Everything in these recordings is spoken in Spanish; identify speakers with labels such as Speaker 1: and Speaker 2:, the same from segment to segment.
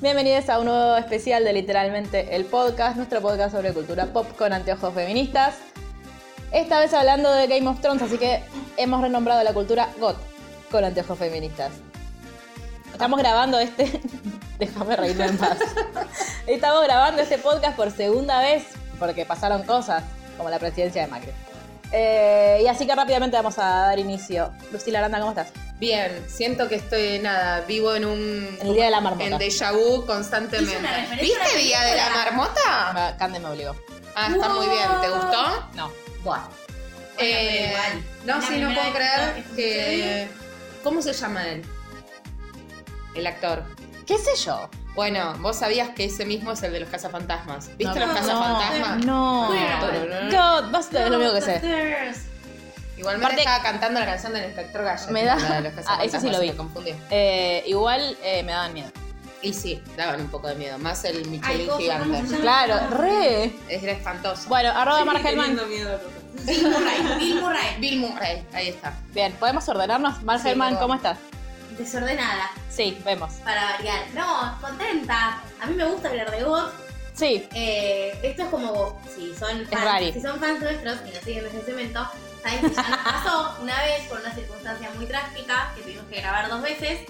Speaker 1: Bienvenidos a un nuevo especial de Literalmente el Podcast, nuestro podcast sobre cultura pop con anteojos feministas. Esta vez hablando de Game of Thrones, así que hemos renombrado la cultura GOT con anteojos feministas. Estamos grabando este. Déjame reírme en paz. Estamos grabando este podcast por segunda vez porque pasaron cosas, como la presidencia de Macri. Eh, y así que rápidamente vamos a dar inicio. Lucila Aranda, ¿cómo estás?
Speaker 2: Bien, siento que estoy nada, vivo en un
Speaker 1: El día de la
Speaker 2: en
Speaker 1: marmota.
Speaker 2: déjà vu constantemente.
Speaker 3: Hizo una referencia a
Speaker 2: ¿Viste
Speaker 3: una
Speaker 2: Día de la
Speaker 3: película.
Speaker 2: Marmota?
Speaker 1: Ah, Cande me obligó.
Speaker 2: Ah, está muy bien, ¿te gustó?
Speaker 1: No.
Speaker 3: Buah.
Speaker 2: Eh, no,
Speaker 3: La
Speaker 2: sí, no
Speaker 3: primera
Speaker 2: puedo
Speaker 3: vez
Speaker 2: creer
Speaker 3: que
Speaker 2: que... ¿Cómo se llama él? El actor.
Speaker 1: ¿Qué sé yo?
Speaker 2: Bueno, vos sabías que ese mismo es el de los cazafantasmas. ¿Viste
Speaker 1: No,
Speaker 2: los
Speaker 3: no,
Speaker 2: cazafantasmas?
Speaker 1: No.
Speaker 2: Bueno.
Speaker 1: God, basta, es lo único que sé.
Speaker 2: Igualmente
Speaker 1: Aparte-
Speaker 2: estaba cantando la canción del inspector Gallet.
Speaker 1: Me da-
Speaker 2: la de los
Speaker 1: Ah, eso sí lo
Speaker 2: cazafantasmas,
Speaker 1: vi.
Speaker 2: Me confundí.
Speaker 1: Eh, igual eh, me daban miedo.
Speaker 2: Y sí, daban un poco de miedo. Más el
Speaker 3: Ay,
Speaker 2: Michelin
Speaker 3: cosa, ¿cómo se
Speaker 2: gigante.
Speaker 3: llama?
Speaker 1: Claro, re.
Speaker 2: Era espantoso.
Speaker 1: Bueno, arroba Margelman.
Speaker 3: Bill Murray, Bill Murray.
Speaker 2: Bill Murray, ahí está.
Speaker 1: Bien, podemos ordenarnos. Margelman,
Speaker 2: Sí,
Speaker 1: ¿cómo estás?
Speaker 3: Desordenada,
Speaker 1: Sí, vemos.
Speaker 3: para variar. No, contenta. A mí me gusta hablar de vos.
Speaker 1: Sí,
Speaker 3: Eh, esto es como si son
Speaker 1: rari.
Speaker 3: fans, si son fans nuestros y nos siguen desde el cemento, saben que ya nos pasó una vez por una circunstancia muy trágica que tuvimos que grabar dos veces.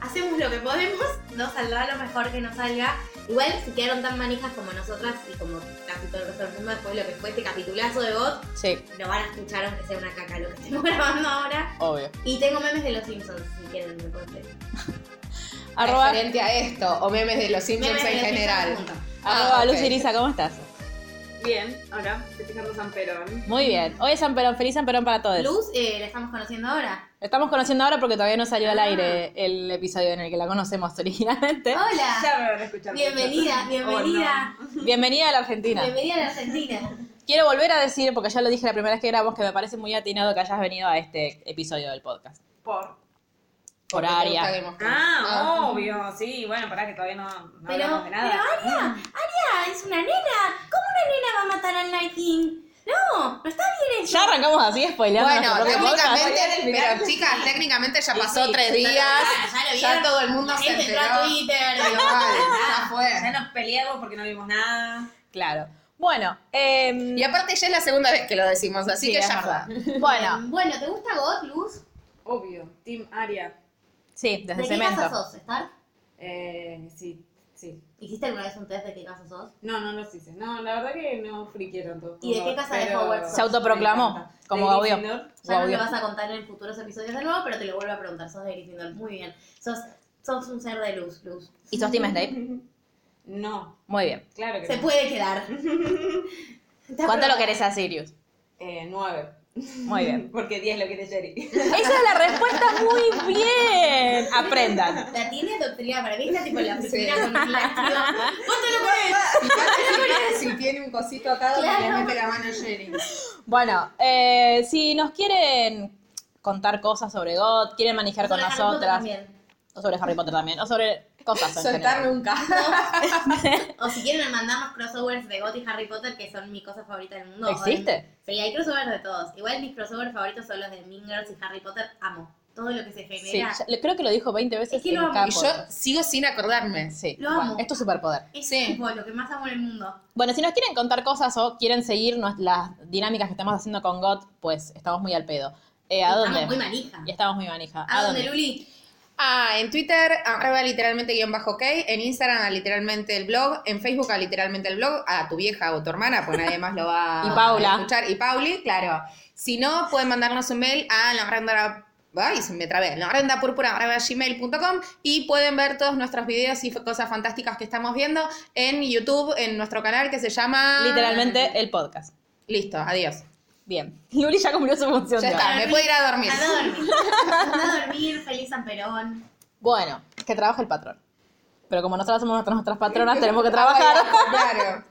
Speaker 3: Hacemos lo que podemos, nos saldrá lo mejor que nos salga. Igual si quedaron tan manijas como nosotras y como casi todo el resto del mundo después de lo que fue este capitulazo de God,
Speaker 1: sí,
Speaker 3: lo van a escuchar aunque sea una caca lo que estemos grabando ahora.
Speaker 1: obvio.
Speaker 3: Y tengo memes de los Simpsons si quieren me conté.
Speaker 1: Arroba,
Speaker 2: Referente a esto, o memes de los Simpsons
Speaker 3: Memes de
Speaker 2: en
Speaker 3: los
Speaker 2: general.
Speaker 3: Simpsons juntos.
Speaker 1: arroba
Speaker 2: Ah, ok.
Speaker 1: Luz Iriza, ¿cómo estás?
Speaker 4: Bien, ahora festejando San Perón.
Speaker 1: Muy bien. Hoy es San Perón, feliz San Perón para todos.
Speaker 3: Luz, eh, la estamos conociendo ahora.
Speaker 1: Estamos conociendo ahora porque todavía no salió al
Speaker 2: Ah.
Speaker 1: aire el episodio en el que la conocemos originalmente.
Speaker 2: Ah.
Speaker 3: Hola,
Speaker 4: Ya me van a escuchar.
Speaker 3: bienvenida,
Speaker 4: mucho.
Speaker 3: bienvenida.
Speaker 1: Bienvenida a la Argentina.
Speaker 3: Bienvenida a la Argentina.
Speaker 1: Quiero volver a decir, porque ya lo dije la primera vez que grabamos, que me parece muy atinado que hayas venido a este episodio del podcast.
Speaker 4: Oh, no. Por.
Speaker 1: Por
Speaker 2: Porque te gusta
Speaker 1: área.
Speaker 2: Game of Thrones.
Speaker 4: Ah,
Speaker 2: Ah.
Speaker 4: obvio, sí, bueno, pará que todavía no, no
Speaker 3: Pero,
Speaker 4: hablamos de
Speaker 3: pero
Speaker 4: nada.
Speaker 3: Aria, Aria es una nena. ¿Cómo una nena va a matar al Night King? No, no está bien eso.
Speaker 1: Ya arrancamos así, spoileando.
Speaker 2: Bueno,
Speaker 1: nuestro propio
Speaker 2: técnicamente,
Speaker 1: podcast.
Speaker 2: pero chicas, técnicamente ya pasó
Speaker 1: sí,
Speaker 2: tres
Speaker 3: Ya lo-
Speaker 2: días.
Speaker 3: ya lo
Speaker 2: Ya
Speaker 3: vieron.
Speaker 2: todo el mundo
Speaker 3: La
Speaker 2: se
Speaker 3: gente entró a
Speaker 2: enteró.
Speaker 3: Twitter.
Speaker 2: Igual,
Speaker 3: digo,
Speaker 2: ya fue.
Speaker 4: Ya nos peleamos porque no vimos nada.
Speaker 1: Claro. Bueno, em,
Speaker 2: Y aparte ya es la segunda vez que lo decimos, así
Speaker 1: Sí,
Speaker 2: que
Speaker 1: es
Speaker 2: ya
Speaker 1: verdad.
Speaker 2: fue.
Speaker 1: bueno,
Speaker 3: Bueno, ¿te gusta God, Luz?
Speaker 4: Obvio, Team Aria.
Speaker 1: sí,
Speaker 3: ¿De
Speaker 1: desde
Speaker 3: qué casa
Speaker 1: cemento.
Speaker 3: sos, Star?
Speaker 4: Eh, sí, sí.
Speaker 3: ¿Hiciste alguna vez un test de qué casa sos?
Speaker 4: No, no los hice. No, la verdad que no friqué tanto.
Speaker 3: ¿Y de qué casa de
Speaker 4: Pero-
Speaker 3: Hogwarts sos?
Speaker 1: Se autoproclamó,
Speaker 4: Me encanta.
Speaker 1: como
Speaker 4: De
Speaker 1: Gaudí.
Speaker 4: Gryffindor.
Speaker 3: Ya no
Speaker 1: Obvio.
Speaker 3: lo vas a contar en futuros episodios de nuevo, pero te lo vuelvo a preguntar. Sos de Gryffindor. Muy bien. Sos, sos un ser de luz, Luz.
Speaker 1: ¿Y sos Team Snape?
Speaker 4: No,
Speaker 1: Muy bien.
Speaker 4: claro que
Speaker 3: Se
Speaker 4: no.
Speaker 3: puede quedar.
Speaker 1: ¿Cuánto lo querés a Sirius?
Speaker 4: Eh, nueve.
Speaker 1: Muy bien.
Speaker 4: Porque diez lo quiere Jerry.
Speaker 1: Esa es la respuesta, muy bien. Aprendan.
Speaker 3: La tiene doctrina para mí, está tipo en la
Speaker 2: Sí.
Speaker 3: oficina con un látigo. ¡Vos te lo ponés!
Speaker 2: Y aparte, si tiene un cosito atado,
Speaker 3: Claro.
Speaker 2: le mete la mano a Jerry.
Speaker 1: Bueno, eh, si nos quieren contar cosas sobre God, quieren manejar con
Speaker 3: Sobre Harry Potter
Speaker 1: nosotras,
Speaker 3: también.
Speaker 1: o sobre Harry Potter también, o sobre cosas en general.
Speaker 2: Soltar nunca.
Speaker 3: O si quieren mandarnos crossovers de Got y Harry Potter, que son mi cosa favorita del mundo.
Speaker 1: ¿Existe?
Speaker 3: Sí, hay crossovers de todos. Igual mis crossovers favoritos son los de Mean Girls y Harry Potter. Amo. Todo lo que se
Speaker 1: Sí,
Speaker 3: genera.
Speaker 1: ya- le- creo que lo dijo 20 veces
Speaker 3: Es que
Speaker 1: en
Speaker 3: lo amo.
Speaker 1: cada
Speaker 2: Y yo
Speaker 1: podcast.
Speaker 2: sigo sin acordarme.
Speaker 1: Sí,
Speaker 3: Lo
Speaker 1: bueno,
Speaker 3: amo.
Speaker 1: es tu superpoder.
Speaker 3: Es
Speaker 2: Sí.
Speaker 3: tipo lo que más amo en el mundo.
Speaker 1: Bueno, si nos quieren contar cosas o quieren seguir nos- las dinámicas que estamos haciendo con God, pues estamos muy al pedo. Eh, ¿A dónde?
Speaker 3: Estamos muy manija.
Speaker 1: Y estamos muy manija.
Speaker 3: ¿A, dónde, Luli?
Speaker 2: Ah, en Twitter, arroba literalmente guión bajo ok, en Instagram a literalmente el blog, en Facebook a literalmente el blog, a tu vieja o tu hermana, pues nadie más lo va
Speaker 1: Y Paula.
Speaker 2: a escuchar, y Pauli, claro. Si no, pueden mandarnos un mail a Ay, se me trabé. gmail.com y pueden ver todos nuestros videos y f- cosas fantásticas que estamos viendo en YouTube, en nuestro canal que se llama...
Speaker 1: Literalmente el podcast.
Speaker 2: Listo, adiós.
Speaker 1: Bien. Luli ya cumplió su función.
Speaker 2: Ya
Speaker 1: de
Speaker 2: está,
Speaker 1: hoy.
Speaker 2: me puedo ir a dormir.
Speaker 3: Anda a dormir. Anda a dormir, feliz San Perón.
Speaker 1: Bueno, que trabaja el patrón. Pero como nosotras somos nuestras, nuestras patronas, tenemos que trabajar
Speaker 2: Claro.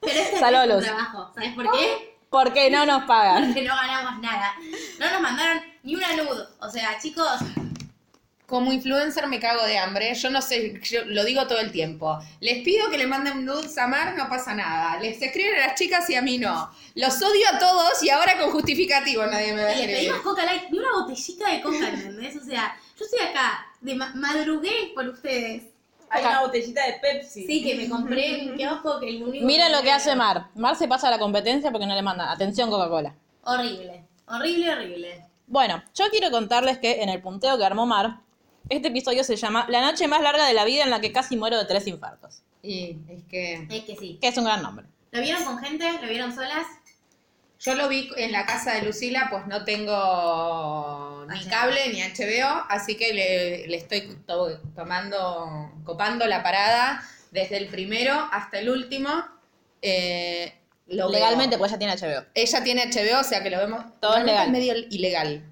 Speaker 3: Pero este es un
Speaker 1: Salolos.
Speaker 3: trabajo. ¿Sabes por qué?
Speaker 1: porque no nos pagan.
Speaker 3: Porque no ganamos nada. No nos mandaron ni una nudo. O sea, chicos, eh,
Speaker 2: Como influencer me cago de hambre, yo no sé, yo lo digo todo el tiempo. Les pido que le manden nudes a Mar, no pasa nada. Les escriben a las chicas y a mí no. Los odio a todos y ahora con justificativo nadie me va a
Speaker 3: le
Speaker 2: escribir.
Speaker 3: pedimos coca light ni una botellita de coca, ¿entendés? O sea, yo estoy acá, de ma- madrugué por ustedes.
Speaker 4: Hay una botellita de Pepsi.
Speaker 3: Sí, que me compré en un kiosco que el único.
Speaker 1: Miren lo que hace
Speaker 3: más
Speaker 1: Mar. Mar se pasa a la competencia porque no le mandan. Atención, Coca-Cola.
Speaker 3: Horrible. Horrible, horrible.
Speaker 1: Bueno, yo quiero contarles que en el punteo que armó Mar, este episodio se llama La noche más larga de la vida en la que casi muero de tres infartos.
Speaker 2: Y es que
Speaker 3: Es que sí.
Speaker 1: Que es un gran nombre.
Speaker 3: ¿Lo vieron con gente? ¿Lo vieron solas?
Speaker 2: yo lo vi en la casa de Lucila, pues no tengo ni cable ni HBO, así que le, le estoy to- tomando, copando la parada desde el primero hasta el último. Eh, lo veo.
Speaker 1: Legalmente, pues ya tiene HBO.
Speaker 2: Ella tiene HBO, o sea que lo vemos
Speaker 1: Todo es
Speaker 2: realmente
Speaker 1: legal.
Speaker 2: medio ilegal,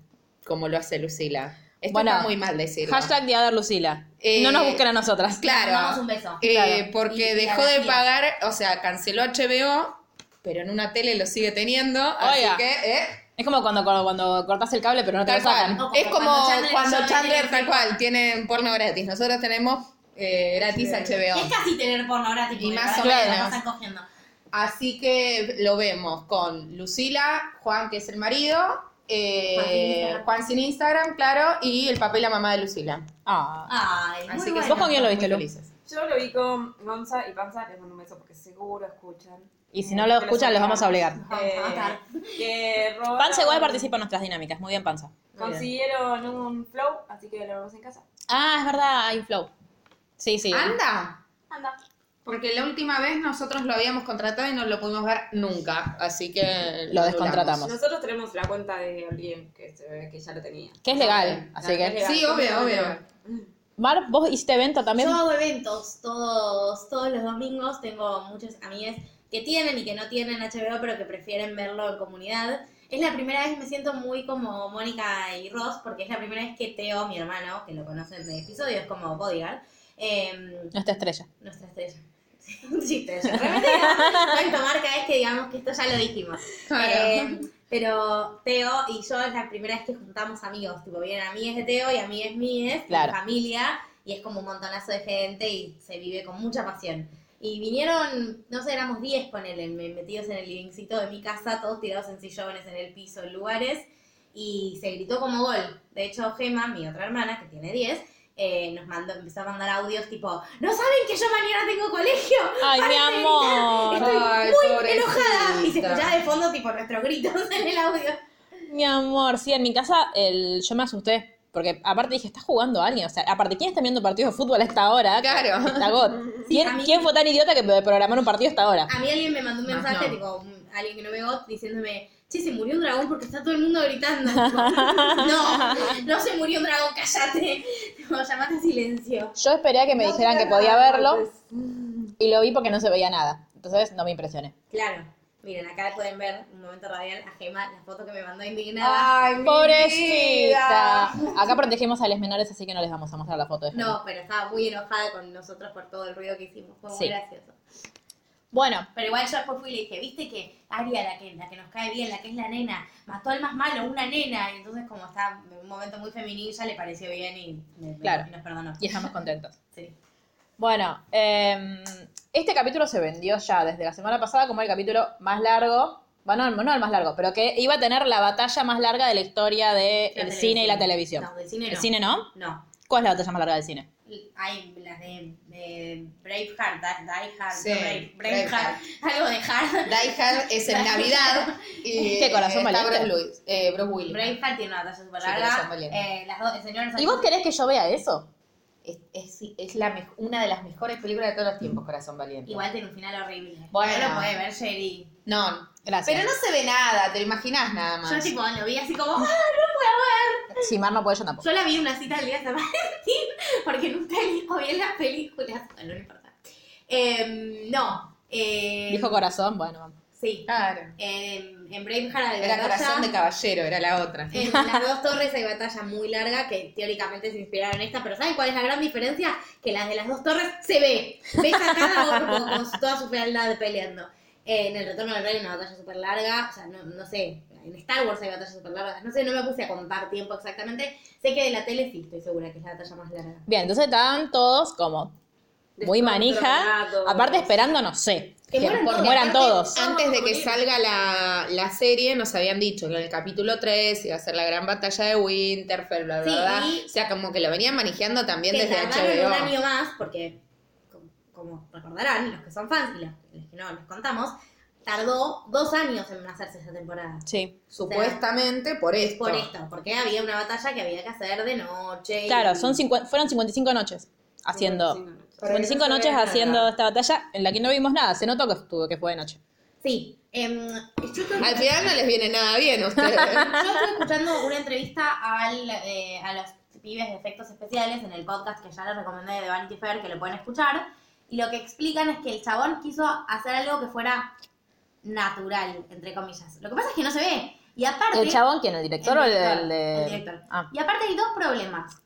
Speaker 2: como lo hace Lucila. Esto
Speaker 1: Bueno,
Speaker 2: está muy mal decirlo.
Speaker 1: Hashtag Diader Lucila.
Speaker 2: Eh,
Speaker 1: no nos busquen a nosotras.
Speaker 2: Claro.
Speaker 3: Damos un beso.
Speaker 2: Eh,
Speaker 1: claro.
Speaker 2: Porque
Speaker 3: Y- y
Speaker 2: dejó
Speaker 3: a
Speaker 2: de
Speaker 3: las
Speaker 2: pagar, o sea, canceló HBO, pero en una tele lo sigue teniendo, así
Speaker 1: Oiga.
Speaker 2: que... ¿eh?
Speaker 1: Es como cuando, cuando, cuando cortas el cable pero no te
Speaker 2: Tal
Speaker 1: lo sacan.
Speaker 2: cual.
Speaker 3: No, como
Speaker 2: Es como
Speaker 3: cuando Chandler
Speaker 2: cuando
Speaker 3: Jones
Speaker 2: Chandler,
Speaker 3: tiene
Speaker 2: tal
Speaker 3: Facebook.
Speaker 2: cual, tienen porno gratis. Nosotros tenemos eh, gratis
Speaker 3: Y es
Speaker 2: HBO.
Speaker 3: casi tener porno gratis.
Speaker 2: Y
Speaker 3: porque
Speaker 2: más
Speaker 3: la
Speaker 2: o
Speaker 3: verdad que
Speaker 2: menos.
Speaker 3: la pasan cogiendo.
Speaker 2: Así que lo vemos con Lucila, Juan, que es el marido, eh,
Speaker 3: Juan sin Instagram.
Speaker 2: Juan sin Instagram, claro, y el papá y la mamá de Lucila.
Speaker 1: Ah.
Speaker 3: Ay, muy
Speaker 2: Así que
Speaker 3: bueno.
Speaker 1: ¿Vos con quién lo
Speaker 2: muy
Speaker 1: viste, Lu?
Speaker 2: felices.
Speaker 4: Yo lo vi con Gonza y Panza, les mando un beso porque seguro escuchan.
Speaker 1: Y si no lo escuchan, los vamos a obligar.
Speaker 3: Vamos a
Speaker 4: Eh,
Speaker 3: matar.
Speaker 4: que robaron-
Speaker 1: Panza igual participa en nuestras dinámicas. Muy bien, Panza.
Speaker 4: Consiguieron un flow, así que lo vemos en casa.
Speaker 1: Ah, es verdad, hay flow. Sí, sí.
Speaker 2: Anda,
Speaker 4: Anda.
Speaker 2: porque la última vez nosotros lo habíamos contratado y no lo pudimos ver nunca, así que
Speaker 1: Lo descontratamos.
Speaker 4: Nosotros tenemos la cuenta de alguien que se ve que ya lo tenía.
Speaker 1: Que es legal. Así que.
Speaker 2: Sí, obvio, obvio.
Speaker 1: Mar, vos hiciste evento también.
Speaker 3: Yo hago eventos todos, todos los domingos. Tengo muchos amigas que tienen y que no tienen HBO, pero que prefieren verlo en comunidad. Es la primera vez que me siento muy como Mónica y Ross, porque es la primera vez que Teo, mi hermano, que lo conocen de episodios como Bodyguard, em,
Speaker 1: Nuestra estrella.
Speaker 3: nuestra estrella. Un chiste, yo realmente digamos, tanto marca es que digamos que esto ya lo dijimos.
Speaker 2: Claro.
Speaker 3: Eh, pero Teo y yo es la primera vez que juntamos amigos, tipo, vienen amigas de Teo y amigas mías, y
Speaker 1: Claro.
Speaker 3: familia, y es como un montonazo de gente y se vive con mucha pasión. Y vinieron, no sé, éramos 10 con él, metidos en el livingcito de mi casa, todos tirados en sillones, en el piso, en lugares, y se gritó como gol. De hecho, Gema, mi otra hermana, que tiene 10, eh, nos mandó, empezó a mandar audios tipo, ¿no saben que yo mañana tengo colegio?
Speaker 1: Ay, mi
Speaker 3: Paren de gritar,
Speaker 1: amor.
Speaker 3: Estoy
Speaker 2: Ay,
Speaker 3: muy
Speaker 2: pobrecita.
Speaker 3: enojada. Y se escuchaba de fondo tipo nuestros gritos en el audio.
Speaker 1: Mi amor, sí, en mi casa el, yo me asusté. Porque aparte dije, está jugando alguien. O sea, aparte, ¿quién está viendo partidos de fútbol a esta hora?
Speaker 2: Claro.
Speaker 1: Está God. ¿Quién,
Speaker 3: a mí-
Speaker 1: quién fue tan idiota que programar un partido a esta hora?
Speaker 3: A mí alguien me mandó un
Speaker 1: Ah,
Speaker 2: Más
Speaker 3: mensaje,
Speaker 2: no.
Speaker 3: tipo, un- alguien que no veo, diciéndome, che, se murió un dragón porque está todo el mundo gritando. no, no se murió un dragón, cállate. Tipo, llamate a silencio.
Speaker 1: Yo esperé a que me dijeran que podía verlo y lo vi porque no se veía nada. Entonces no me impresioné.
Speaker 3: Claro. Miren, acá pueden ver un momento radial a Gema, la foto que me mandó
Speaker 1: Ah.
Speaker 3: indignada.
Speaker 2: Ay, mi
Speaker 1: Pobrecita.
Speaker 2: vida.
Speaker 1: Acá protegemos a los menores, así que no les vamos a mostrar la foto de Gemma.
Speaker 3: No, pero estaba muy enojada con nosotros por todo el ruido que hicimos. Fue muy
Speaker 1: Sí.
Speaker 3: gracioso.
Speaker 1: Bueno,
Speaker 3: Pero igual yo después fui y le dije, viste que Aria, la que, la que nos cae bien, la que es la nena, mató al más malo, una nena. Y entonces como está en un momento muy feminista, le pareció bien y, me- me-
Speaker 1: Claro.
Speaker 3: y nos perdonó.
Speaker 1: y estamos contentos.
Speaker 3: Sí.
Speaker 1: Bueno, eh, este capítulo se vendió ya desde la semana pasada como el capítulo más largo. Bueno, no no el más largo, pero que iba a tener la batalla más larga de la historia del
Speaker 3: La
Speaker 1: el cine y la televisión.
Speaker 3: No, del cine no.
Speaker 1: ¿El cine no?
Speaker 3: No.
Speaker 1: ¿Cuál es la batalla más larga del cine?
Speaker 3: Hay las de, de Braveheart, Die, Die Hard,
Speaker 2: Sí,
Speaker 3: no, Brave-
Speaker 2: Braveheart.
Speaker 3: Braveheart, algo de Hard.
Speaker 2: Die Hard es en Navidad. Y,
Speaker 1: Qué corazón
Speaker 2: eh, está
Speaker 1: valiente.
Speaker 2: Bruce, Lewis, eh, Bruce Willis.
Speaker 3: Braveheart tiene una batalla súper
Speaker 2: Sí, pero son
Speaker 3: larga.
Speaker 2: valientes.
Speaker 3: Eh, las dos, el señor
Speaker 1: ¿Y vos querés que yo vea eso?
Speaker 2: es, es- es la mej- una de las mejores películas de todos los tiempos, Corazón Valiente.
Speaker 3: Igual tiene un final horrible.
Speaker 2: Bueno.
Speaker 3: No lo puede ver Jerry.
Speaker 2: No,
Speaker 5: Gracias.
Speaker 2: pero no se ve nada, te lo imaginas nada más.
Speaker 3: Yo tipo lo vi así como, ¡ah, no lo puedo ver!
Speaker 1: Si Mar no puede, yo tampoco.
Speaker 3: Yo la vi en una cita al día de San Valentín, porque nunca elijo bien las películas. Bueno, no importa. Em, no. eh,
Speaker 1: Dijo corazón, bueno, vamos.
Speaker 3: Sí.
Speaker 2: Claro.
Speaker 3: Em, en Braveheart hay
Speaker 2: Era
Speaker 3: batalla.
Speaker 2: Corazón de Caballero, era la otra.
Speaker 3: En las dos torres hay batalla muy larga que teóricamente se inspiraron en esta, pero ¿saben cuál es la gran diferencia? Que las de las dos torres se ve. Ves a cada orco con su- toda su fealdad peleando. Eh, en el retorno del rey hay una batalla súper larga, o sea, no, no sé, en Star Wars hay batallas súper largas, no sé, no me puse a contar tiempo exactamente. Sé que de la tele sí estoy segura que es la batalla más larga.
Speaker 1: Bien, entonces estaban todos como muy manija.
Speaker 4: Descontrolados.
Speaker 1: Aparte esperando, no sé.
Speaker 3: Que mueran
Speaker 1: porque
Speaker 3: todos.
Speaker 1: mueran
Speaker 3: Aparte,
Speaker 1: todos.
Speaker 2: Antes de que
Speaker 3: Morir.
Speaker 2: salga la, la serie, nos habían dicho que en el capítulo 3 iba a ser la gran batalla de Winterfell, bla, bla,
Speaker 3: Sí,
Speaker 2: bla.
Speaker 3: y-
Speaker 2: O sea, como que lo venían manejando también
Speaker 3: que
Speaker 2: desde
Speaker 3: tardaron un
Speaker 2: HBO.
Speaker 3: año más, porque como, como recordarán los que son fans y los, los que no les contamos, tardó dos años en hacerse esa temporada.
Speaker 1: Sí.
Speaker 2: Supuestamente por esto.
Speaker 3: Por esto, porque había una batalla que había que hacer de noche. y-
Speaker 1: Claro, son cincu- fueron 55 noches haciendo. 55 noches haciendo esta batalla en la que no vimos nada. Se notó que, estuvo, que fue de noche.
Speaker 3: Sí. em, yo, estoy,
Speaker 2: Al final no les viene nada bien a ustedes.
Speaker 3: yo estoy escuchando una entrevista al, eh, a los pibes de efectos especiales en el podcast que ya les recomendé de Vanity Fair, que lo pueden escuchar. Y lo que explican es que el chabón quiso hacer algo que fuera natural, entre comillas. Lo que pasa es que no se ve. Y aparte.
Speaker 1: ¿El chabón quién? ¿El director
Speaker 3: El
Speaker 1: o el,
Speaker 3: director,
Speaker 1: el de.?
Speaker 3: el director.
Speaker 1: Ah,
Speaker 3: Y aparte hay dos problemas.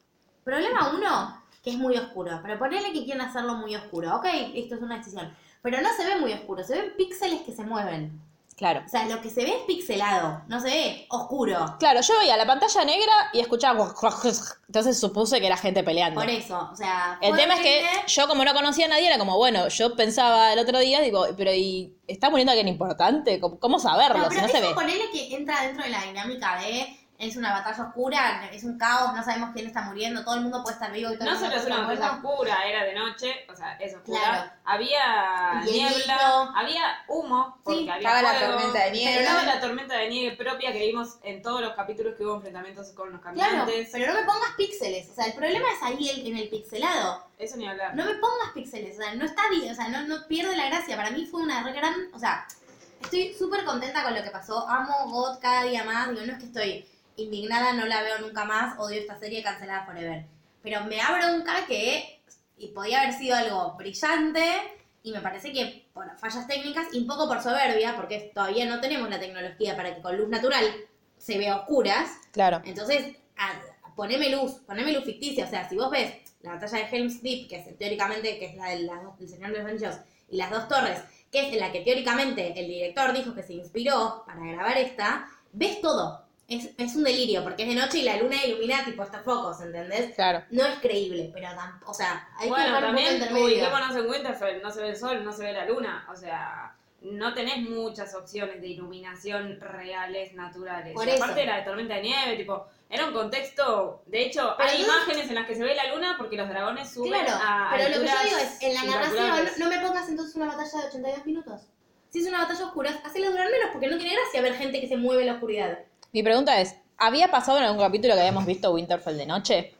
Speaker 3: Problema uno, que es muy oscuro, pero ponele que quieren hacerlo muy oscuro. Ok, esto es una decisión. Pero no se ve muy oscuro, se ven píxeles que se mueven.
Speaker 1: claro.
Speaker 3: O sea, lo que se ve es pixelado, no se ve oscuro.
Speaker 1: Claro, yo veía la pantalla negra y escuchaba. Entonces supuse que era gente peleando.
Speaker 3: Por eso, o sea.
Speaker 1: El
Speaker 3: fue
Speaker 1: tema es que
Speaker 3: horrible.
Speaker 1: yo, como no conocía a nadie, era como, bueno, yo pensaba el otro día, digo, pero ¿y está muriendo alguien importante? ¿Cómo, cómo saberlo
Speaker 3: No,
Speaker 1: si
Speaker 3: pero
Speaker 1: no
Speaker 3: eso
Speaker 1: se ve?
Speaker 3: ponele que entra dentro de la dinámica de es una batalla oscura, es un caos, no sabemos quién está muriendo, todo el mundo puede estar vivo y todo
Speaker 4: No
Speaker 3: el mundo
Speaker 4: solo es
Speaker 3: puede
Speaker 4: una
Speaker 3: estar
Speaker 4: cosa
Speaker 3: muerto.
Speaker 4: oscura, era de noche, o sea, es oscura.
Speaker 3: Claro.
Speaker 4: Había
Speaker 3: Hielito.
Speaker 4: niebla, había humo, porque
Speaker 3: Sí,
Speaker 4: había
Speaker 2: Estaba la
Speaker 4: fuego.
Speaker 2: tormenta de nieve.
Speaker 4: Estaba la tormenta de nieve propia que vimos en todos los capítulos que hubo enfrentamientos con los
Speaker 3: Claro,
Speaker 4: caminantes.
Speaker 3: pero no me pongas píxeles. O sea, el problema es ahí el- en el pixelado.
Speaker 4: Eso ni hablar.
Speaker 3: No me pongas píxeles, o sea, no está bien, o sea, no, no pierde la gracia. Para mí fue una re gran, o sea, estoy súper contenta con lo que pasó. Amo God cada día más, digo, no es que estoy indignada, no la veo nunca más, odio esta serie cancelada forever. Pero me da bronca que y podía haber sido algo brillante y me parece que por fallas técnicas y un poco por soberbia, porque todavía no tenemos la tecnología para que con luz natural se vea a oscuras.
Speaker 1: Claro.
Speaker 3: Entonces, a- poneme luz, poneme luz ficticia. O sea, si vos ves la batalla de Helm's Deep, que es teóricamente, que es la del Señor de los Anillos, y las dos torres, que es en la que teóricamente el director dijo que se inspiró para grabar esta, ves todo. Es, es un delirio, porque es de noche y la luna ilumina tipo estos focos, ¿entendés?
Speaker 1: Claro.
Speaker 3: No es creíble, pero tam- o sea, hay que
Speaker 4: bueno,
Speaker 3: buscar un punto
Speaker 4: también
Speaker 3: intermedio.
Speaker 4: ubiquémonos en Winterfell, no se ve el sol, no se ve la luna, o sea, no tenés muchas opciones de iluminación reales, naturales.
Speaker 3: Por
Speaker 4: Y
Speaker 3: eso.
Speaker 4: aparte de la de tormenta de nieve, tipo, era un contexto, de hecho,
Speaker 3: Pero
Speaker 4: hay
Speaker 3: no-
Speaker 4: imágenes en las que se ve la luna porque los dragones suben
Speaker 3: Claro,
Speaker 4: a
Speaker 3: pero lo que yo
Speaker 4: alturas
Speaker 3: digo es, en la narración,
Speaker 4: incalculables.
Speaker 3: no me pongas entonces una batalla de 82 minutos. Si es una batalla oscura, hacela durar menos, porque no tiene gracia ver gente que se mueve en la oscuridad.
Speaker 1: Mi pregunta es, ¿había pasado en algún capítulo que habíamos visto Winterfell de noche?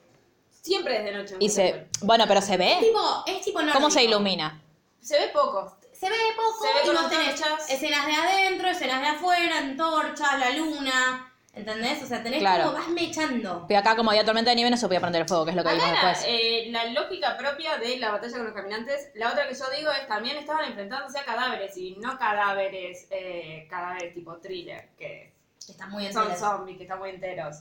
Speaker 4: Siempre desde noche. en
Speaker 1: Y se...
Speaker 4: Winterfell.
Speaker 1: Bueno, pero ¿se
Speaker 3: Es
Speaker 1: ve?
Speaker 3: tipo, es tipo
Speaker 1: ¿Cómo
Speaker 3: nórdico.
Speaker 1: se ilumina?
Speaker 4: se ve poco.
Speaker 3: Se ve poco
Speaker 4: Se ve
Speaker 3: y
Speaker 4: con
Speaker 3: vos tenés
Speaker 4: antorchas.
Speaker 3: escenas de adentro, escenas de afuera, antorchas, la luna, ¿entendés? O sea, tenés
Speaker 1: Claro.
Speaker 3: como vas mechando.
Speaker 1: Pero acá, como había tormenta de nieve, no se podía prender el fuego, que es lo que
Speaker 4: Acá
Speaker 1: vimos
Speaker 4: era,
Speaker 1: después.
Speaker 4: eh, la lógica propia de la batalla con los caminantes. La otra que yo digo es también estaban enfrentándose a cadáveres y no cadáveres, eh, cadáveres tipo thriller, que
Speaker 3: Está muy en
Speaker 4: son
Speaker 3: serio.
Speaker 4: zombies, que están muy enteros.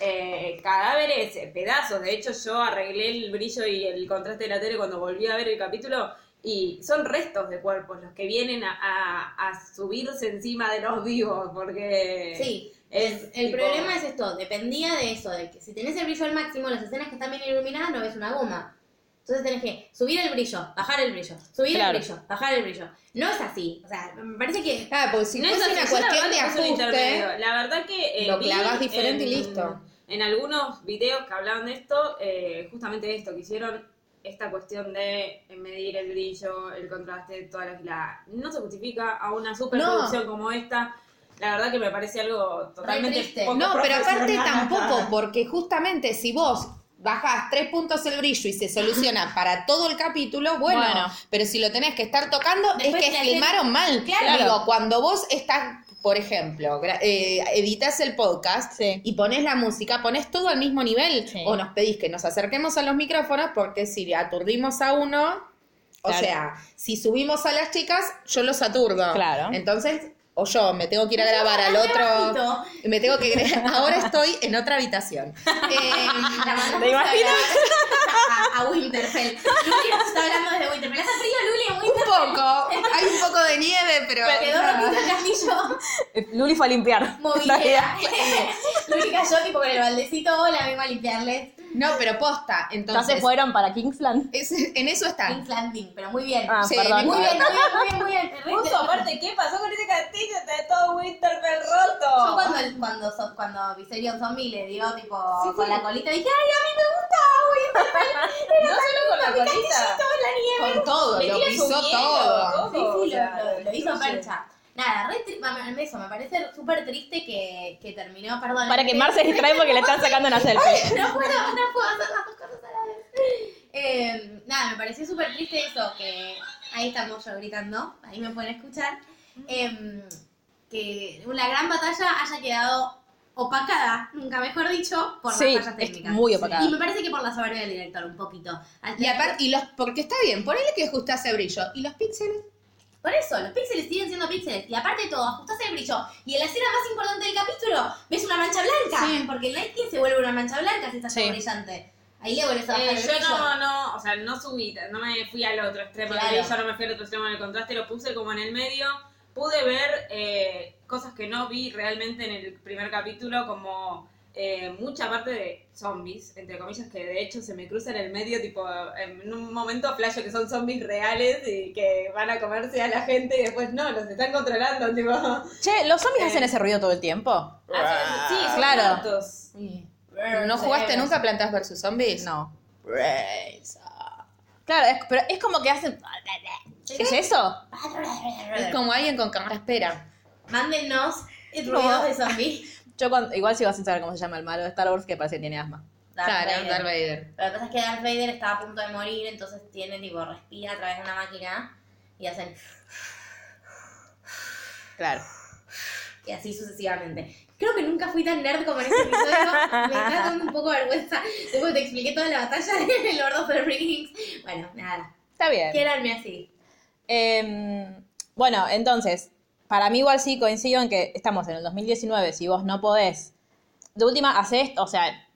Speaker 4: Eh, cadáveres, eh, pedazos. De hecho, yo arreglé el brillo y el contraste de la tele cuando volví a ver el capítulo. Y son restos de cuerpos los que vienen a, a- a subirse encima de los vivos, porque.
Speaker 3: Sí.
Speaker 4: es
Speaker 3: el
Speaker 4: tipo-
Speaker 3: problema es esto, dependía de eso, de que si tenés el brillo al máximo, las escenas que están bien iluminadas no ves una goma. Entonces tenés que subir el brillo, bajar el brillo, subir
Speaker 1: Claro.
Speaker 3: el brillo, bajar el brillo. No es así. O sea, me parece que
Speaker 2: Claro, porque si no es
Speaker 4: así,
Speaker 2: una
Speaker 4: yo
Speaker 2: cuestión de
Speaker 4: la verdad que puse un intermedio.
Speaker 2: ajuste.
Speaker 4: La verdad que. eh,
Speaker 2: lo
Speaker 4: vi
Speaker 2: clavás diferente y listo.
Speaker 4: En algunos videos que hablaban de esto, eh, justamente esto, que hicieron esta cuestión de eh, medir el brillo, el contraste, toda la gilada. No se justifica a una superproducción como esta. La verdad que me parece algo totalmente.
Speaker 3: triste.
Speaker 4: poco
Speaker 2: No, pero aparte
Speaker 4: profesional.
Speaker 2: tampoco, porque justamente si vos bajás tres puntos el brillo y se soluciona para todo el capítulo, bueno,
Speaker 1: Bueno.
Speaker 2: pero si lo tenés que estar tocando, es
Speaker 3: Después te
Speaker 2: que
Speaker 3: hacen-
Speaker 2: filmaron mal.
Speaker 1: Claro.
Speaker 2: Digo, cuando vos estás, por ejemplo, gra- eh, editas el podcast
Speaker 1: Sí.
Speaker 2: y pones la música, pones todo al mismo nivel,
Speaker 1: Sí.
Speaker 2: o nos pedís que nos acerquemos a los micrófonos, porque si aturdimos a uno, o
Speaker 1: Claro.
Speaker 2: sea, si subimos a las chicas, yo los aturdo.
Speaker 1: Claro.
Speaker 2: Entonces, o yo me tengo que ir a grabar al otro. Me tengo que creer. Ahora estoy en otra habitación. Eh,
Speaker 3: La mandamos
Speaker 1: ¿Te imaginas?
Speaker 3: A, a Winterfell. Luli nos está hablando desde Winterfell. Hace frío, Luli, en
Speaker 2: un
Speaker 3: Winterfell.
Speaker 2: poco. Hay un poco de nieve, pero.
Speaker 3: Quedó rotito el castillo.
Speaker 1: Eh, Luli fue a limpiar.
Speaker 3: Movilera. Luli cayó tipo con el baldecito. Hola, vengo a limpiarles.
Speaker 2: No, pero posta.
Speaker 1: Ya se
Speaker 2: Entonces.
Speaker 1: fueron para Kingsland.
Speaker 2: es- en eso están.
Speaker 3: King's Landing, pero muy bien.
Speaker 1: Ah,
Speaker 2: Sí,
Speaker 1: perdón.
Speaker 3: Muy bien, muy bien, muy bien, muy bien. El resto-
Speaker 4: Justo, aparte, ¿qué pasó con ese castillo? Está todo Winterfell roto.
Speaker 3: Yo cuando, el- cuando, so- cuando Viserion Zombie le dio tipo
Speaker 4: Sí, sí.
Speaker 3: con la colita, dije, ay, a mí me gustaba Winterfell. Era
Speaker 4: No solo con la
Speaker 3: mi
Speaker 4: colita.
Speaker 3: castillito en la nieve.
Speaker 2: Con todo,
Speaker 4: Le
Speaker 2: lo
Speaker 4: tira su
Speaker 2: pisó
Speaker 4: hielo,
Speaker 2: todo.
Speaker 3: Sí, sí,
Speaker 4: o
Speaker 3: lo,
Speaker 4: sea,
Speaker 3: lo- lo hizo
Speaker 4: destruye.
Speaker 3: Percha. Nada, re tri- a mí eso, me parece súper triste que, que terminó, perdón. eh,
Speaker 1: Para que Mar se distraiga porque le están sacando una selfie.
Speaker 3: No puedo, no puedo hacer las dos cosas a la vez. Eh, nada, me pareció súper triste eso, que ahí estamos yo gritando, ahí me pueden escuchar. Eh, que una gran batalla haya quedado opacada, nunca mejor dicho, por
Speaker 1: Sí,
Speaker 3: las fallas
Speaker 1: es
Speaker 3: técnicas.
Speaker 1: muy opacada.
Speaker 3: Y me parece que por la soberbia del director, un poquito.
Speaker 2: Y aparte, y los, porque está bien, ponele que ajustase brillo. ¿Y los píxeles?
Speaker 3: Por eso, los píxeles siguen siendo píxeles. Y aparte de todo, ajustás el brillo. Y en la escena más importante del capítulo, ves una mancha blanca. Porque el Night King se vuelve una mancha blanca si está
Speaker 1: Sí.
Speaker 3: todo brillante. Ahí le vuelves a bajar
Speaker 4: Eh,
Speaker 3: el
Speaker 4: yo
Speaker 3: brillo.
Speaker 4: no, no, o sea, no subí, no me fui al otro extremo
Speaker 3: Claro.
Speaker 4: del brillo, no me fui al otro extremo del contraste, lo puse como en el medio. Pude ver eh, cosas que no vi realmente en el primer capítulo, como eh, mucha parte de zombies, entre comillas, que de hecho se me cruza en el medio, tipo, en un momento flasho que son zombies reales y que van a comerse a la gente y después no, los están controlando, tipo.
Speaker 1: Che, ¿los zombies
Speaker 4: Eh.
Speaker 1: hacen ese ruido todo el tiempo?
Speaker 4: Ah, sí, son
Speaker 1: Claro.
Speaker 4: gatos.
Speaker 2: ¿No jugaste nunca a Plantas vs Zombies?
Speaker 1: No. Claro, es- pero es como que hacen... ¿Es eso?
Speaker 2: Es como alguien con cámara espera.
Speaker 3: Mándennos ruidos de zombies.
Speaker 1: Yo cuando- igual sigo sin saber cómo se llama el malo de Star Wars que parece que tiene asma.
Speaker 2: Claro, Darth Vader.
Speaker 3: Pero lo que pasa es que Darth Vader estaba a punto de morir, entonces tiene tipo, respira a través de una máquina y hacen.
Speaker 1: Claro.
Speaker 3: y así sucesivamente. Creo que nunca fui tan nerd como en este episodio. Me está dando un poco de vergüenza. Después te expliqué toda la batalla de Lord of the Rings. Bueno, nada.
Speaker 1: Está bien.
Speaker 3: Quieranme así.
Speaker 1: Em, bueno, entonces, para mí igual sí coincido en que estamos en el 2019, si vos no podés, de última, haces, o sea,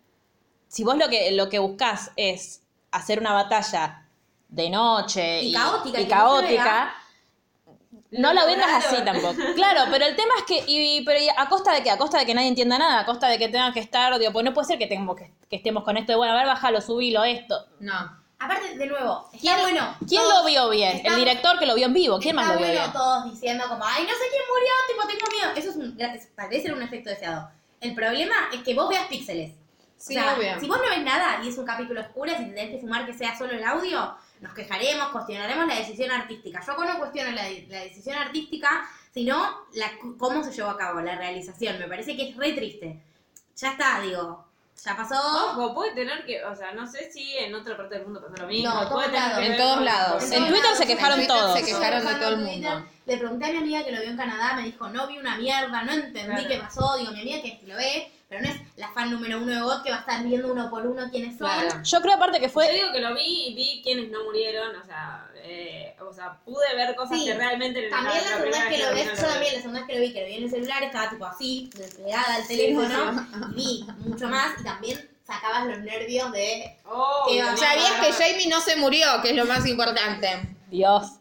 Speaker 1: si vos lo que, lo que buscás es hacer una batalla de noche
Speaker 3: Y caótica,
Speaker 1: y
Speaker 3: que no se
Speaker 1: caótica,
Speaker 3: vea.
Speaker 1: no la vendas así
Speaker 4: lograron.
Speaker 1: tampoco. Claro, pero el tema es que, y, pero ¿y ¿a costa de qué? A costa de que nadie entienda nada, a costa de que tengan que estar, digo, pues no puede ser que, tengamos que, que estemos con esto de, bueno, a ver, bájalo, subilo, esto.
Speaker 2: No.
Speaker 3: Aparte, de nuevo, está
Speaker 1: ¿Quién-
Speaker 3: bueno.
Speaker 1: ¿Quién
Speaker 3: todos-
Speaker 1: lo vio bien?
Speaker 3: estamos-
Speaker 1: el director que lo vio en vivo, ¿quién más
Speaker 3: está
Speaker 1: lo vio
Speaker 3: bueno
Speaker 1: bien?
Speaker 3: todos diciendo como, ay, no sé quién murió, tipo, tengo miedo. Eso es un, gra- es- parece ser un efecto deseado. El problema es que vos veas píxeles.
Speaker 2: Sí,
Speaker 3: o sea,
Speaker 2: obvio.
Speaker 3: si vos no ves nada y es un capítulo oscuro, si tenés que fumar que sea solo el audio, nos quejaremos, cuestionaremos la decisión artística. Yo no cuestiono la, de- la decisión artística, sino la, cu- cómo se llevó a cabo la realización. Me parece que es re triste. Ya está, digo, ya pasó.
Speaker 4: Ojo, puede tener que, o sea, no sé si en otra parte del mundo pasa lo mismo.
Speaker 3: No, en todos
Speaker 4: puede tener
Speaker 3: lados.
Speaker 4: que ver
Speaker 2: En todos
Speaker 4: con-
Speaker 2: lados.
Speaker 4: con-
Speaker 1: En
Speaker 3: todos
Speaker 1: Twitter
Speaker 3: lados,
Speaker 1: se quejaron
Speaker 3: en
Speaker 1: todos.
Speaker 3: Twitter
Speaker 2: Se quejaron de todo el
Speaker 3: en Twitter.
Speaker 2: mundo.
Speaker 3: Le pregunté a mi amiga que lo vio en Canadá, me dijo, no vi una mierda, no entendí
Speaker 4: Claro.
Speaker 3: qué pasó. Digo, mi amiga que lo ve, pero no es la fan número uno de God que va a estar viendo uno por uno quiénes son.
Speaker 2: Claro.
Speaker 1: Yo creo aparte que
Speaker 4: Yo
Speaker 1: fue
Speaker 4: digo que lo vi y vi quienes no murieron, o sea, eh, o sea, pude ver cosas
Speaker 3: Sí.
Speaker 4: que realmente en
Speaker 3: También la segunda vez que lo vi,
Speaker 4: vi,
Speaker 3: yo también la segunda vez que lo vi, que lo vi en el celular, estaba tipo así, pegada al teléfono, y vi mucho más, y también sacabas los nervios de...
Speaker 4: Oh,
Speaker 3: Que
Speaker 4: no,
Speaker 2: Sabías
Speaker 4: no,
Speaker 2: que
Speaker 4: no.
Speaker 2: Jamie no se murió, que es lo más importante.
Speaker 1: Dios.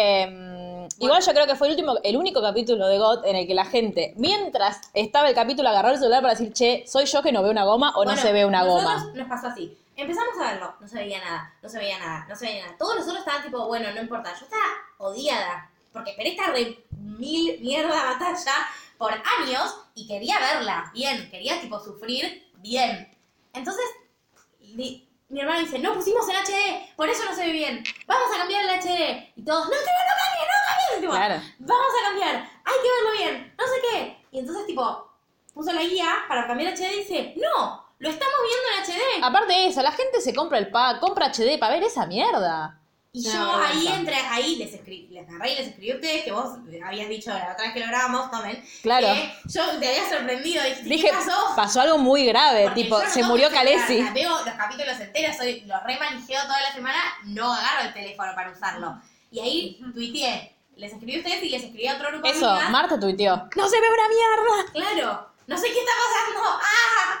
Speaker 1: Em, Igual yo creo que fue el último, el único capítulo de God en el que la gente, mientras estaba el capítulo, agarró el celular para decir, che, soy yo que no veo una goma o no
Speaker 3: Bueno,
Speaker 1: se ve una
Speaker 3: nosotros
Speaker 1: goma.
Speaker 3: Nos pasó así. Empezamos a verlo, no se veía nada, no se veía nada, no se veía nada. Todos nosotros estaban tipo, bueno, no importa, yo estaba odiada, porque esperé esta re mil mierda batalla por años y quería verla bien, quería tipo sufrir bien. Entonces, li- mi hermano dice, no pusimos el HD, por eso no se ve bien, vamos a cambiar el HD. Y todos, no, que no lo cambie, no lo cambie. Y tipo,
Speaker 1: Claro.
Speaker 3: vamos a cambiar, hay que verlo bien, no sé qué. Y entonces, tipo, puso la guía para cambiar HD y dice, no, Lo estamos viendo en HD.
Speaker 1: Aparte de eso, la gente se compra el pack, compra HD para ver esa mierda.
Speaker 3: Y
Speaker 2: Una
Speaker 3: yo
Speaker 2: vergüenza.
Speaker 3: ahí entré, ahí les escribí, les agarré y les escribí a ustedes que vos habías dicho la otra vez que lo grabamos, tomen.
Speaker 1: Claro.
Speaker 3: que yo te había sorprendido, dijiste, ¿qué
Speaker 1: Dije,
Speaker 3: pasó?
Speaker 1: Eh, algo muy grave,
Speaker 3: Porque
Speaker 1: tipo,
Speaker 3: yo no
Speaker 1: se
Speaker 3: tengo
Speaker 1: murió
Speaker 3: que esperar,
Speaker 1: Calesi.
Speaker 3: la Veo los capítulos enteros, soy, los remanijeo toda la semana, no agarro el teléfono para usarlo. Y ahí tuiteé, les escribí a ustedes y les escribí a otro grupo de
Speaker 1: Eso,
Speaker 3: amigas.
Speaker 1: Marta tuiteó. ¡No se ve una mierda!
Speaker 3: Claro, no sé qué está pasando. ¡Ah!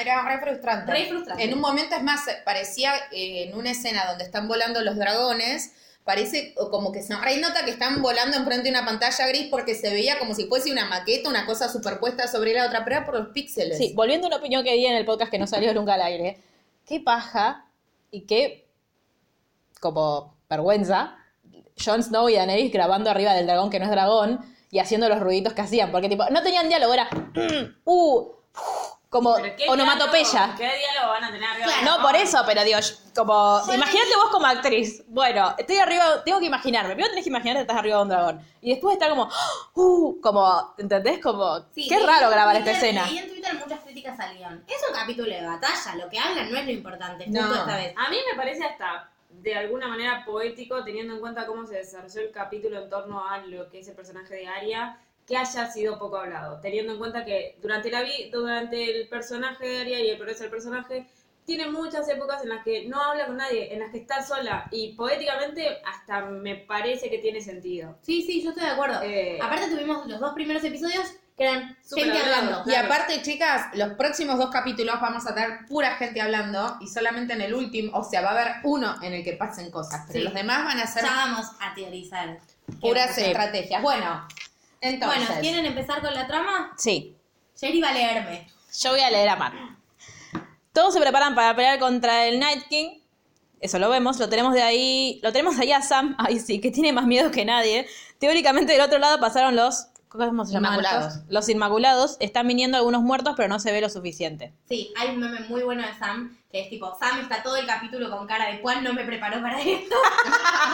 Speaker 2: Era re frustrante.
Speaker 3: Re frustrante.
Speaker 2: En un momento, es más, parecía eh, en una escena donde están volando los dragones, parece o como que se re nota que están volando enfrente de una pantalla gris porque se veía como si fuese una maqueta, una cosa superpuesta sobre la otra, pero era por los píxeles.
Speaker 1: Sí, volviendo a una opinión que di en el podcast que no salió nunca al aire. Qué paja y qué, como, vergüenza, Jon Snow y Daenerys grabando arriba del dragón que no es dragón y haciendo los ruiditos que hacían. Porque, tipo, no tenían diálogo, era... mm, uh, uh, como
Speaker 4: Pero ¿qué
Speaker 1: onomatopeya.
Speaker 4: diálogo- ¿Qué diálogo van a tener?
Speaker 3: Claro.
Speaker 1: No, por eso, pero digo, yo- como. Imagínate vos como actriz. Bueno, estoy arriba, tengo que imaginarme. Primero tenés que imaginar que estás arriba de un dragón. Y después estar como. ¡Uh! Como. ¿Entendés? Como.
Speaker 3: Sí,
Speaker 1: qué
Speaker 3: leí
Speaker 1: raro
Speaker 3: en
Speaker 1: grabar esta
Speaker 3: Twitter-
Speaker 1: escena.
Speaker 3: Leí en Twitter muchas críticas al guión. Es un capítulo de batalla, lo que hablan no es lo importante, justo
Speaker 2: No.
Speaker 3: esta vez.
Speaker 4: A mí me parece hasta de alguna manera poético, teniendo en cuenta cómo se desarrolló el capítulo en torno a lo que es el personaje de Aria, que haya sido poco hablado, teniendo en cuenta que durante la vi- durante el personaje de Aria y el progreso del personaje, tiene muchas épocas en las que no habla con nadie, en las que está sola, y poéticamente hasta me parece que tiene sentido.
Speaker 3: Sí, sí, yo estoy de acuerdo.
Speaker 4: Eh,
Speaker 3: Aparte tuvimos los dos primeros episodios que eran
Speaker 4: Súper
Speaker 3: gente
Speaker 4: hablado.
Speaker 3: hablando.
Speaker 2: Y aparte, chicas, los próximos dos capítulos vamos a tener pura gente hablando y solamente en el último, o sea, va a haber uno en el que pasen cosas, pero
Speaker 3: Sí.
Speaker 2: los demás van a ser
Speaker 3: Ya vamos a teorizar.
Speaker 2: puras
Speaker 1: Sí.
Speaker 2: estrategias. Bueno, entonces,
Speaker 3: Bueno, ¿quieren empezar con la trama?
Speaker 1: Sí.
Speaker 3: Jerry va a leerme.
Speaker 1: Yo voy a leer a Matt. Todos se preparan para pelear contra el Night King. Eso lo vemos, lo tenemos de ahí. Lo tenemos ahí a Sam. Ay, sí, que tiene más miedo que nadie. Teóricamente del otro lado pasaron los. ¿Cómo se llaman?
Speaker 2: Inmaculados.
Speaker 1: estos? Los Inmaculados. Están viniendo algunos muertos, pero no se ve lo suficiente.
Speaker 3: Sí, hay un meme muy bueno de Sam, que es tipo, Sam está todo el capítulo con cara de Juan no me preparó para esto.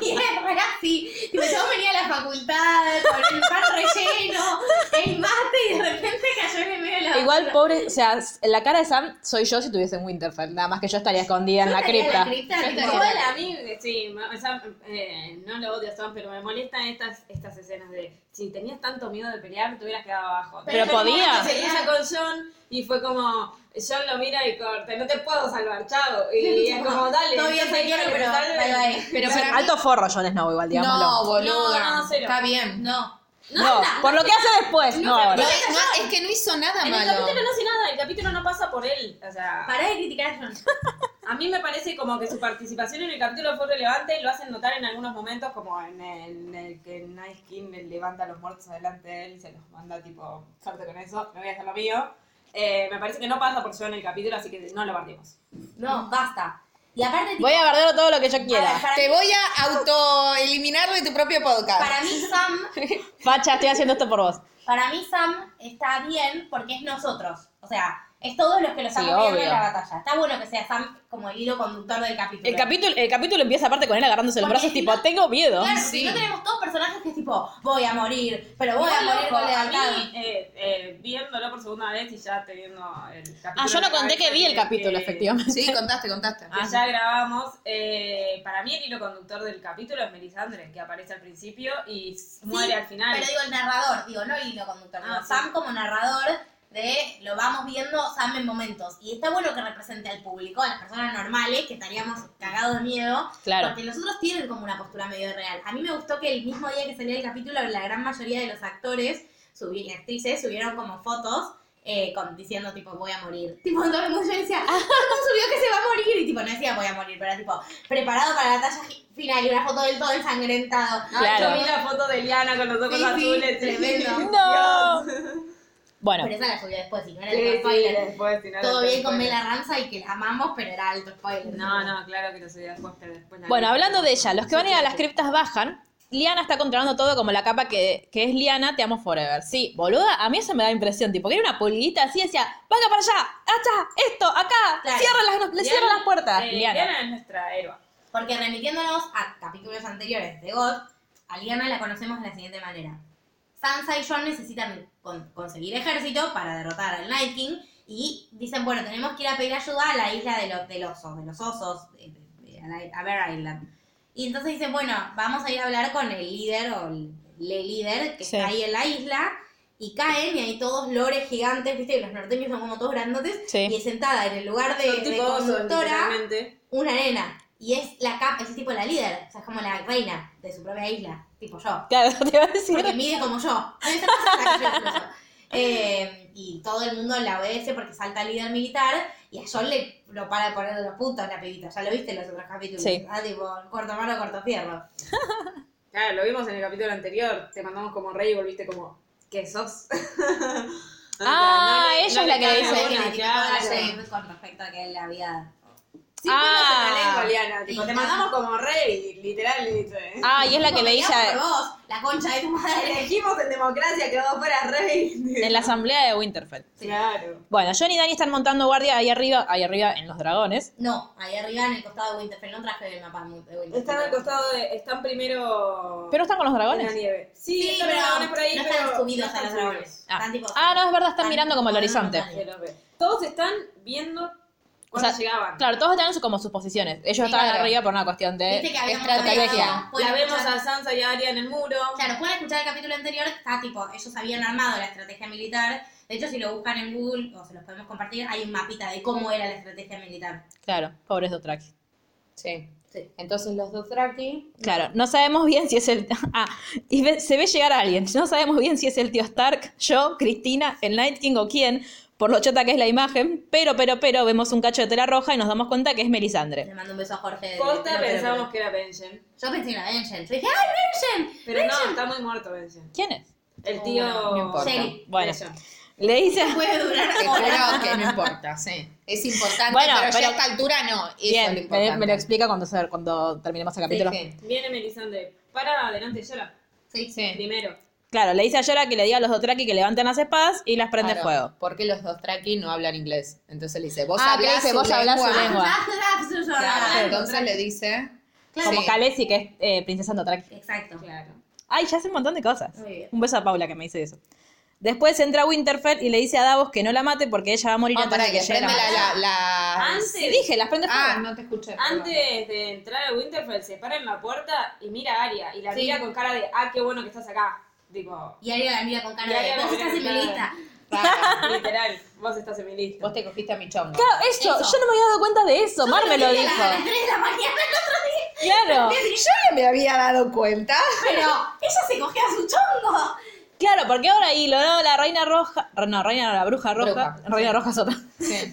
Speaker 3: y es re así. Tipo, yo venía a la facultad con el pan relleno, el mate, y de repente cayó en el medio de la
Speaker 1: Igual,
Speaker 3: basura.
Speaker 1: pobre, o sea, la cara de Sam soy yo si tuviese en Winterfell, nada más que yo estaría escondida en la
Speaker 3: Estaría
Speaker 1: cripta.
Speaker 3: la cripta tipo,
Speaker 4: Igual a mí, eh, sí, ma- o sea, eh, no lo odio a Sam, pero me molestan estas, estas escenas de si tenías tanto miedo de pelear, te hubieras quedado abajo.
Speaker 1: Pero
Speaker 4: en un
Speaker 1: podía.
Speaker 4: momento Se cruza con John y fue como, John lo mira y corta, no te puedo salvar, chao. Y es como, dale,
Speaker 3: Todo bien,
Speaker 4: estás ahí,
Speaker 3: señor, pero
Speaker 4: dale".
Speaker 3: bye, bye.
Speaker 2: pero
Speaker 1: Sí,
Speaker 2: para mí-
Speaker 1: alto forro Jon Snow igual, digámoslo.
Speaker 2: no, boluda,
Speaker 4: No, no, cero.
Speaker 2: está bien.
Speaker 3: No.
Speaker 1: No, por lo que hace después, no, ahora.
Speaker 2: No, no, es que no hizo nada
Speaker 4: En el
Speaker 2: malo.
Speaker 4: capítulo no hace nada, el capítulo no pasa por él. O sea,
Speaker 3: Pará de criticar a John.
Speaker 4: a mí me parece como que su participación en el capítulo fue relevante, lo hacen notar en algunos momentos, como en el, en el que Night King le levanta a los muertos adelante de él y se los manda tipo, salte con eso, me voy a hacer lo mío. Eh, me parece que no pasa por yo en el capítulo, así que no lo partimos.
Speaker 3: No, basta. Y aparte, tipo,
Speaker 1: Voy a bardear todo lo que yo
Speaker 3: A ver,
Speaker 1: quiera.
Speaker 3: para
Speaker 2: Te voy a autoeliminar de tu propio podcast.
Speaker 3: para mí Sam
Speaker 1: Facha, estoy haciendo esto por vos.
Speaker 3: Para mí Sam está bien porque es nosotros. O sea, es todos los que lo
Speaker 1: Sí,
Speaker 3: estamos viendo
Speaker 1: obvio.
Speaker 3: en la batalla. Está bueno que sea Sam como el hilo conductor del capítulo.
Speaker 1: El capítulo, el capítulo empieza aparte con él agarrándose los
Speaker 3: Porque
Speaker 1: brazos,
Speaker 3: si
Speaker 1: tipo,
Speaker 3: no-
Speaker 1: tengo miedo.
Speaker 3: Claro,
Speaker 2: Sí.
Speaker 3: si no tenemos todos personajes que es tipo, voy a morir, pero voy a
Speaker 4: Igual,
Speaker 3: morir
Speaker 4: ojo,
Speaker 3: con
Speaker 4: a
Speaker 3: lealtad.
Speaker 4: mí, eh, eh, viéndolo por segunda vez y ya teniendo el capítulo.
Speaker 1: Ah, yo
Speaker 4: en
Speaker 1: no
Speaker 4: la
Speaker 1: conté que
Speaker 4: cabeza,
Speaker 1: vi el capítulo,
Speaker 4: eh,
Speaker 1: efectivamente.
Speaker 2: Sí, contaste, contaste.
Speaker 4: que Ah, ya grabamos. eh, para mí el hilo conductor del capítulo es Melisandre, que aparece al principio y s- muere al final.
Speaker 3: Pero digo el narrador, digo, no el hilo conductor,
Speaker 4: Ah,
Speaker 3: digo,
Speaker 4: sí.
Speaker 3: Sam como narrador de lo vamos viendo Sam en momentos. Y está bueno que represente al público, a las personas normales, que estaríamos cagados de miedo,
Speaker 1: Claro.
Speaker 3: Porque los otros tienen como una postura medio real. A mí me gustó que el mismo día que salía el capítulo, la gran mayoría de los actores subi- y actrices subieron como fotos eh, con- diciendo tipo voy a morir. Tipo, todo el mundo yo decía, todo el mundo subió que se va a morir. Y tipo, no decía voy a morir, pero era tipo, preparado para la batalla gi- final y una foto del todo ensangrentado.
Speaker 4: Ay,
Speaker 1: Ah, Claro.
Speaker 4: Yo vi la foto de Liana con los ojos
Speaker 3: Sí, sí,
Speaker 4: azules.
Speaker 3: tremendo.
Speaker 1: No.
Speaker 4: Dios.
Speaker 1: Bueno,
Speaker 3: Pero esa la subió después, si no era
Speaker 4: Sí,
Speaker 3: el
Speaker 4: sí,
Speaker 3: spoiler.
Speaker 4: después, si no,
Speaker 3: Todo
Speaker 4: no
Speaker 3: bien con
Speaker 4: spoiler.
Speaker 3: Mela Ramsa y que la amamos, pero era alto spoiler.
Speaker 4: No, no, claro que lo subí después, pero después la
Speaker 1: bueno,
Speaker 4: vi.
Speaker 1: hablando de ella, los que van a ir a las criptas bajan. Liana está controlando todo como la capa que, que es Liana, te amo forever. Sí, boluda, a mí eso me da impresión, tipo, que era una pulguita así, decía, venga para allá, allá, esto, acá,
Speaker 3: Claro.
Speaker 1: cierra las, le
Speaker 4: Liana-
Speaker 1: cierra las puertas.
Speaker 4: eh,
Speaker 1: Liana.
Speaker 4: es nuestra héroe.
Speaker 3: Porque remitiéndonos a capítulos anteriores de God, a Lyanna la conocemos de la siguiente manera. Sansa y Jon necesitan con- conseguir ejército para derrotar al Night King Y dicen, bueno, tenemos que ir a pedir ayuda a la isla de los, de los osos, de los osos, de- de- de- a, la- a Bear Island. Y entonces dicen, bueno, vamos a ir a hablar con el líder o el, le líder que
Speaker 1: Sí.
Speaker 3: está ahí en la isla. Y caen y hay todos lores gigantes, viste, que los norteños son como todos grandotes.
Speaker 1: Sí.
Speaker 3: Y es sentada en el lugar de,
Speaker 4: Son
Speaker 3: de
Speaker 4: tipo osos,
Speaker 3: conductora
Speaker 4: literalmente.
Speaker 3: una nena. Y es la cap, es tipo la líder, o sea, es como la reina de su propia isla, tipo yo.
Speaker 1: Claro, te iba a decir.
Speaker 3: Porque mide como yo. Debe ser más alta que yo incluso. Eh, y todo el mundo la obedece porque salta líder militar y a John le lo para de poner los puntos la pibita. Ya lo viste en los otros capítulos.
Speaker 1: Sí.
Speaker 3: Ah, tipo, corto mano, corto fierro.
Speaker 4: Claro, lo vimos en el capítulo anterior. Te mandamos como rey y volviste como, ¿qué sos?
Speaker 1: Ah, ella es la que le
Speaker 3: Claro,
Speaker 1: dice-
Speaker 3: bueno,
Speaker 4: una,
Speaker 3: le criticó a
Speaker 4: claro.
Speaker 3: James con respecto a que él la había.
Speaker 4: Sí,
Speaker 1: Ah.
Speaker 4: ah, la lengua, Liana. Tipo,
Speaker 3: Sí.
Speaker 4: te mandamos como rey, literal. le dice.
Speaker 1: Ah, y es la que le dice
Speaker 3: Por
Speaker 1: a-
Speaker 3: vos, la concha de tu madre.
Speaker 4: Elegimos en democracia que vos fueras rey.
Speaker 1: en la asamblea de Winterfell.
Speaker 4: Claro.
Speaker 1: Bueno, John y Dani están montando guardia ahí arriba, ahí arriba en los dragones.
Speaker 3: No, ahí arriba en el costado de Winterfell. No traje el mapa de Winterfell.
Speaker 4: Están al costado de. Están primero.
Speaker 1: Pero no están con los
Speaker 4: en la
Speaker 1: dragones.
Speaker 4: nieve. Sí,
Speaker 3: Sí,
Speaker 4: están
Speaker 3: pero
Speaker 4: los dragones por ahí.
Speaker 3: no
Speaker 4: pero
Speaker 3: están
Speaker 4: no
Speaker 3: subidos a los
Speaker 4: están
Speaker 3: dragones.
Speaker 1: Ah.
Speaker 3: Están tipo-
Speaker 1: Ah, no, es verdad, están mirando como el horizonte.
Speaker 4: subidos. Se los ve. Todos están viendo cuando
Speaker 1: O sea,
Speaker 4: llegaban.
Speaker 1: Claro, todos están como sus posiciones. Ellos
Speaker 3: Sí,
Speaker 1: estaban
Speaker 3: claro.
Speaker 1: arriba por una cuestión de
Speaker 3: Viste que habíamos
Speaker 1: estrategia.
Speaker 3: hablado-
Speaker 4: La vemos
Speaker 3: escuchar-
Speaker 4: a Sansa y a Arya en el muro.
Speaker 3: Claro, pueden escuchar el capítulo anterior, está tipo, ellos habían armado la estrategia militar. De hecho, si lo buscan en Google o se los podemos compartir, hay un mapita de cómo era la estrategia militar.
Speaker 1: Claro, pobres Dothraki.
Speaker 2: Sí. Entonces los Dothraki.
Speaker 1: Claro, no sabemos bien si es el. Ah, y ve- se ve llegar a alguien. No sabemos bien si es el tío Stark, yo, Cristina, el Night King o quién, por lo chota que es la imagen. Pero, pero, pero, vemos un cacho de tela roja y nos damos cuenta que es Melisandre.
Speaker 3: Le mando un beso a Jorge. de-
Speaker 4: Costa
Speaker 3: de- de-
Speaker 4: pensamos que era Benjen.
Speaker 3: Yo pensé que era Benjen. Yo dije, ¡ay, Benjen!
Speaker 4: Pero no, está muy muerto Benjen.
Speaker 1: ¿Quién es?
Speaker 4: El tío.
Speaker 1: Oh, No importa.
Speaker 3: Sherry.
Speaker 1: Bueno,
Speaker 4: Benjen.
Speaker 1: le dice.
Speaker 3: Puede durar
Speaker 2: Te juro
Speaker 3: horas.
Speaker 2: que no importa, sí. Es importante,
Speaker 1: Bueno,
Speaker 2: pero, ya
Speaker 1: pero-
Speaker 2: a esta altura no. Eso es lo
Speaker 1: Bien, me,
Speaker 2: importante.
Speaker 1: me lo explica cuando, se- cuando terminemos el capítulo.
Speaker 2: Sí,
Speaker 4: Viene Melisandre. Para adelante, llora.
Speaker 2: sí. sí.
Speaker 4: Primero.
Speaker 1: Claro, le dice a Yora que le diga a los Dothraki que levanten las espadas y las prende
Speaker 2: Claro,
Speaker 1: fuego.
Speaker 2: Porque los Dothraki no hablan inglés. Entonces le dice, vos
Speaker 1: Ah,
Speaker 2: hablás
Speaker 1: que dice,
Speaker 2: su
Speaker 1: vos hablás su
Speaker 2: lengua.
Speaker 1: lengua.
Speaker 2: Claro,
Speaker 3: Ah, Claro,
Speaker 2: entonces le dice.
Speaker 1: Como
Speaker 2: sí. Ah,
Speaker 1: Khaleesi, que es eh, princesa Dothraki.
Speaker 3: Exacto.
Speaker 4: Claro.
Speaker 1: Ay, ya hace un montón de cosas.
Speaker 3: Muy bien.
Speaker 1: Un beso a Paula que me dice eso. Después entra Winterfell y le dice a Davos que no la mate porque ella va a morir
Speaker 2: Ah,
Speaker 1: antes
Speaker 2: pará,
Speaker 1: de que Ah,
Speaker 2: que
Speaker 1: llegue la
Speaker 2: prende la,
Speaker 1: mano.
Speaker 2: la, la-
Speaker 4: Antes.
Speaker 1: Sí, dije, las prende fuego.
Speaker 2: Ah, no te escuché. perdón.
Speaker 4: Antes de entrar a Winterfell, se para en la puerta y mira a Aria. Y la
Speaker 3: Sí.
Speaker 4: mira con cara de, ah, qué bueno que estás acá. Tipo,
Speaker 3: Y Ariel la mira con
Speaker 4: Y
Speaker 3: cara de,
Speaker 4: Ariel la
Speaker 3: vos
Speaker 4: mira
Speaker 3: estás en
Speaker 4: con
Speaker 3: mi
Speaker 4: cara
Speaker 3: lista.
Speaker 2: Claro,
Speaker 4: literal, vos estás en mi lista.
Speaker 2: Vos te cogiste a mi chongo.
Speaker 1: Claro, eso,
Speaker 3: Eso.
Speaker 1: yo no me había dado cuenta de eso. Mar me lo
Speaker 3: dije a las
Speaker 1: dijo.
Speaker 3: 3 de la mañana el otro día.
Speaker 1: Claro,
Speaker 2: Yo no me había dado cuenta.
Speaker 3: Pero ella se cogió a su chongo.
Speaker 1: claro, porque ahora hilo, ¿no? La reina roja. No, reina no, la bruja roja.
Speaker 2: Bruja,
Speaker 1: reina
Speaker 2: sí.
Speaker 1: roja es otra.
Speaker 2: Sí.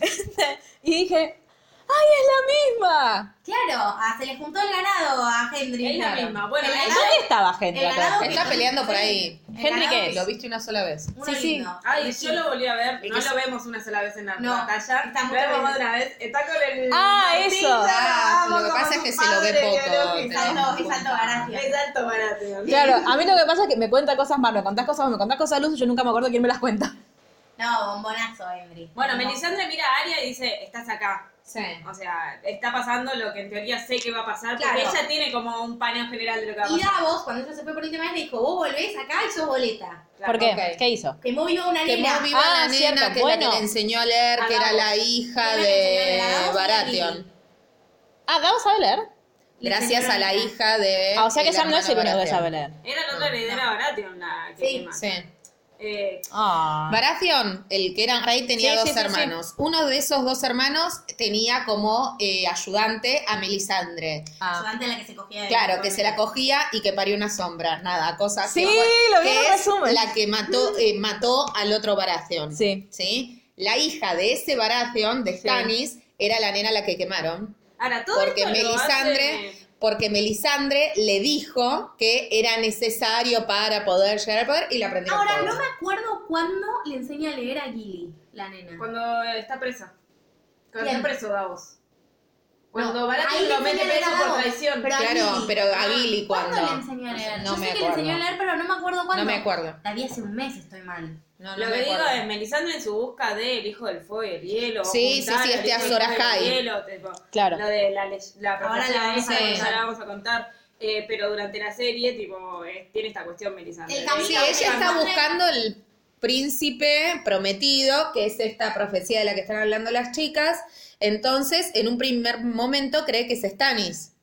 Speaker 1: y dije, ¡ay, es la misma!
Speaker 3: Claro, ah, se le juntó el ganado a Henry.
Speaker 4: Es la
Speaker 3: Claro.
Speaker 4: misma. Bueno,
Speaker 3: El
Speaker 4: la-
Speaker 3: ganado-
Speaker 1: ¿Dónde estaba Henry
Speaker 3: el
Speaker 1: atrás?
Speaker 3: ganado que-
Speaker 2: Está peleando por ahí.
Speaker 3: El
Speaker 1: Henry,
Speaker 3: ganado
Speaker 1: ¿qué
Speaker 3: que-
Speaker 1: es?
Speaker 2: Lo viste una sola vez.
Speaker 3: Uno
Speaker 1: Sí, sí.
Speaker 3: lindo.
Speaker 4: Ay,
Speaker 3: Sí.
Speaker 4: yo lo volví a ver,
Speaker 2: Y
Speaker 4: no
Speaker 2: que Ah, sí.
Speaker 4: lo vemos una sola vez en la
Speaker 3: No,
Speaker 4: batalla.
Speaker 3: está
Speaker 4: lo
Speaker 3: muchas
Speaker 4: vemos
Speaker 3: veces.
Speaker 4: otra vez. Está con el.
Speaker 1: Ah,
Speaker 4: el
Speaker 1: eso.
Speaker 4: Tinder,
Speaker 2: Ah,
Speaker 4: vamos,
Speaker 2: lo que pasa
Speaker 4: como
Speaker 2: es que
Speaker 4: su
Speaker 2: se lo ve
Speaker 4: padre
Speaker 2: poco,
Speaker 4: biológico.
Speaker 3: Es alto, es alto garacio.
Speaker 4: Es alto barato.
Speaker 1: Claro, a mí lo que pasa es que me cuenta cosas Mar, me contás cosas, vos, me contás cosas luz y yo nunca me acuerdo quién me las cuenta.
Speaker 3: No, bombonazo, Henry.
Speaker 4: Bueno,
Speaker 3: Bombo-
Speaker 4: Melisandre mira a Aria y dice, estás acá.
Speaker 2: Sí.
Speaker 4: O sea, está pasando lo que en teoría sé que va a pasar, porque
Speaker 3: Claro.
Speaker 4: ella tiene como un paneo general de lo que va a
Speaker 3: Y
Speaker 4: pasar.
Speaker 3: Davos, cuando ella se fue por última vez, le dijo, vos volvés acá y sos boleta.
Speaker 4: Claro.
Speaker 1: ¿Por qué?
Speaker 2: ok.
Speaker 1: ¿Qué hizo?
Speaker 3: Que movió a una
Speaker 2: Que
Speaker 3: nena.
Speaker 2: vos viva
Speaker 1: Ah,
Speaker 2: la nena
Speaker 1: cierto,
Speaker 2: que, es la
Speaker 1: bueno.
Speaker 2: que le enseñó a leer, que Ah, era
Speaker 4: Hagamos.
Speaker 2: la hija
Speaker 3: Era la
Speaker 2: de
Speaker 3: señora Davos y
Speaker 2: Baratheon.
Speaker 3: Lily.
Speaker 1: Ah, Davos sabe leer.
Speaker 3: Le
Speaker 2: Gracias a la
Speaker 3: enseñaron
Speaker 2: hija de.
Speaker 1: Ah, o sea que
Speaker 2: el
Speaker 1: Sam no es el
Speaker 2: hermano
Speaker 1: único que
Speaker 2: Baratheon.
Speaker 1: sabe leer.
Speaker 4: Era la otra heredera de Baratheon la que
Speaker 3: Sí.
Speaker 4: quema.
Speaker 2: Sí.
Speaker 4: Eh,
Speaker 1: Ah.
Speaker 2: Baratheon, el que era rey, tenía
Speaker 1: Sí,
Speaker 2: dos
Speaker 1: sí, sí,
Speaker 2: hermanos. Uno de esos dos hermanos tenía como eh, ayudante a Melisandre.
Speaker 1: Ah,
Speaker 3: Ayudante a la que se cogía de-
Speaker 2: Claro, que se la cogía y que parió una sombra. Nada, cosas
Speaker 1: Sí, lo vi en
Speaker 2: que
Speaker 1: el
Speaker 2: es
Speaker 1: resumen.
Speaker 2: la que mató, eh, mató al otro Baratheon.
Speaker 1: Sí.
Speaker 2: La hija de ese Baratheon, de Stannis, era la nena a la que quemaron.
Speaker 4: ahora, todo
Speaker 2: Porque
Speaker 4: esto lo
Speaker 2: Melisandre,
Speaker 4: hace-
Speaker 2: porque Melisandre le dijo que era necesario para poder llegar al poder y la prendieron
Speaker 3: Ahora,
Speaker 2: fuego.
Speaker 3: no me acuerdo cuándo le enseña a leer a Gilly, la nena.
Speaker 4: Cuando está presa. Cuando
Speaker 3: Bien.
Speaker 4: está preso Davos. Cuando
Speaker 3: No, ahí
Speaker 4: Baratheon
Speaker 3: le
Speaker 4: lo mete
Speaker 3: enseña a leer
Speaker 4: preso
Speaker 3: a
Speaker 4: por
Speaker 3: Davos,
Speaker 4: traición.
Speaker 3: pero a
Speaker 2: Claro,
Speaker 3: Gilly.
Speaker 2: pero a Gilly,
Speaker 3: ¿Cuándo
Speaker 2: ¿cuándo?
Speaker 3: le enseñó a leer?
Speaker 2: No
Speaker 3: Yo
Speaker 2: me
Speaker 3: sé que le enseñó a
Speaker 2: acuerdo.
Speaker 3: leer, pero no me acuerdo cuándo.
Speaker 2: No me acuerdo.
Speaker 3: La vi hace un mes, estoy mal.
Speaker 2: No, no
Speaker 4: Lo
Speaker 2: me
Speaker 4: que digo
Speaker 2: acuerdo.
Speaker 4: es, Melisandre en su busca del hijo del fuego y el hielo.
Speaker 2: Sí,
Speaker 4: juntar
Speaker 2: sí, sí,
Speaker 4: al hijo
Speaker 2: este
Speaker 4: del
Speaker 2: Azor
Speaker 4: fuego y el
Speaker 2: Ahai.
Speaker 4: hielo, tipo,
Speaker 1: Claro.
Speaker 4: Lo de la, le- la
Speaker 3: Ahora
Speaker 4: profecía
Speaker 3: la vamos a
Speaker 4: esa,
Speaker 3: contar.
Speaker 4: ya la vamos a contar. Eh, pero durante la serie, tipo, es- tiene esta cuestión Melisandre.
Speaker 3: El camino
Speaker 2: Sí, ella está buscando el príncipe prometido, que es esta profecía de la que están hablando las chicas. Entonces, en un primer momento cree que es Stannis.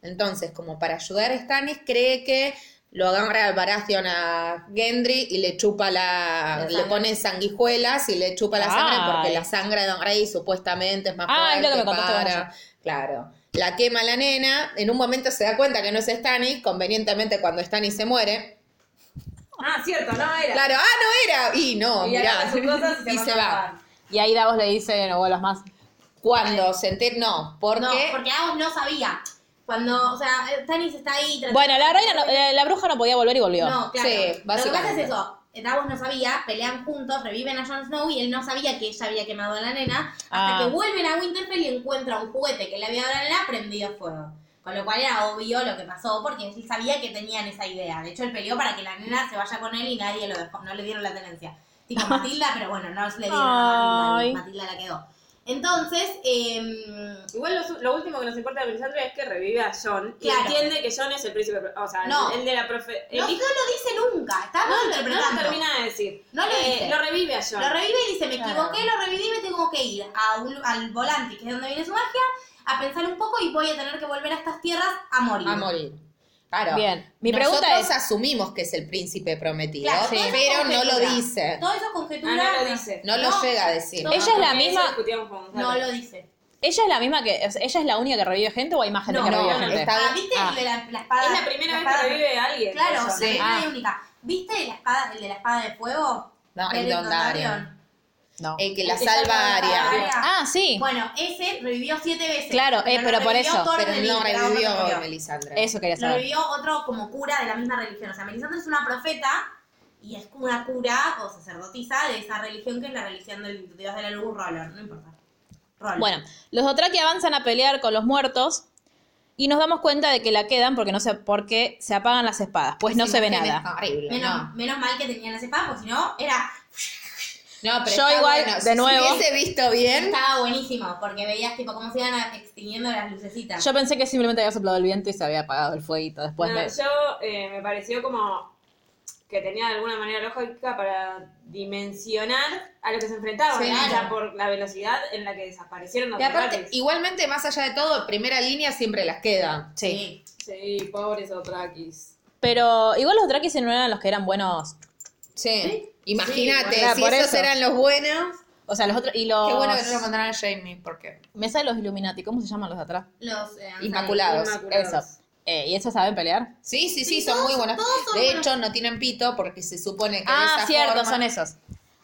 Speaker 2: Entonces, como para ayudar a Stannis, cree que lo agarra al Baratheon a Gendry y le chupa la,
Speaker 3: La
Speaker 2: le
Speaker 3: sangre.
Speaker 2: pone sanguijuelas y le chupa la sangre
Speaker 1: Ay.
Speaker 2: porque la sangre de Don Grey supuestamente es más
Speaker 1: Ah, es lo que me
Speaker 2: fuerte
Speaker 1: contaste vos
Speaker 2: para- claro. La quema la nena, en un momento se da cuenta que no es Stannis, convenientemente cuando Stannis se muere.
Speaker 4: Ah, cierto, no era.
Speaker 2: Claro, ah, no era. Y no,
Speaker 4: y
Speaker 2: mirá.
Speaker 4: agarra sus cosas y se, mandó a
Speaker 2: va.
Speaker 4: lavar.
Speaker 1: Y ahí Davos le dice, no vuelvas más.
Speaker 2: Cuando se enter- no, porque
Speaker 3: No, porque Davos no sabía. Cuando, o sea, Stannis está ahí tratando-
Speaker 1: Bueno, la reina, no- eh, la bruja no podía volver y volvió.
Speaker 3: No, claro.
Speaker 2: Sí,
Speaker 3: Lo que pasa
Speaker 2: básicamente.
Speaker 3: es eso. Davos no sabía, pelean juntos, reviven a Jon Snow y él no sabía que ella había quemado a la nena. Hasta
Speaker 1: Ah.
Speaker 3: que vuelven a Winterfell y encuentra un juguete que le había dado a la nena prendido fuego. Con lo cual era obvio lo que pasó porque él sabía que tenían esa idea. De hecho, él peleó para que la nena se vaya con él y nadie lo dejó, no le dieron la tenencia. Tipo Matilda, pero bueno, no le dieron a
Speaker 1: Ay.
Speaker 3: Matilda, Matilda la quedó. Entonces, eh,
Speaker 4: Igual lo, su- lo último que nos importa de Melisandre es que revive a John y
Speaker 3: Claro.
Speaker 4: entiende que John es el príncipe, o sea,
Speaker 3: No.
Speaker 4: el de la profe... el
Speaker 3: no, no lo
Speaker 4: hijo-
Speaker 3: dice nunca,
Speaker 4: Eh, no,
Speaker 3: estamos
Speaker 4: no lo
Speaker 3: interpretando.
Speaker 4: termina de decir.
Speaker 3: No lo
Speaker 4: Eh,
Speaker 3: dice.
Speaker 4: Lo revive a John.
Speaker 3: Lo revive y dice, me
Speaker 1: Claro.
Speaker 3: equivoqué, lo reviví, me tengo que ir a un- al volante, que es donde viene su magia, a pensar un poco y voy a tener que volver a estas tierras a morir.
Speaker 2: a morir. Claro.
Speaker 1: Bien, mi
Speaker 2: Nosotros
Speaker 1: pregunta es...
Speaker 2: asumimos que es el príncipe prometido,
Speaker 3: Claro, todo eso
Speaker 2: pero no lo
Speaker 3: conjetura.
Speaker 2: dice.
Speaker 3: Todo eso conjetura.
Speaker 4: Ah, no lo dice.
Speaker 2: No lo
Speaker 3: No.
Speaker 2: llega a decir.
Speaker 3: No.
Speaker 1: Ella es la
Speaker 4: Eso
Speaker 1: misma,
Speaker 4: discutíamos con Gonzalo.
Speaker 3: No lo dice.
Speaker 1: ella es la misma que, o sea, ella es la única que revive gente o hay más gente
Speaker 3: No,
Speaker 1: que revive
Speaker 2: no,
Speaker 1: gente.
Speaker 2: está-
Speaker 3: Ah, ¿viste
Speaker 1: Ah.
Speaker 3: el de la, la espada?
Speaker 4: Es la primera vez
Speaker 3: espada-
Speaker 4: que revive a alguien.
Speaker 3: Claro,
Speaker 4: John.
Speaker 3: sí.
Speaker 2: Sí.
Speaker 3: la única. ¿Viste la espada, el de la espada de fuego?
Speaker 2: No, el
Speaker 3: Del
Speaker 2: Don Darion.
Speaker 1: No.
Speaker 2: El que la
Speaker 4: El que
Speaker 2: salva
Speaker 4: salva
Speaker 2: a
Speaker 4: a
Speaker 2: Arya.
Speaker 4: Arya.
Speaker 1: Ah, sí.
Speaker 3: Bueno, ese revivió siete veces.
Speaker 1: Claro, eh,
Speaker 3: lo
Speaker 1: pero por
Speaker 3: revivió
Speaker 1: eso.
Speaker 3: Thor
Speaker 2: Pero
Speaker 3: de
Speaker 2: no
Speaker 3: Lindbergh, no
Speaker 2: revivió
Speaker 3: revivió.
Speaker 2: Melisandre.
Speaker 1: Eso quería
Speaker 3: Lo
Speaker 1: saber.
Speaker 3: vivió otro como cura de la misma religión. O sea, Melisandre es una profeta y es una cura o sacerdotisa de esa religión que es la religión del dios de la luz, Roller. No importa. Roller.
Speaker 1: Bueno, los Dothraki avanzan a pelear con los muertos y nos damos cuenta de que la quedan porque no sé por qué se apagan las espadas, pues no
Speaker 2: Esa
Speaker 1: se ve
Speaker 2: imagen
Speaker 1: nada.
Speaker 2: es horrible,
Speaker 3: Menos,
Speaker 2: no.
Speaker 3: menos mal que tenían ese papo, si no, era,
Speaker 2: No, pero
Speaker 1: Yo
Speaker 2: está
Speaker 1: igual,
Speaker 2: bueno.
Speaker 1: de
Speaker 2: Si
Speaker 1: nuevo-
Speaker 2: Se hubiese visto bien.
Speaker 3: estaba buenísimo, porque veías tipo cómo se iban a- extinguiendo las lucecitas.
Speaker 1: Yo pensé que simplemente había soplado el viento y se había apagado el fueguito después.
Speaker 4: No,
Speaker 1: me-
Speaker 4: Yo eh, me pareció como que tenía de alguna manera lógica para dimensionar a lo que se enfrentaban,
Speaker 2: Sí,
Speaker 4: ¿no? O sea,
Speaker 2: claro.
Speaker 4: por la velocidad en la que desaparecieron los
Speaker 2: Y aparte,
Speaker 4: Dothrakis.
Speaker 2: igualmente, más allá de todo, primera línea siempre las queda.
Speaker 1: Sí.
Speaker 3: Eh,
Speaker 4: Sí, pobres Dothrakis.
Speaker 1: Pero igual los Drakis no eran los que eran buenos.
Speaker 2: Sí. Imagínate,
Speaker 1: Sí, bueno,
Speaker 2: si
Speaker 1: por
Speaker 2: esos
Speaker 1: eso.
Speaker 2: eran los buenos.
Speaker 1: O sea, los otros. Y los.
Speaker 2: Qué bueno que no lo mandaron a Jamie, porque.
Speaker 1: Me sale los Illuminati, ¿cómo se llaman los de atrás?
Speaker 3: Los eh,
Speaker 2: Inmaculados.
Speaker 4: Inmaculados.
Speaker 2: Eso.
Speaker 1: Eh, ¿Y esos saben pelear?
Speaker 2: Sí, sí, sí,
Speaker 3: Sí,
Speaker 2: son
Speaker 3: todos-
Speaker 2: muy buenos.
Speaker 3: todos son
Speaker 2: de
Speaker 3: buenos.
Speaker 2: hecho, no tienen pito porque se supone que. de
Speaker 1: Ah,
Speaker 2: esa
Speaker 1: cierto,
Speaker 2: forma-
Speaker 1: son esos.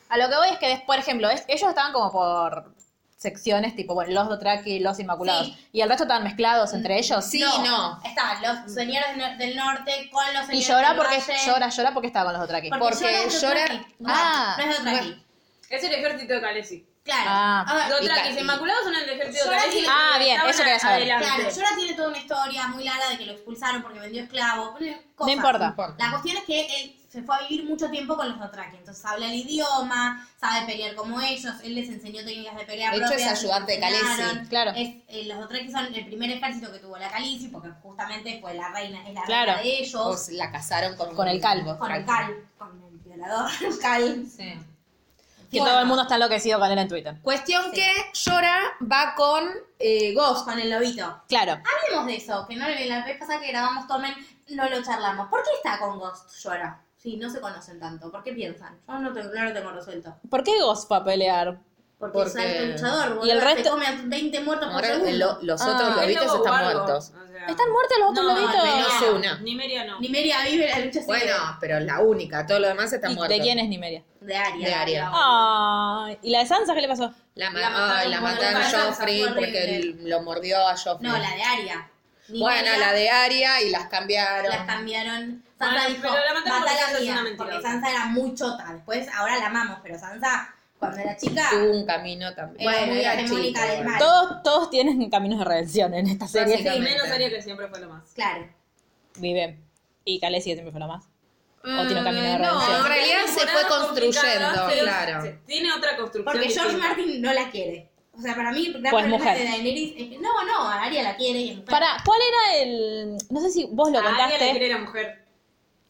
Speaker 1: A lo que voy es que, des- por ejemplo, es- ellos estaban como por secciones, tipo, bueno, los Dothraki, los Inmaculados.
Speaker 3: Sí.
Speaker 1: Y el resto estaban mezclados entre ellos.
Speaker 2: Sí, no.
Speaker 3: Estaban los señores del, del norte con los
Speaker 1: Y
Speaker 3: señores
Speaker 1: llora
Speaker 3: del
Speaker 1: porque
Speaker 3: valle.
Speaker 1: llora, llora porque estaba con los Dothraki.
Speaker 3: Porque,
Speaker 2: porque
Speaker 3: llora. es de
Speaker 2: llora-
Speaker 3: Dothraki. No,
Speaker 1: Ah.
Speaker 3: no es de Dothraki.
Speaker 4: Es el ejército de Khaleesi.
Speaker 3: Claro.
Speaker 1: Ah.
Speaker 3: A ver,
Speaker 2: y
Speaker 4: Dothrakis
Speaker 2: Khal-
Speaker 4: inmaculados son el ejército de
Speaker 3: Yo la
Speaker 4: Khaleesi.
Speaker 3: tiene-
Speaker 1: Ah, bien,
Speaker 4: Estaban
Speaker 1: eso quería saber.
Speaker 4: adelante.
Speaker 3: Claro, Llora tiene toda una historia muy larga de que lo expulsaron porque vendió esclavo. bueno, cosas.
Speaker 1: No importa.
Speaker 3: La cuestión es que él se fue a vivir mucho tiempo con los Dothraki. Entonces habla el idioma, sabe pelear como ellos. Él les enseñó técnicas de pelea.
Speaker 2: De hecho,
Speaker 3: propias,
Speaker 2: es ayudante de
Speaker 3: les enseñaron.
Speaker 2: Khaleesi,
Speaker 1: claro.
Speaker 3: Es, eh, los Dothraki son el primer ejército que tuvo la Khaleesi porque justamente fue la reina, es la
Speaker 1: Claro.
Speaker 3: reina de ellos.
Speaker 2: Pues la casaron con,
Speaker 1: Con el calvo.
Speaker 3: con el Cal, con el violador Cal.
Speaker 2: Sí.
Speaker 1: Que
Speaker 3: Bueno.
Speaker 1: todo el mundo está enloquecido con él en Twitter.
Speaker 2: Cuestión que Llora va con eh, Ghost.
Speaker 3: Con el lobito.
Speaker 1: Claro.
Speaker 3: Hablemos de eso, que no la vez pasada que grabamos Tomen no lo charlamos. ¿Por qué está con Ghost Llora? Si no se conocen tanto, ¿por qué piensan? Yo no, tengo- no lo tengo resuelto.
Speaker 1: ¿Por qué Ghost fue a pelear?
Speaker 3: Porque,
Speaker 2: Porque-
Speaker 3: es alto luchador, boludo,
Speaker 1: Y el
Speaker 3: se
Speaker 1: resto-
Speaker 3: come a 20 muertos por
Speaker 2: Ahora, lo-
Speaker 3: segundo.
Speaker 2: los
Speaker 1: Ah.
Speaker 2: otros
Speaker 1: Es
Speaker 2: lobitos
Speaker 4: Lobo
Speaker 2: están
Speaker 4: Wargo, o
Speaker 2: muertos.
Speaker 4: sea,
Speaker 1: ¿Están muertos los otros
Speaker 3: No,
Speaker 1: lobitos?
Speaker 3: menos
Speaker 2: Ah. Menos una.
Speaker 4: Nimeria no.
Speaker 3: Nimeria vive la lucha sigue.
Speaker 2: Bueno, pero la única, todos los demás están
Speaker 1: ¿Y
Speaker 2: muertos.
Speaker 1: ¿De quién es Nimeria?
Speaker 3: de Aria.
Speaker 2: De Aria.
Speaker 3: la-
Speaker 4: Ah.
Speaker 1: Ay, ¿Y la de Sansa qué le pasó?
Speaker 2: La, ma-
Speaker 3: La mataron
Speaker 2: ay, la
Speaker 3: por
Speaker 2: mataron a
Speaker 3: venganza,
Speaker 2: Joffrey
Speaker 3: fue horrible.
Speaker 2: porque él- lo mordió a Joffrey.
Speaker 3: No, la de Aria.
Speaker 2: bueno,
Speaker 3: Nymeria
Speaker 2: la de Aria y las cambiaron.
Speaker 3: Las cambiaron. Sansa
Speaker 4: Bueno,
Speaker 3: dijo,
Speaker 4: pero la mataron porque
Speaker 3: "Mata a
Speaker 4: Sansa
Speaker 3: la
Speaker 4: es
Speaker 3: mía",
Speaker 4: una mentirosa.
Speaker 3: Porque Sansa era muy chota. Después, ahora la amamos, pero Sansa, cuando era chica,
Speaker 2: Tuvo un camino también.
Speaker 3: Era muy
Speaker 2: era
Speaker 3: hegemónica
Speaker 2: chica,
Speaker 3: del
Speaker 2: bueno.
Speaker 3: mal.
Speaker 1: Todos, todos tienen caminos de redención en esta serie.
Speaker 2: Básicamente.
Speaker 4: Y menos Aria que siempre fue lo más.
Speaker 3: claro.
Speaker 1: Vive. Y Khaleesi que siempre fue la más. O tiene un camino de
Speaker 2: Mm, No,
Speaker 1: redención.
Speaker 2: en realidad se fue
Speaker 4: Temporadas
Speaker 2: construyendo,
Speaker 4: complicadas, pero
Speaker 2: claro.
Speaker 4: se- Tiene otra construcción.
Speaker 3: Porque George
Speaker 4: distinta.
Speaker 3: Martin no la quiere. O sea, para mí, el gran
Speaker 1: Pues
Speaker 3: problema
Speaker 1: mujer.
Speaker 3: de Daenerys es que no, no, a Aria la quiere y es mujer.
Speaker 1: Para, ¿cuál era el...? No sé si vos lo
Speaker 4: A Aria le
Speaker 1: contaste.
Speaker 4: cree la mujer.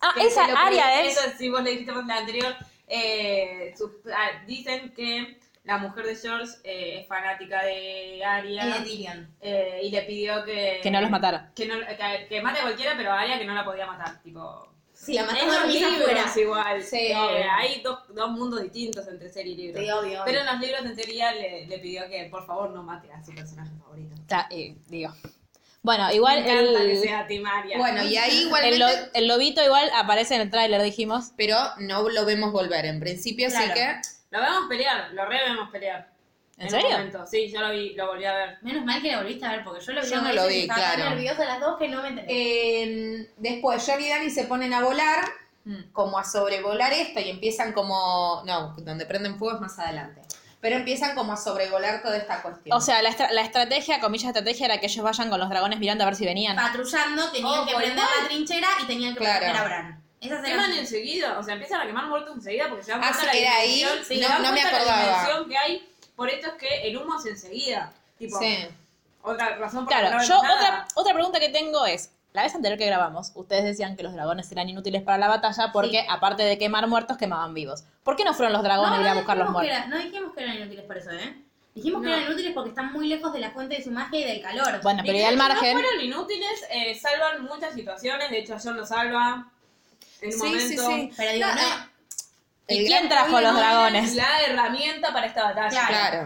Speaker 1: Ah,
Speaker 4: Que
Speaker 1: esa
Speaker 4: se lo
Speaker 1: área
Speaker 4: cree.
Speaker 1: es...
Speaker 4: Esa, si vos le dijiste más la anterior, eh, sus- ah, dicen que la mujer de George eh, es fanática de Arya
Speaker 3: Y de Tyrion.
Speaker 4: eh, y le pidió que...
Speaker 1: Que no los matara.
Speaker 4: Que, no- que- que mate a cualquiera, pero a Arya que no la podía matar, tipo...
Speaker 3: Sí, la
Speaker 4: Es
Speaker 3: mató
Speaker 4: los
Speaker 3: dormida
Speaker 4: libros
Speaker 3: afuera.
Speaker 4: igual.
Speaker 2: Sí,
Speaker 4: Eh,
Speaker 2: obvio.
Speaker 4: hay dos, dos mundos distintos entre serie y libro.
Speaker 3: Sí, obvio.
Speaker 4: Pero en los libros, en teoría, le, le pidió que por favor no mate a su personaje favorito.
Speaker 1: Está, eh, digo. Bueno, igual
Speaker 4: Me encanta
Speaker 1: el,
Speaker 4: que sea Timaria.
Speaker 2: Bueno, y ahí
Speaker 1: el,
Speaker 2: igualmente...
Speaker 1: lo- el lobito igual aparece en el tráiler, dijimos.
Speaker 2: Pero no lo vemos volver en principio, así
Speaker 4: Claro.
Speaker 2: que...
Speaker 4: Lo vemos pelear, lo re vemos pelear.
Speaker 1: ¿En
Speaker 4: un
Speaker 1: serio?
Speaker 4: momento. Sí, yo lo vi, lo volví a ver.
Speaker 3: Menos mal que la volviste a ver, porque yo lo vi
Speaker 2: Yo
Speaker 3: dos
Speaker 2: no lo
Speaker 3: veces y
Speaker 2: vi,
Speaker 3: estaba tan
Speaker 2: claro.
Speaker 3: nerviosa las dos que no me enteré.
Speaker 2: Eh, después John y Danny se ponen a volar,
Speaker 4: Mm.
Speaker 2: como a sobrevolar esto, y empiezan como... No, donde prenden fuego es más adelante. Pero empiezan como a sobrevolar toda esta cuestión.
Speaker 1: O sea, la, estra- la estrategia, comillas estrategia, era que ellos vayan con los dragones mirando a ver si venían.
Speaker 3: Patrullando, tenían
Speaker 2: Oh,
Speaker 3: que
Speaker 2: por
Speaker 3: prender la trinchera y tenían que
Speaker 2: Claro.
Speaker 3: proteger a Bran. Esas eran
Speaker 4: Queman enseguida, o sea, empiezan a quemar muertos enseguida porque se dan
Speaker 2: Ah,
Speaker 4: cuenta
Speaker 2: sí,
Speaker 4: la
Speaker 2: que era ahí.
Speaker 4: dimensión-
Speaker 2: Sí,
Speaker 4: se
Speaker 2: no-
Speaker 4: dan
Speaker 2: no me
Speaker 4: cuenta la
Speaker 2: acordaba.
Speaker 4: dimensión que hay. Por esto es que el humo es enseguida. Tipo,
Speaker 2: Sí.
Speaker 4: otra razón por la
Speaker 1: Claro,
Speaker 4: que
Speaker 1: yo
Speaker 4: no ven nada.
Speaker 1: otra, otra pregunta que tengo es, la vez anterior que grabamos, ustedes decían que los dragones eran inútiles para la batalla porque
Speaker 3: Sí.
Speaker 1: aparte de quemar muertos, quemaban vivos. ¿Por qué no fueron los
Speaker 3: No,
Speaker 1: dragones a ir a
Speaker 3: no
Speaker 1: buscar los
Speaker 3: dijimos que
Speaker 1: muertos?
Speaker 3: era- no dijimos que eran inútiles por eso, ¿eh? Dijimos que
Speaker 4: No.
Speaker 3: eran inútiles porque están muy lejos de la fuente de su magia y del calor.
Speaker 1: Bueno, pero y
Speaker 4: Literal,
Speaker 1: al margen,
Speaker 4: No fueron inútiles, eh, salvan muchas situaciones. De hecho, a John lo salva en un
Speaker 2: Sí, sí,
Speaker 4: momento.
Speaker 2: sí.
Speaker 3: pero digo,
Speaker 2: No,
Speaker 3: no, eh,
Speaker 2: no,
Speaker 1: ¿y
Speaker 2: el
Speaker 1: quién
Speaker 2: gran
Speaker 1: trajo los
Speaker 4: No eran
Speaker 1: dragones?
Speaker 4: La herramienta para esta batalla.
Speaker 2: Claro.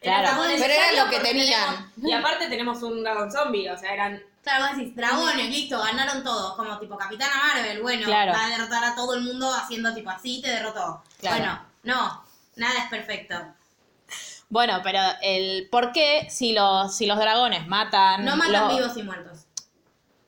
Speaker 3: eran
Speaker 1: Claro.
Speaker 3: dragones.
Speaker 2: Pero era lo
Speaker 4: Porque
Speaker 2: que tenían.
Speaker 4: tenemos- y aparte tenemos un dragón zombie, o sea, eran...
Speaker 3: Claro, vos decís, dragones, listo, ganaron todos. Como tipo Capitana Marvel, bueno,
Speaker 1: Claro.
Speaker 3: va a derrotar a todo el mundo haciendo tipo así, te derrotó.
Speaker 1: Claro.
Speaker 3: Bueno, no, nada es perfecto.
Speaker 1: Bueno, pero el por qué si los, si los dragones matan...
Speaker 3: No matan
Speaker 1: los-
Speaker 3: vivos y muertos.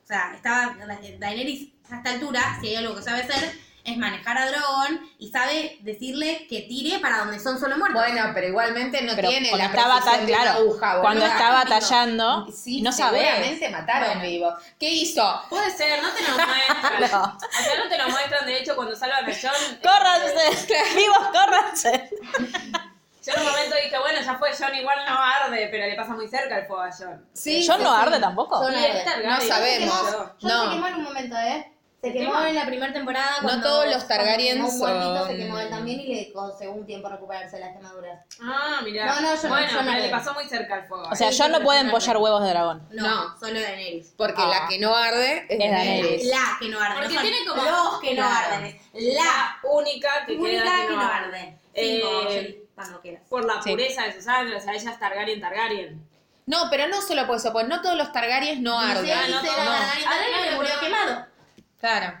Speaker 3: O sea, estaba Daenerys a esta altura, si hay algo que sabe hacer, es manejar a Drogon y sabe decirle que tire para donde son solo muertos.
Speaker 2: Bueno, pero igualmente no
Speaker 1: Pero
Speaker 2: tiene
Speaker 1: cuando
Speaker 2: la
Speaker 1: está,
Speaker 2: precisión
Speaker 1: bata-
Speaker 2: de una
Speaker 1: claro,
Speaker 2: aguja, boluda.
Speaker 1: cuando está
Speaker 2: Digo,
Speaker 1: batallando,
Speaker 2: Sí,
Speaker 1: no sabes.
Speaker 2: seguramente mataron
Speaker 3: Bueno.
Speaker 2: vivo. ¿Qué hizo?
Speaker 4: Puede ser, no te lo muestran.
Speaker 1: No.
Speaker 4: O sea, no te lo muestran, de hecho, cuando salvan a John... este,
Speaker 1: ¡Córranse! ¡Vivos, córranse!
Speaker 4: Yo en un momento dije, bueno, ya fue, John igual no arde, pero le pasa muy cerca el fuego a John.
Speaker 2: Sí,
Speaker 1: ¿John
Speaker 2: sí,
Speaker 1: no
Speaker 2: sí.
Speaker 1: arde tampoco?
Speaker 2: John
Speaker 4: Y
Speaker 2: arde.
Speaker 4: es Targaryen,
Speaker 2: No
Speaker 4: no
Speaker 2: sabemos.
Speaker 4: sé yo.
Speaker 3: John se
Speaker 2: No.
Speaker 3: quemó en un momento, ¿eh? Se quemó
Speaker 4: quemó?
Speaker 3: en la primera temporada. Cuando,
Speaker 2: todos los Targaryen
Speaker 3: cuando quemó Un muertito se
Speaker 2: son-
Speaker 3: quemó él también y le consegó un tiempo recuperarse las quemaduras.
Speaker 4: Ah, mirá.
Speaker 3: No, no, yo no-
Speaker 4: bueno,
Speaker 3: yo no
Speaker 4: pero le
Speaker 3: veo.
Speaker 4: pasó muy cerca el fuego.
Speaker 1: O sea, yo no puedo empollar huevos de dragón.
Speaker 3: No,
Speaker 2: No.
Speaker 3: solo Daenerys.
Speaker 2: Porque
Speaker 1: Ah.
Speaker 2: la que no arde es,
Speaker 1: Es Daenerys.
Speaker 3: La que no arde.
Speaker 4: Porque
Speaker 3: no son
Speaker 4: tiene como-
Speaker 3: Los que no
Speaker 4: Claro.
Speaker 3: arden. es La
Speaker 4: única que queda
Speaker 3: única que no
Speaker 4: arde.
Speaker 3: arde. Cinco,
Speaker 4: Eh,
Speaker 3: Shelly, cuando quieras.
Speaker 4: Por la
Speaker 1: Sí.
Speaker 4: pureza de su sangre, o sea, ella es Targaryen, Targaryen.
Speaker 2: No, pero no solo por eso, pues no todos los Targaryens no
Speaker 3: Y
Speaker 2: arden.
Speaker 3: se dice
Speaker 4: no, no.
Speaker 3: la Daenerys
Speaker 4: Ah,
Speaker 3: Targaryen
Speaker 4: claro,
Speaker 3: que murió
Speaker 4: pero-
Speaker 3: quemado.
Speaker 2: Claro.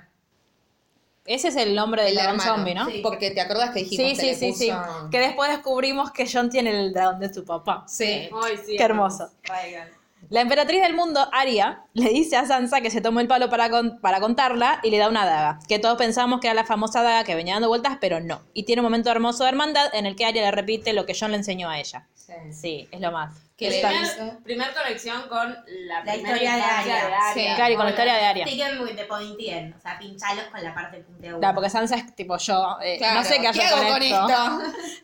Speaker 1: Ese es el nombre del
Speaker 2: El
Speaker 1: dragón
Speaker 2: hermano.
Speaker 1: zombie, ¿no?
Speaker 3: Sí.
Speaker 2: Porque te acordás que dijimos
Speaker 1: Sí,
Speaker 2: que
Speaker 1: sí,
Speaker 2: le
Speaker 1: sí, sí.
Speaker 2: puso-
Speaker 1: Que después descubrimos que John tiene el dragón de su papá.
Speaker 2: Sí.
Speaker 4: Ay, sí.
Speaker 1: Qué hermoso.
Speaker 4: Raigan.
Speaker 1: La emperatriz del mundo, Aria, le dice a Sansa que se tomó el palo para, con- para contarla y le da una daga. Que todos pensamos que era la famosa daga que venía dando vueltas, pero no. Y tiene un momento hermoso de hermandad en el que Aria le repite lo que John le enseñó a ella. Sí, es lo más.
Speaker 2: Que le
Speaker 1: Está-
Speaker 2: dice-
Speaker 4: Primer, primer conexión con la,
Speaker 3: La
Speaker 4: primera
Speaker 3: historia de
Speaker 4: instancia
Speaker 3: Arya.
Speaker 4: de Arya.
Speaker 2: Sí,
Speaker 1: Claro, y con la historia de Aria.
Speaker 3: Stick with the pointy end. O sea, pinchalos con la parte puntiaguda.
Speaker 1: Claro, porque Sansa es tipo yo. eh,
Speaker 2: Claro,
Speaker 1: No sé qué hacer
Speaker 2: hago
Speaker 1: con, esto.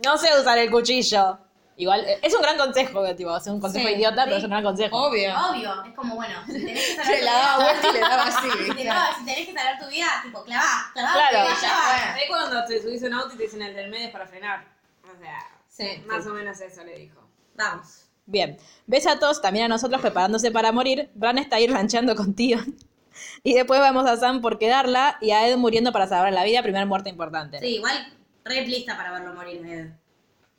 Speaker 1: No sé usar el cuchillo. Igual, eh, es un gran consejo, eh, tipo, es un consejo
Speaker 2: Sí,
Speaker 1: idiota,
Speaker 3: sí.
Speaker 1: pero es un gran consejo.
Speaker 2: Obvio.
Speaker 3: Obvio, es como, bueno, si tenés que saber
Speaker 2: Se la daba vuelta y le daba así.
Speaker 3: Si te- no, si tenés que salvar tu vida, tipo, clavá, clavá,
Speaker 1: Claro.
Speaker 3: clavá, clavá.
Speaker 4: Es cuando te subís a un auto y te dicen el del medio es para frenar. O sea,
Speaker 2: Sí.
Speaker 4: más o menos eso le dijo.
Speaker 3: Vamos.
Speaker 1: Bien. Ves a todos, también a nosotros preparándose para morir. Bran está ahí ranchando con Tion. Y después vemos a Sam por quedarla y a Ed muriendo para salvar la vida, primer muerte importante.
Speaker 3: Sí, igual, re lista para verlo morir, Ed.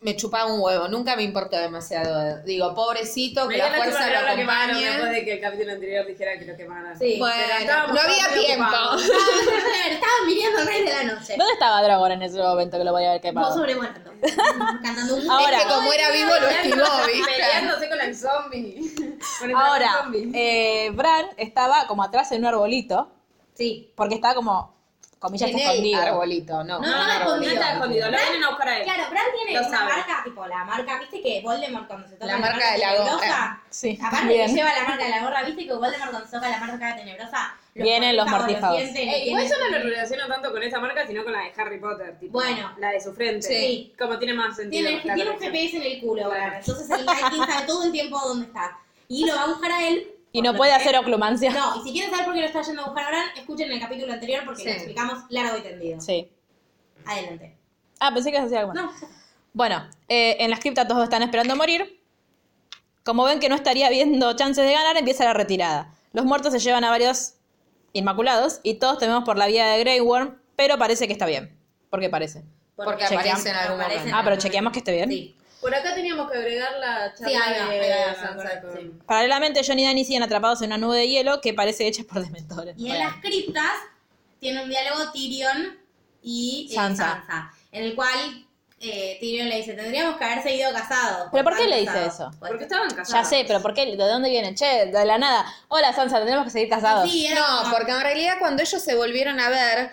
Speaker 2: Me chupaba un huevo, nunca me importó demasiado. Digo, pobrecito,
Speaker 4: Me
Speaker 2: que
Speaker 4: dio
Speaker 2: la
Speaker 4: lástima
Speaker 2: fuerza
Speaker 4: que
Speaker 2: lo
Speaker 4: no lo quemaron después
Speaker 2: acompañe.
Speaker 4: de que el capítulo anterior dijera que lo quemaron.
Speaker 3: Sí.
Speaker 4: Pero
Speaker 2: Bueno,
Speaker 4: estábamos
Speaker 2: no
Speaker 4: todos
Speaker 2: había
Speaker 4: muy ocupados.
Speaker 3: Ah,
Speaker 2: tiempo.
Speaker 3: Estaba mirando el rey de la noche.
Speaker 1: ¿Dónde estaba Dragon en ese momento que lo voy a ver
Speaker 3: Vos
Speaker 1: quemado?
Speaker 3: sobrevolando. Cantando un
Speaker 1: Ahora.
Speaker 2: Es que como era vivo lo esquivó, ¿viste?
Speaker 4: Peleándose con el zombie. Con el
Speaker 1: Ahora,
Speaker 4: zombie.
Speaker 1: eh, Bran estaba como atrás en un arbolito,
Speaker 3: Sí.
Speaker 1: porque estaba como, comillas,
Speaker 2: En el
Speaker 1: escondido.
Speaker 2: arbolito, no.
Speaker 3: No,
Speaker 2: un
Speaker 3: no, no,
Speaker 4: No
Speaker 2: arbolito.
Speaker 4: está escondido, lo vienen a buscar a él.
Speaker 3: Claro, Bran tiene
Speaker 4: Lo
Speaker 3: una
Speaker 4: sabe.
Speaker 3: marca, tipo la marca, viste que Voldemort cuando se toca
Speaker 2: La marca de la
Speaker 3: tenebrosa,
Speaker 2: gorra.
Speaker 1: Sí,
Speaker 3: Aparte
Speaker 1: bien.
Speaker 3: que lleva la marca de la gorra, viste que Voldemort cuando se toca la marca tenebrosa.
Speaker 1: Vienen los mortífagos.
Speaker 4: Eh, igual yo no lo relaciono tanto con esta marca, sino con la de Harry Potter. Tipo,
Speaker 3: Bueno.
Speaker 4: La de su frente.
Speaker 3: Sí.
Speaker 4: Como tiene más sentido.
Speaker 3: Tiene,
Speaker 4: la
Speaker 3: tiene un
Speaker 4: conexión.
Speaker 3: GPS en el culo,
Speaker 4: Claro.
Speaker 3: Bran. Entonces el Nike sabe todo el tiempo dónde está. Y lo va a buscar a él.
Speaker 1: Y no
Speaker 3: Porque-
Speaker 1: puede hacer oclumancia.
Speaker 3: No, y si quieren saber por qué lo está yendo a buscar a Bran, escuchen el capítulo anterior porque
Speaker 2: Sí.
Speaker 3: lo explicamos largo y tendido.
Speaker 1: Sí.
Speaker 3: Adelante.
Speaker 1: Ah, pensé que se hacía algo más.
Speaker 3: No,
Speaker 1: Bueno, eh, en la cripta todos están esperando morir. Como ven que no estaría viendo chances de ganar, empieza la retirada. Los muertos se llevan a varios inmaculados y todos tememos por la vida de Grey Worm, pero parece que está bien. Porque parece.
Speaker 2: Porque
Speaker 1: chequeamos.
Speaker 2: aparece en algún
Speaker 3: Aparece.
Speaker 2: momento.
Speaker 1: Ah, pero chequeamos que esté bien.
Speaker 3: sí.
Speaker 4: Por acá teníamos que agregar la charla
Speaker 3: Sí, ahí va,
Speaker 4: de-
Speaker 3: ahí va,
Speaker 4: de
Speaker 3: Sansa,
Speaker 4: Sansa
Speaker 3: sí.
Speaker 1: Paralelamente, John y Danny siguen atrapados en una nube de hielo que parece hecha por dementores.
Speaker 3: Y en las criptas tiene un diálogo Tyrion y eh,
Speaker 1: Sansa.
Speaker 3: Sansa. en el cual eh, Tyrion le dice, tendríamos que haber seguido casados.
Speaker 1: ¿Pero por qué
Speaker 3: Estar
Speaker 1: le dice
Speaker 3: casados.
Speaker 1: eso?
Speaker 3: Pues-
Speaker 4: Porque estaban casados.
Speaker 1: Ya sé, pero ¿por qué? ¿De dónde viene? Che, de la nada. Hola, Sansa, tendremos que seguir casados. Ah,
Speaker 3: Sí, era
Speaker 2: No,
Speaker 3: como-
Speaker 2: porque en realidad cuando ellos se volvieron a ver,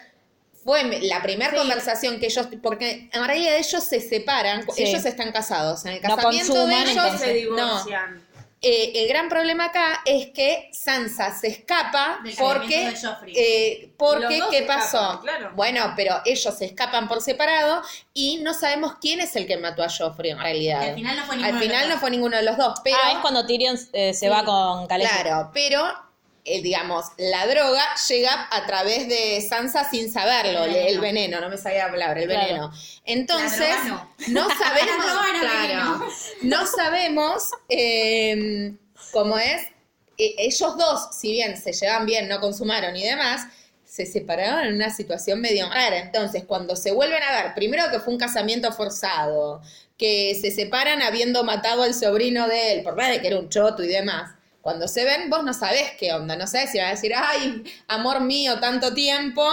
Speaker 2: fue me- la primera
Speaker 3: Sí.
Speaker 2: conversación que ellos, porque en realidad ellos se separan,
Speaker 1: Sí.
Speaker 2: ellos están casados, en el
Speaker 1: No
Speaker 2: casamiento
Speaker 1: consuman,
Speaker 4: Ellos
Speaker 2: de ellos
Speaker 1: entonces.
Speaker 4: se
Speaker 2: no.
Speaker 4: divorcian.
Speaker 2: Eh, el gran problema acá es que Sansa se escapa
Speaker 3: Del
Speaker 2: porque,
Speaker 3: casamiento de Joffrey.
Speaker 2: eh, porque
Speaker 4: Los dos
Speaker 2: ¿qué
Speaker 4: se
Speaker 2: pasó?
Speaker 4: escapan, claro.
Speaker 2: Bueno, pero ellos se escapan por separado y no sabemos quién es el que mató a Joffrey en realidad.
Speaker 3: Que al final no fue ninguno
Speaker 2: Al
Speaker 3: de los
Speaker 2: final
Speaker 3: dos.
Speaker 2: no fue ninguno de los dos, pero
Speaker 1: ah, es cuando Tyrion eh, se va con Khaleesi.
Speaker 2: Claro, pero eh, digamos, la droga llega a través de Sansa sin saberlo,
Speaker 3: El
Speaker 2: el, el veneno, no me sabía la palabra, el
Speaker 1: Claro.
Speaker 2: veneno. Entonces,
Speaker 3: La droga
Speaker 2: no sabemos,
Speaker 3: La droga era
Speaker 2: claro,
Speaker 3: veneno.
Speaker 2: no sabemos eh, cómo es. Eh, ellos dos, si bien se llevan bien, no consumaron y demás, se separaron en una situación medio rara. Entonces, cuando se vuelven a ver, primero que fue un casamiento forzado, que se separan habiendo matado al sobrino de él, por más de que era un choto y demás. Cuando se ven, vos no sabés qué onda, no sabés si va a decir, ay, amor mío, tanto tiempo,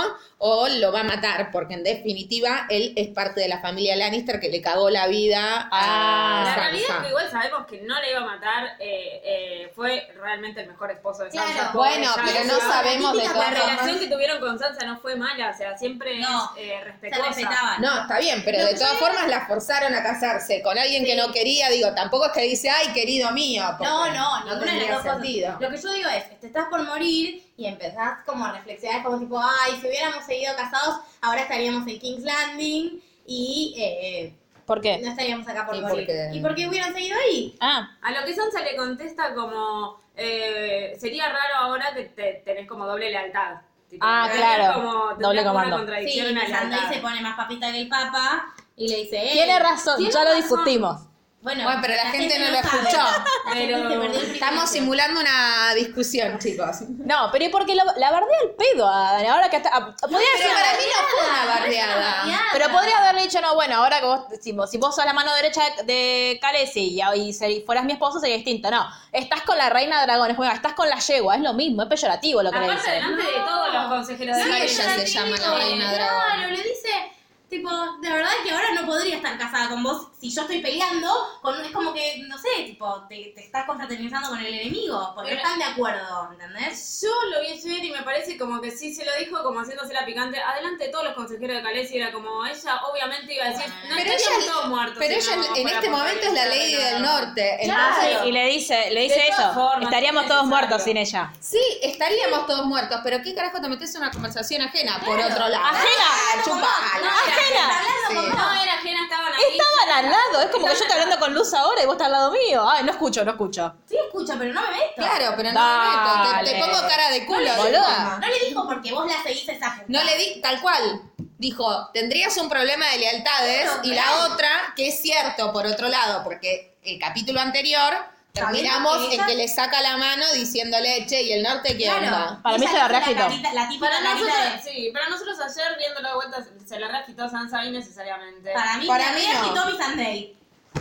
Speaker 2: o lo va a matar, porque en definitiva él es parte de la familia Lannister que le cagó la vida a
Speaker 1: Ah.
Speaker 4: La
Speaker 2: Sansa.
Speaker 4: realidad es que igual sabemos que no le iba a matar, eh, eh, fue realmente el mejor esposo de Sansa.
Speaker 3: Claro.
Speaker 4: pobre
Speaker 2: Bueno,
Speaker 4: Sansa.
Speaker 2: pero no sabemos de
Speaker 3: La
Speaker 4: La
Speaker 2: todas formas-
Speaker 4: relación que tuvieron con Sansa no fue mala, o sea, siempre
Speaker 3: No,
Speaker 4: es eh,
Speaker 3: Se
Speaker 4: respetuosa.
Speaker 3: respetaban.
Speaker 2: No, está bien, pero de todas formas la forzaron a casarse con alguien que no quería. Digo, tampoco es que dice, ay, querido mío. porque
Speaker 3: No, no, ninguna de
Speaker 2: tendría
Speaker 3: las dos
Speaker 2: sentido.
Speaker 3: cosas. Lo que yo digo es, te estás por morir y empezás como a reflexionar como tipo, ay, si hubiéramos seguido casados, ahora estaríamos en King's Landing y eh,
Speaker 1: ¿Por qué?
Speaker 3: no estaríamos acá por
Speaker 2: Y
Speaker 3: morir.
Speaker 2: porque-
Speaker 3: ¿Y por qué hubieran seguido ahí?
Speaker 1: Ah,
Speaker 4: A lo que Sansa le contesta como, eh, sería raro ahora que te- tenés como doble lealtad. Tipo,
Speaker 1: Ah,
Speaker 4: tendrías
Speaker 1: claro.
Speaker 4: como- tendrías
Speaker 1: Doble
Speaker 4: como
Speaker 1: comando.
Speaker 4: Una contradicción,
Speaker 3: Sí,
Speaker 4: una
Speaker 3: Sandra
Speaker 4: lealtad.
Speaker 3: se pone más papita que el papa y le dice, eh,
Speaker 1: tiene razón,
Speaker 4: tiene
Speaker 1: ya lo
Speaker 4: razón.
Speaker 1: discutimos.
Speaker 3: Bueno,
Speaker 2: Bueno, pero la gente no lo
Speaker 3: sabe.
Speaker 2: escuchó.
Speaker 3: La gente
Speaker 4: Pero-
Speaker 3: se perdió
Speaker 2: Estamos
Speaker 3: el privilegio.
Speaker 2: simulando una discusión, chicos.
Speaker 1: No, pero ¿y por qué la, la bardea al pedo? a- ahora que está, a- podía
Speaker 2: Pero
Speaker 1: decir-
Speaker 2: para mí no fue una
Speaker 3: Bardeada.
Speaker 2: bardeada.
Speaker 1: pero podría haberle dicho, no, bueno, ahora que vos, si, vos- si vos sos la mano derecha de, de Khaleesi y, y se- fueras mi esposo sería distinto. No, estás con la reina de dragones, bueno, estás con la yegua, es lo mismo, es peyorativo lo que le
Speaker 4: Aparte,
Speaker 1: dicen.
Speaker 4: delante de todos los consejeros de
Speaker 2: Sí,
Speaker 4: la
Speaker 2: ella
Speaker 4: iglesia.
Speaker 2: se llama la
Speaker 3: Claro,
Speaker 2: reina
Speaker 3: Claro,
Speaker 2: dragón.
Speaker 3: le dice, tipo, de verdad que ahora no podría estar casada con vos si yo estoy peleando. Con, es como que, no sé, tipo, te, te estás confraternizando con el enemigo, porque
Speaker 4: Pero-
Speaker 3: no están de acuerdo, ¿entendés?
Speaker 4: Yo lo vi ayer y me parece como que sí se lo dijo como haciéndose la picante. Adelante de todos los consejeros de Calesi era como ella obviamente iba a decir, no
Speaker 2: Pero
Speaker 4: estarían
Speaker 2: ella-
Speaker 4: todos muertos.
Speaker 2: Pero
Speaker 4: si
Speaker 2: ella
Speaker 4: no
Speaker 2: en
Speaker 4: fuera
Speaker 2: este
Speaker 4: por
Speaker 2: momento es la ley
Speaker 4: reina
Speaker 2: del
Speaker 4: de la-
Speaker 2: norte.
Speaker 1: Sí,
Speaker 2: Entonces,
Speaker 1: y le dice, le dice
Speaker 4: De todas
Speaker 1: eso,
Speaker 4: formas,
Speaker 1: estaríamos
Speaker 4: es
Speaker 1: todos
Speaker 4: necesario.
Speaker 1: muertos sin ella.
Speaker 2: Sí, estaríamos todos muertos, pero ¿qué carajo te metes en una conversación ajena? Por otro lado.
Speaker 1: Ajena.
Speaker 2: Ah,
Speaker 3: No,
Speaker 2: chupala.
Speaker 3: era-
Speaker 1: ajena.
Speaker 3: está hablando
Speaker 2: Sí.
Speaker 3: con vos.
Speaker 4: No, era ajena, estaban ahí.
Speaker 1: Estaban al lado, es como que yo estoy hablando con Luz ahora y vos estás al lado mío. Ay, no escucho, no escucho.
Speaker 3: Sí, escucho, pero no me meto.
Speaker 2: Claro, pero no me meto, te, te
Speaker 1: Dale.
Speaker 2: pongo cara de culo.
Speaker 1: Boluda.
Speaker 2: boluda.
Speaker 3: No le dijo porque vos la seguís esa puta.
Speaker 2: No le di, tal cual. Dijo, tendrías un problema de lealtades.
Speaker 3: Claro,
Speaker 2: y
Speaker 3: claro.
Speaker 2: la otra, que es cierto, por otro lado, porque el capítulo anterior terminamos
Speaker 3: que
Speaker 2: en
Speaker 3: ella-
Speaker 2: que le saca la mano diciéndole, che, ¿y el norte qué
Speaker 3: Claro.
Speaker 2: onda?
Speaker 1: Para mí
Speaker 3: Ella
Speaker 1: se la
Speaker 3: le hace
Speaker 1: reagitó.
Speaker 3: carita- La tipa
Speaker 4: Para
Speaker 3: la
Speaker 4: nosotros,
Speaker 3: carita de...
Speaker 4: sí, para nosotros ayer viéndolo de vuelta se- se la quitó a Sansa innecesariamente.
Speaker 3: Para mí,
Speaker 2: Para
Speaker 3: la
Speaker 2: mí
Speaker 3: reagitó
Speaker 2: no.
Speaker 3: mi Sandrey.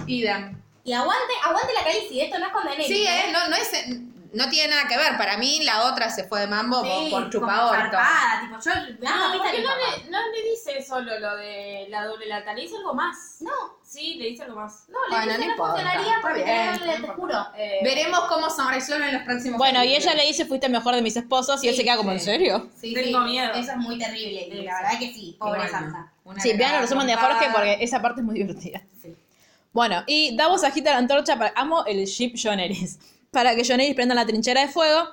Speaker 2: Ida.
Speaker 3: Y aguante, aguante la Khaleesi, esto no es con Daenerys.
Speaker 2: Sí,
Speaker 3: ¿eh?
Speaker 2: eh, no, no, es, no tiene nada que ver. Para mí la otra se fue de mambo
Speaker 3: Sí,
Speaker 2: por, por
Speaker 3: como
Speaker 2: chupaorto.
Speaker 3: zarpada, tipo, yo me hago
Speaker 4: No,
Speaker 3: pizza
Speaker 4: porque
Speaker 3: con
Speaker 4: Ah, no
Speaker 3: papá.
Speaker 4: le, no le dice solo lo de la doble lata, le dice algo más.
Speaker 3: No.
Speaker 4: Sí, le dice algo más.
Speaker 3: No, le
Speaker 2: Bueno,
Speaker 3: dije,
Speaker 2: no
Speaker 3: no
Speaker 2: importa,
Speaker 3: funcionaría
Speaker 2: está
Speaker 3: porque
Speaker 2: bien,
Speaker 3: no le- te
Speaker 4: no
Speaker 3: juro.
Speaker 4: Eh,
Speaker 2: Veremos cómo se resuelven los próximos
Speaker 1: Bueno, y
Speaker 2: capítulos.
Speaker 1: ella le dice, fuiste el mejor de mis esposos, y él
Speaker 3: Sí,
Speaker 1: se queda como, ¿en serio?
Speaker 3: Sí,
Speaker 4: Tengo
Speaker 3: sí,
Speaker 4: miedo.
Speaker 3: Eso es muy terrible. Y
Speaker 4: Sí,
Speaker 3: la
Speaker 4: sí.
Speaker 3: verdad que sí, pobre
Speaker 2: Y bueno,
Speaker 3: Sansa.
Speaker 2: una
Speaker 1: Sí, vean el
Speaker 2: gran
Speaker 1: resumen de
Speaker 2: trompada.
Speaker 1: Jorge porque esa parte es muy divertida. Bueno, y Davos agita la antorcha para... Amo el ship Joneris. Para que Joneris prenda la trinchera de fuego.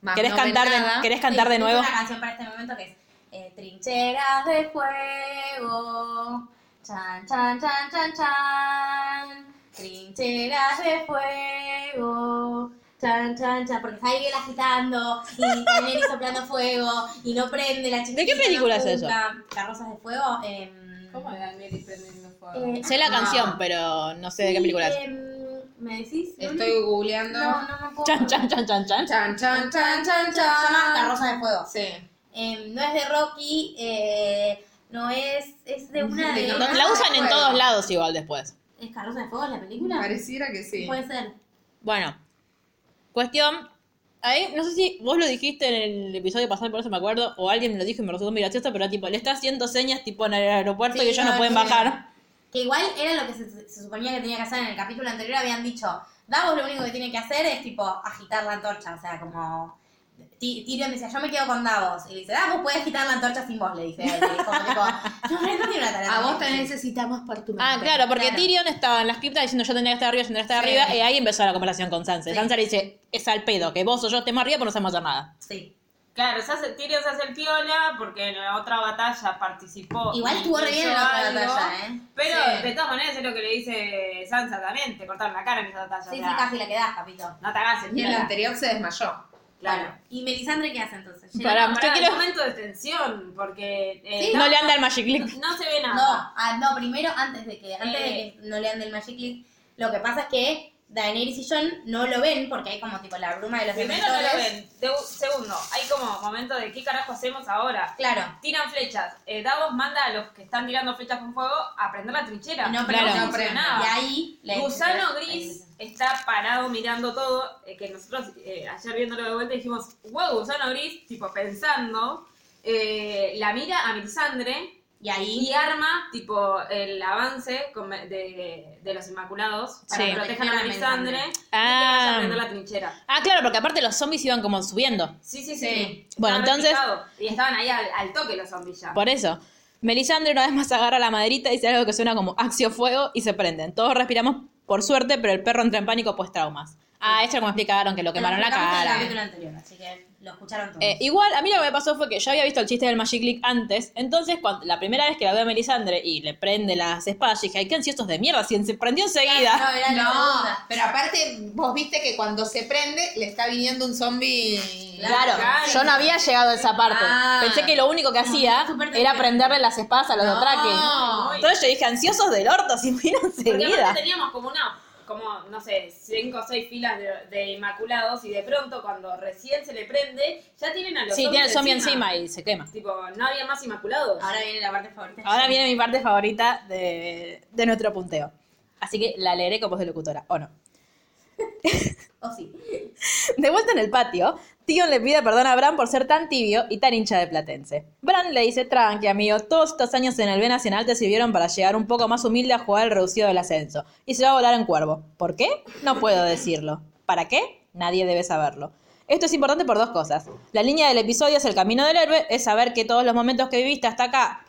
Speaker 2: Más
Speaker 1: ¿Querés
Speaker 2: Ah, no ven
Speaker 1: cantar, de,
Speaker 2: nada.
Speaker 1: ¿querés cantar
Speaker 3: Sí,
Speaker 1: de
Speaker 3: es
Speaker 1: nuevo?
Speaker 3: una canción para este momento que es eh, Trincheras de fuego. Chan, chan, chan, chan, chan. Trincheras de fuego. Chan, chan, chan. Porque está Miguel agitando y Daniel soplando fuego y no prende la chiquita.
Speaker 1: qué película
Speaker 3: no
Speaker 1: es eso?
Speaker 3: funca. Las rosas de fuego. em,
Speaker 2: ¿Cómo era Nelly prendiendo fuego?
Speaker 3: Eh,
Speaker 1: Sé la
Speaker 3: ah,
Speaker 1: canción, pero no sé de qué
Speaker 3: sí,
Speaker 1: película es.
Speaker 3: em, ¿Me decís?
Speaker 2: Estoy googleando.
Speaker 3: No, no me acuerdo.
Speaker 1: Chan, chan, chan, chan, chan.
Speaker 2: Chan, chan, chan, chan,
Speaker 3: Se llama
Speaker 2: chan.
Speaker 3: Carroza de Fuego.
Speaker 2: Sí.
Speaker 3: Em, no es de Rocky, eh, no es. Es de una
Speaker 2: De
Speaker 3: de.
Speaker 2: Carroza
Speaker 1: No, la usan en
Speaker 2: Fuego.
Speaker 1: todos lados igual después.
Speaker 3: ¿Es Carroza de Fuego la película?
Speaker 2: Pareciera que sí.
Speaker 3: Puede ser.
Speaker 1: Bueno, cuestión. Ahí, no sé si vos lo dijiste en el episodio pasado, por eso me acuerdo, o alguien me lo dijo y me resultó muy gracioso, pero tipo, le está haciendo señas tipo en el aeropuerto
Speaker 3: Sí,
Speaker 1: y ellos no,
Speaker 3: no,
Speaker 1: pueden
Speaker 3: sí.
Speaker 1: bajar.
Speaker 3: Que igual era lo que se, se suponía que tenía que hacer en el capítulo anterior. Habían dicho, Davos lo único que tiene que hacer es tipo agitar la antorcha. O sea, como... Ti- Tyrion decía, yo me quedo con Davos. Y le dice, Davos puede agitar la antorcha sin vos, le dice. a él. Y es como tipo, no, no tiene una tarea.
Speaker 2: A vos te
Speaker 3: difícil".
Speaker 2: necesitamos por tu
Speaker 1: Ah,
Speaker 2: mente.
Speaker 1: claro, porque
Speaker 3: Claro.
Speaker 1: Tyrion estaba en las criptas diciendo yo tendría que estar arriba, yo tendría que estar
Speaker 2: Sí.
Speaker 1: arriba, y ahí empezó la conversación con Sansa.
Speaker 3: Sí.
Speaker 1: Sansa le dice, es al pedo, que vos o yo estemos arriba, pero no sabemos hacer nada.
Speaker 3: Sí.
Speaker 4: Claro, se hace, Tyrion se hace el piola porque en la otra batalla participó.
Speaker 3: Igual estuvo re bien en
Speaker 4: hizo
Speaker 3: la otra
Speaker 4: algo,
Speaker 3: batalla, ¿eh?
Speaker 4: Pero
Speaker 2: Sí.
Speaker 4: de todas maneras es lo que le dice Sansa también, te cortaron la cara en esa batalla.
Speaker 3: Sí, sí,
Speaker 4: o sea,
Speaker 3: casi la quedás, papito.
Speaker 4: No te hagas el
Speaker 2: Y el
Speaker 4: piola.
Speaker 2: anterior se desmayó.
Speaker 4: Claro.
Speaker 3: ¿Y Melisandre qué hace entonces? ¿Llega?
Speaker 1: Pará,
Speaker 4: No,
Speaker 1: yo
Speaker 4: pará,
Speaker 1: quiero-
Speaker 4: es un momento de tensión porque eh,
Speaker 1: No le anda el Magic
Speaker 4: no,
Speaker 1: Click.
Speaker 4: no se ve
Speaker 3: No,
Speaker 4: nada.
Speaker 3: ah, no, primero, antes de que antes
Speaker 4: Eh.
Speaker 3: de que no lean del Magic League, lo que pasa es que Daenerys y Jon no lo ven porque hay como tipo la bruma de los
Speaker 4: Primero no lo
Speaker 3: dementores.
Speaker 4: ven. De- segundo, hay como momento de qué carajo hacemos ahora.
Speaker 3: Claro.
Speaker 4: Tiran flechas. Eh, Davos manda a los que están tirando flechas con fuego a prender la trinchera.
Speaker 3: No, pero
Speaker 1: Claro.
Speaker 3: no
Speaker 2: No prende.
Speaker 3: funcionaba. Y ahí... la-
Speaker 4: Gusano
Speaker 3: la-
Speaker 4: Gris está parado mirando todo, eh, que nosotros eh, ayer viéndolo de vuelta dijimos, wow, Gusano Gris, tipo pensando, eh, la mira a Melisandre
Speaker 3: Y ahí...
Speaker 4: y arma tipo el avance con- de, de los Inmaculados para
Speaker 1: Sí.
Speaker 4: que protejan a
Speaker 2: Protejan a
Speaker 4: Melisandre
Speaker 2: Melisandre.
Speaker 4: y que
Speaker 1: Ah.
Speaker 4: vayan a prender la trinchera.
Speaker 1: Ah, claro, porque aparte los zombies iban como subiendo.
Speaker 4: Sí, sí, sí.
Speaker 2: Sí.
Speaker 1: Bueno,
Speaker 4: Estaban
Speaker 1: entonces-
Speaker 4: repicados. Y estaban ahí al, al toque los zombies ya.
Speaker 1: Por eso. Melisandre una vez más agarra la maderita y dice algo que suena como axio fuego y se prenden. Todos respiramos por suerte, pero el perro entra en pánico pues traumas. Ah, esto como explicaron que lo quemaron la
Speaker 3: Arrancamos en el
Speaker 1: cara.
Speaker 3: capítulo anterior, así que lo escucharon todos.
Speaker 1: Eh, igual, a mí lo que me pasó fue que yo había visto el chiste del Magic Click antes, entonces cuando, la primera vez que la veo a Melisandre y le prende las espadas, dije, ay, qué ansiosos de mierda, si se prendió enseguida.
Speaker 3: no, era la
Speaker 2: No,
Speaker 3: segunda.
Speaker 2: pero aparte, vos viste que cuando se prende, le está viniendo un zombie.
Speaker 1: Claro,
Speaker 4: Claro.
Speaker 1: yo no había llegado a esa parte.
Speaker 2: Ah.
Speaker 1: Pensé que lo único que hacía
Speaker 3: súper
Speaker 1: era
Speaker 3: tenso.
Speaker 1: prenderle las espadas a los Dothraki.
Speaker 3: Oh.
Speaker 2: No.
Speaker 4: Muy-
Speaker 1: Entonces yo dije, ansiosos del orto, si vieron
Speaker 4: Porque
Speaker 1: enseguida.
Speaker 4: aparte teníamos como una, como, no sé, cinco o seis filas de, de inmaculados y de pronto cuando recién se le prende, ya tienen a los
Speaker 1: Sí,
Speaker 4: zombies
Speaker 1: tiene el zombie encima. y se quema.
Speaker 4: Tipo, no había más inmaculados.
Speaker 3: Ahora viene la parte favorita.
Speaker 1: Ahora viene mi parte favorita de, de nuestro punteo. Así que la leeré con voz de locutora, ¿o no?
Speaker 3: O Oh, sí.
Speaker 1: De vuelta en el patio, Tion le pide perdón a Bran por ser tan tibio y tan hincha de Platense. Bran le dice, tranqui amigo, todos estos años en el B Nacional te sirvieron para llegar un poco más humilde a jugar el reducido del ascenso. Y se va a volar en cuervo. ¿Por qué? No puedo decirlo. ¿Para qué? Nadie debe saberlo. Esto es importante por dos cosas. La línea del episodio es el camino del héroe, es saber que todos los momentos que viviste hasta acá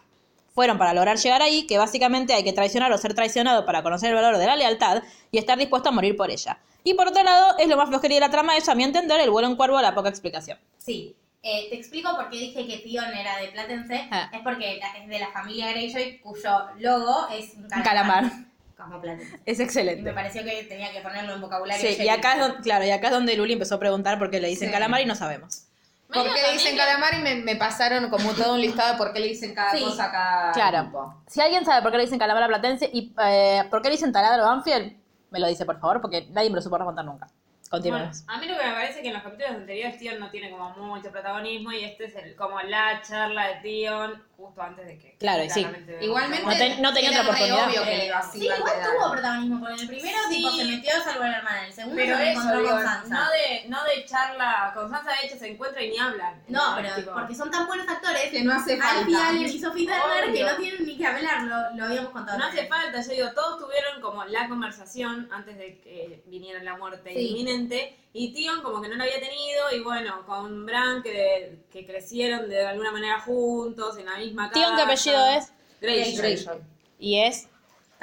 Speaker 1: fueron para lograr llegar ahí, que básicamente hay que traicionar o ser traicionado para conocer el valor de la lealtad y estar dispuesto a morir por ella. Y por otro lado, es lo más flojería de la trama, es a mi entender el vuelo en cuervo a la poca explicación.
Speaker 3: Sí. Eh, te explico por qué dije que Tion era de Platense.
Speaker 1: Ah.
Speaker 3: Es porque la- es de la familia Greyjoy, cuyo logo es un
Speaker 1: Un
Speaker 3: calamar.
Speaker 1: calamar.
Speaker 3: Como Platense.
Speaker 1: Es
Speaker 3: Y me
Speaker 1: excelente.
Speaker 3: pareció que tenía que ponerlo en vocabulario.
Speaker 1: Sí, y
Speaker 3: Jerry.
Speaker 1: acá es donde, claro, y acá es donde Luli empezó a preguntar por qué le dicen
Speaker 2: Sí.
Speaker 1: calamar y no sabemos.
Speaker 2: ¿Por
Speaker 4: Medio
Speaker 2: qué le
Speaker 4: también
Speaker 2: dicen
Speaker 4: que-
Speaker 2: calamar? Y me, me pasaron como todo un listado de por qué le dicen cada
Speaker 3: Sí.
Speaker 2: cosa a cada
Speaker 1: Claro.
Speaker 2: grupo.
Speaker 1: Si alguien sabe por qué le dicen calamar a Platense y eh, por qué le dicen taladro a Banfield, me lo dice por favor, porque nadie me lo supo contar nunca. Continuemos.
Speaker 4: A mí lo que me parece es que en los capítulos anteriores Tion no tiene como mucho protagonismo y este es el, como la charla de Tion justo antes de que...
Speaker 1: Claro, y sí.
Speaker 4: claramente-
Speaker 2: Igualmente.
Speaker 1: No ten- no tenía
Speaker 2: Ah. era
Speaker 1: otra
Speaker 2: re
Speaker 1: oportunidad.
Speaker 2: obvio
Speaker 4: eh,
Speaker 2: que le iba a-
Speaker 3: Sí,
Speaker 2: iba a
Speaker 3: igual
Speaker 2: quedar.
Speaker 3: tuvo protagonismo, porque en el primero
Speaker 4: Sí.
Speaker 3: tipo se metió a salvar a la hermana, en el segundo
Speaker 4: Pero
Speaker 3: se
Speaker 4: eso,
Speaker 3: encontró
Speaker 4: digo,
Speaker 3: con Sansa.
Speaker 4: no de, no de charla, con Sansa de hecho se encuentra y ni hablan.
Speaker 3: No, pero
Speaker 4: Tipo,
Speaker 3: porque son tan buenos actores
Speaker 2: Que no hace
Speaker 3: Alfie
Speaker 2: falta.
Speaker 3: Allen y Sophie Turner que
Speaker 4: Obvio.
Speaker 3: no tienen ni que hablar, lo, lo habíamos contado.
Speaker 4: No
Speaker 1: Ah.
Speaker 4: hace
Speaker 3: también.
Speaker 4: falta, yo digo, todos tuvieron como la conversación antes de que viniera la muerte
Speaker 3: Sí.
Speaker 4: inminente y Tion como que no la había tenido y bueno, con Bran que, que crecieron de alguna manera juntos en la misma casa.
Speaker 2: Ah.
Speaker 1: Tion, ¿qué apellido es?
Speaker 4: Greyjoy.
Speaker 2: Greyjoy.
Speaker 1: Y es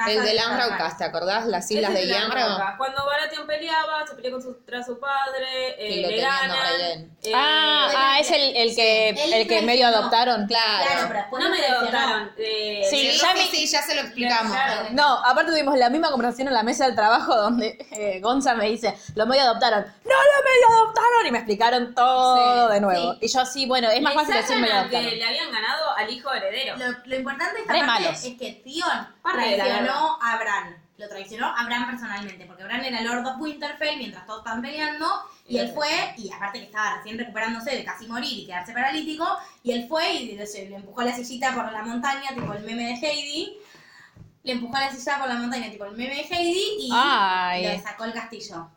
Speaker 2: El de
Speaker 4: Langrau
Speaker 2: Lambraucas, ¿te acordás? Las
Speaker 4: Ese
Speaker 2: islas
Speaker 4: es
Speaker 2: de
Speaker 4: el
Speaker 2: Lambraucas.
Speaker 4: Landraucas. Cuando Baratheon peleaba, se peleó con su, tras su padre,
Speaker 2: Que
Speaker 4: eh,
Speaker 2: lo
Speaker 4: le
Speaker 2: tenían a
Speaker 4: ganan.
Speaker 2: Raiden.
Speaker 4: eh,
Speaker 1: ah, ah, es el, el que,
Speaker 3: Sí.
Speaker 1: el que
Speaker 3: Él
Speaker 1: medio
Speaker 3: traicionó.
Speaker 1: adoptaron.
Speaker 2: Claro.
Speaker 3: Claro, pero después
Speaker 4: Pues no me
Speaker 3: traicionó.
Speaker 4: derrotaron. eh,
Speaker 1: Sí,
Speaker 2: Sí,
Speaker 4: le-
Speaker 1: ya
Speaker 2: sí,
Speaker 1: me-
Speaker 2: sí, ya se lo explicamos.
Speaker 4: Claro.
Speaker 1: No, aparte tuvimos la misma conversación en la mesa del trabajo donde eh, Gonza me dice, lo medio adoptaron. No, lo medio adoptaron. Y me explicaron todo
Speaker 2: Sí,
Speaker 1: de nuevo.
Speaker 3: sí.
Speaker 1: Y yo así, bueno, es más
Speaker 4: le
Speaker 1: fácil decir
Speaker 4: sacan
Speaker 1: medio
Speaker 4: al
Speaker 1: adoptaron.
Speaker 4: que le habían ganado al hijo heredero.
Speaker 3: Lo, lo importante de esta
Speaker 1: Re
Speaker 3: parte
Speaker 1: malos.
Speaker 3: es que Theon
Speaker 4: Parte de la
Speaker 3: traicionó a Bran. Lo traicionó a Bran personalmente, porque Bran era Lord of Winterfell mientras todos estaban peleando, y él fue, y aparte que estaba recién recuperándose de casi morir y quedarse paralítico, y él fue y lo, lle- le empujó la sillita por la montaña, tipo el meme de Heidi, le empujó la sillita por la montaña, tipo el meme de Heidi, y
Speaker 1: Ay.
Speaker 3: le sacó el castillo.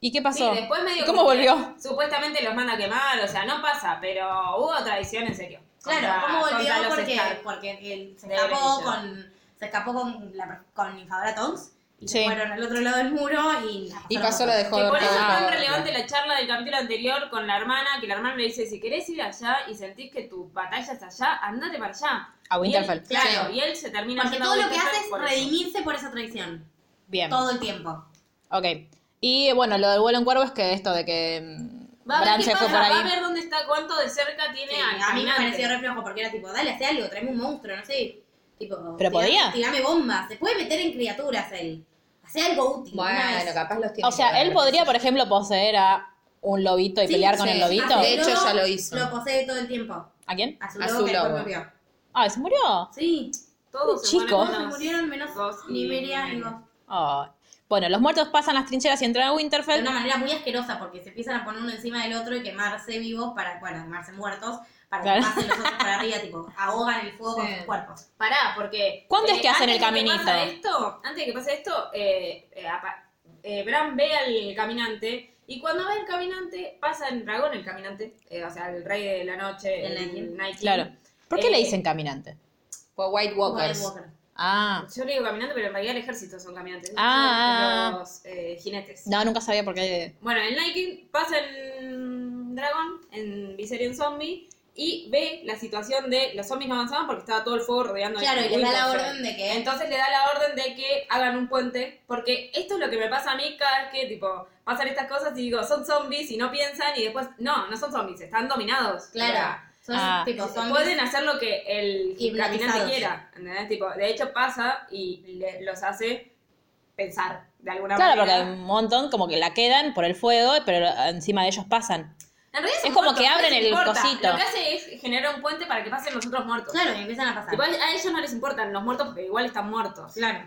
Speaker 1: ¿Y qué
Speaker 4: Sí,
Speaker 1: pasó?
Speaker 4: después medio
Speaker 1: ¿Y ¿Cómo
Speaker 4: como que
Speaker 1: volvió?
Speaker 4: Supuestamente los manda a quemar, o sea, no pasa, pero hubo traición en serio.
Speaker 3: Claro,
Speaker 4: Contra-
Speaker 3: ¿cómo volvió?
Speaker 4: contra los
Speaker 3: Porque,
Speaker 4: Stark.
Speaker 3: porque él se
Speaker 4: De
Speaker 3: escapó
Speaker 4: Greyjoy.
Speaker 3: con, se escapó con la con Ninfadora Tonks y se
Speaker 1: Sí.
Speaker 3: fueron al otro lado del muro y la
Speaker 2: Y
Speaker 3: pasaron
Speaker 2: pasó lo
Speaker 3: por-
Speaker 2: de
Speaker 4: Que
Speaker 2: Hodor.
Speaker 4: por eso es
Speaker 1: Ah,
Speaker 4: tan
Speaker 1: bueno.
Speaker 4: relevante la charla del capítulo anterior con la hermana, que la hermana le dice, si querés ir allá y sentís que tu batalla es allá, andate para allá.
Speaker 1: A
Speaker 4: Y él-
Speaker 1: Winterfell.
Speaker 4: claro,
Speaker 2: Sí.
Speaker 4: y él se termina
Speaker 3: Porque
Speaker 4: yendo a
Speaker 3: todo lo que
Speaker 4: Winterfell
Speaker 3: hace es
Speaker 4: por eso.
Speaker 3: redimirse por esa traición.
Speaker 1: Bien.
Speaker 3: Todo el tiempo.
Speaker 1: Ok. Y bueno, lo del vuelo en cuervo es que esto de que mm,
Speaker 4: Va a ver
Speaker 1: Bran
Speaker 4: qué
Speaker 1: se fue
Speaker 4: pasa,
Speaker 1: por
Speaker 4: va a
Speaker 1: ahí.
Speaker 4: ver dónde está, cuánto de cerca tiene
Speaker 3: Sí,
Speaker 4: al
Speaker 3: a mí me
Speaker 4: caminante.
Speaker 3: pareció re flojo porque era tipo, dale, hace algo, tráeme un monstruo, no sé. Tipo,
Speaker 1: Pero
Speaker 3: tirame-
Speaker 1: podía.
Speaker 3: Tirame bombas. Se puede meter en criaturas él. Hace algo útil. una vez.
Speaker 2: Bueno, capaz los tiene.
Speaker 1: O sea, él podría, por ejemplo, poseer a un lobito y
Speaker 3: Sí,
Speaker 1: pelear con
Speaker 2: sí.
Speaker 1: el lobito.
Speaker 3: A
Speaker 2: De hecho,
Speaker 3: Zulo
Speaker 2: ya lo hizo.
Speaker 3: Lo posee todo el tiempo.
Speaker 1: ¿A quién?
Speaker 3: A su
Speaker 2: A
Speaker 3: lobo
Speaker 2: su
Speaker 3: que después
Speaker 2: lobo.
Speaker 3: murió.
Speaker 1: Ah, ¿se murió?
Speaker 3: Sí.
Speaker 4: Todos se
Speaker 1: Chico.
Speaker 4: ponen
Speaker 3: Todos se
Speaker 4: unos-
Speaker 3: murieron menos
Speaker 4: dos y
Speaker 3: Nimeria y
Speaker 4: medio.
Speaker 3: vos.
Speaker 1: Ay. Ah. Bueno, los muertos pasan las trincheras y entran a
Speaker 3: de
Speaker 1: Winterfell.
Speaker 3: una manera muy asquerosa porque se empiezan a poner uno encima del otro y quemarse vivos para, bueno, quemarse muertos para
Speaker 1: Claro.
Speaker 3: que pasen los otros para arriba, tipo, ahogan el fuego con
Speaker 2: Sí.
Speaker 3: sus cuerpos.
Speaker 4: Pará, porque. eh,
Speaker 1: ¿Cuánto es que hacen
Speaker 4: antes
Speaker 1: el
Speaker 4: de que
Speaker 1: caminito?
Speaker 4: pasa esto, antes de que pase esto, eh, eh, apa- eh, Bran ve al caminante. Y cuando ve al caminante, pasa en dragón el caminante. eh, o sea, el rey de la noche.
Speaker 3: El
Speaker 4: El,
Speaker 3: Night King.
Speaker 4: Night King.
Speaker 1: Claro. ¿Por qué le
Speaker 4: Eh,
Speaker 1: dicen caminante?
Speaker 2: Fue White Walkers.
Speaker 3: Como de Walker.
Speaker 1: Ah.
Speaker 4: Yo le digo caminante, pero en realidad el ejército son caminantes.
Speaker 1: Ah,
Speaker 4: Son Los eh, jinetes.
Speaker 1: No, nunca sabía por qué.
Speaker 4: Bueno, el Night King pasa en dragón, en Viserion Zombie. Y ve la situación de los zombies no avanzaban porque estaba todo el fuego rodeando
Speaker 3: Claro, y
Speaker 4: el
Speaker 3: les da la
Speaker 4: Winterfell.
Speaker 3: orden de que
Speaker 4: Entonces le da la orden de que hagan un puente, porque esto es lo que me pasa a mí cada vez que, tipo, pasan estas cosas y digo, son zombies y no piensan y después, no, no son zombies, están dominados.
Speaker 3: Claro. son
Speaker 1: Ah.
Speaker 3: tipo
Speaker 4: O sea,
Speaker 3: zombies.
Speaker 4: pueden hacer lo que el caminante
Speaker 3: Hipnotizados.
Speaker 4: quiera, ¿entendés? Tipo, de hecho pasa y le- los hace pensar de alguna
Speaker 1: Claro, porque
Speaker 4: manera.
Speaker 1: un montón como que la quedan por el fuego, pero encima de ellos pasan.
Speaker 4: En realidad son
Speaker 1: es como
Speaker 4: muertos,
Speaker 1: que
Speaker 4: no les
Speaker 1: abren el
Speaker 4: importa.
Speaker 1: cosito.
Speaker 4: Lo que hace es generar un puente para que pasen los otros muertos.
Speaker 3: Claro, y empiezan a pasar.
Speaker 4: Igual a ellos no les importan los muertos porque igual están muertos. Claro.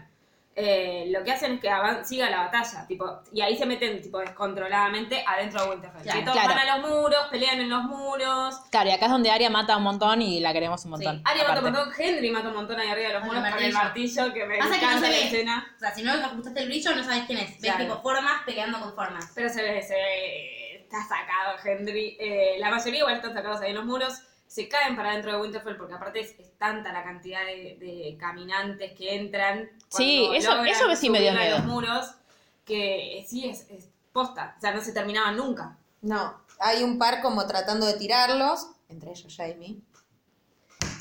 Speaker 4: lo que hacen es que avan- siga la batalla, tipo, y ahí se meten tipo descontroladamente adentro de Winterfell.
Speaker 3: Claro.
Speaker 4: Que todos
Speaker 1: Claro.
Speaker 4: van a los muros, pelean en los muros.
Speaker 1: Claro, y acá es donde Aria mata un montón y la queremos un montón.
Speaker 4: Aria mata
Speaker 1: aparte.
Speaker 4: un montón, Henry mata un montón ahí arriba de los
Speaker 3: Con
Speaker 4: muros
Speaker 3: el
Speaker 4: con el martillo, que me
Speaker 3: Pasa que no
Speaker 4: encanta
Speaker 3: se
Speaker 4: la
Speaker 3: ve.
Speaker 4: escena.
Speaker 3: O sea, si no ajustaste el brillo, no sabes quién es. Ves
Speaker 4: Claro.
Speaker 3: tipo formas peleando con formas.
Speaker 4: Pero se ve, se ve, está sacado Henry. Eh, la mayoría igual están sacados ahí en los muros. Se caen para adentro de Winterfell porque aparte es, es tanta la cantidad de, de caminantes que entran.
Speaker 1: Sí,
Speaker 4: cuando
Speaker 1: eso-
Speaker 4: logran
Speaker 1: eso que sí me dio
Speaker 4: subir a
Speaker 1: miedo.
Speaker 4: los muros que eh, sí es, es posta. O sea, no se terminaban nunca.
Speaker 2: No, hay un par como tratando de tirarlos, entre ellos Jaime.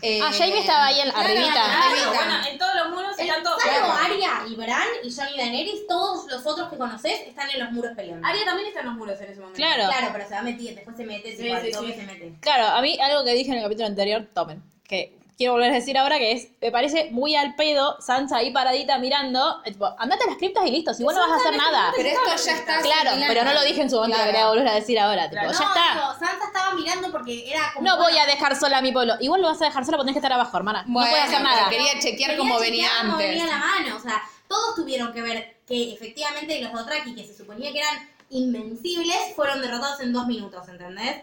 Speaker 2: Eh,
Speaker 1: Ah, Jaime estaba ahí en- arribita.
Speaker 4: Claro,
Speaker 2: arribita.
Speaker 4: bueno, en todos los muros están todos.
Speaker 3: Salvo
Speaker 4: Claro.
Speaker 3: Arya y Bran y Johnny Daenerys, todos los otros que conoces están en los muros peleando.
Speaker 4: Aria también está en los muros en ese momento.
Speaker 1: Claro.
Speaker 3: Claro, pero se va a meter, después se mete,
Speaker 4: Sí,
Speaker 3: se va,
Speaker 4: sí,
Speaker 3: toque
Speaker 4: sí.
Speaker 3: se mete.
Speaker 1: Claro, a mí algo que dije en el capítulo anterior, tomen, que quiero volver a decir ahora que es, me parece muy al pedo Sansa ahí paradita mirando, eh, tipo, andate a las criptas y listo, si vos no vas a hacer nada.
Speaker 2: Pero esto ya está.
Speaker 1: Claro,
Speaker 2: asimilado.
Speaker 1: pero no lo dije en su momento, lo
Speaker 2: Claro.
Speaker 1: quería volver a decir ahora, tipo,
Speaker 4: Claro,
Speaker 1: ya está.
Speaker 3: No, dijo, Sansa estaba mirando porque era como.
Speaker 1: No voy a dejar sola a mi pueblo. Igual lo vas a dejar sola, porque tenés que estar abajo, hermana.
Speaker 2: Bueno,
Speaker 1: no puedes hacer
Speaker 2: pero
Speaker 1: nada.
Speaker 2: Quería chequear
Speaker 3: Quería
Speaker 2: cómo
Speaker 3: chequear
Speaker 2: venía
Speaker 3: cómo
Speaker 2: antes.
Speaker 3: venía la mano, o sea, todos tuvieron que ver que efectivamente los Dothraki, que se suponía que eran invencibles, fueron derrotados en dos minutos, ¿entendés?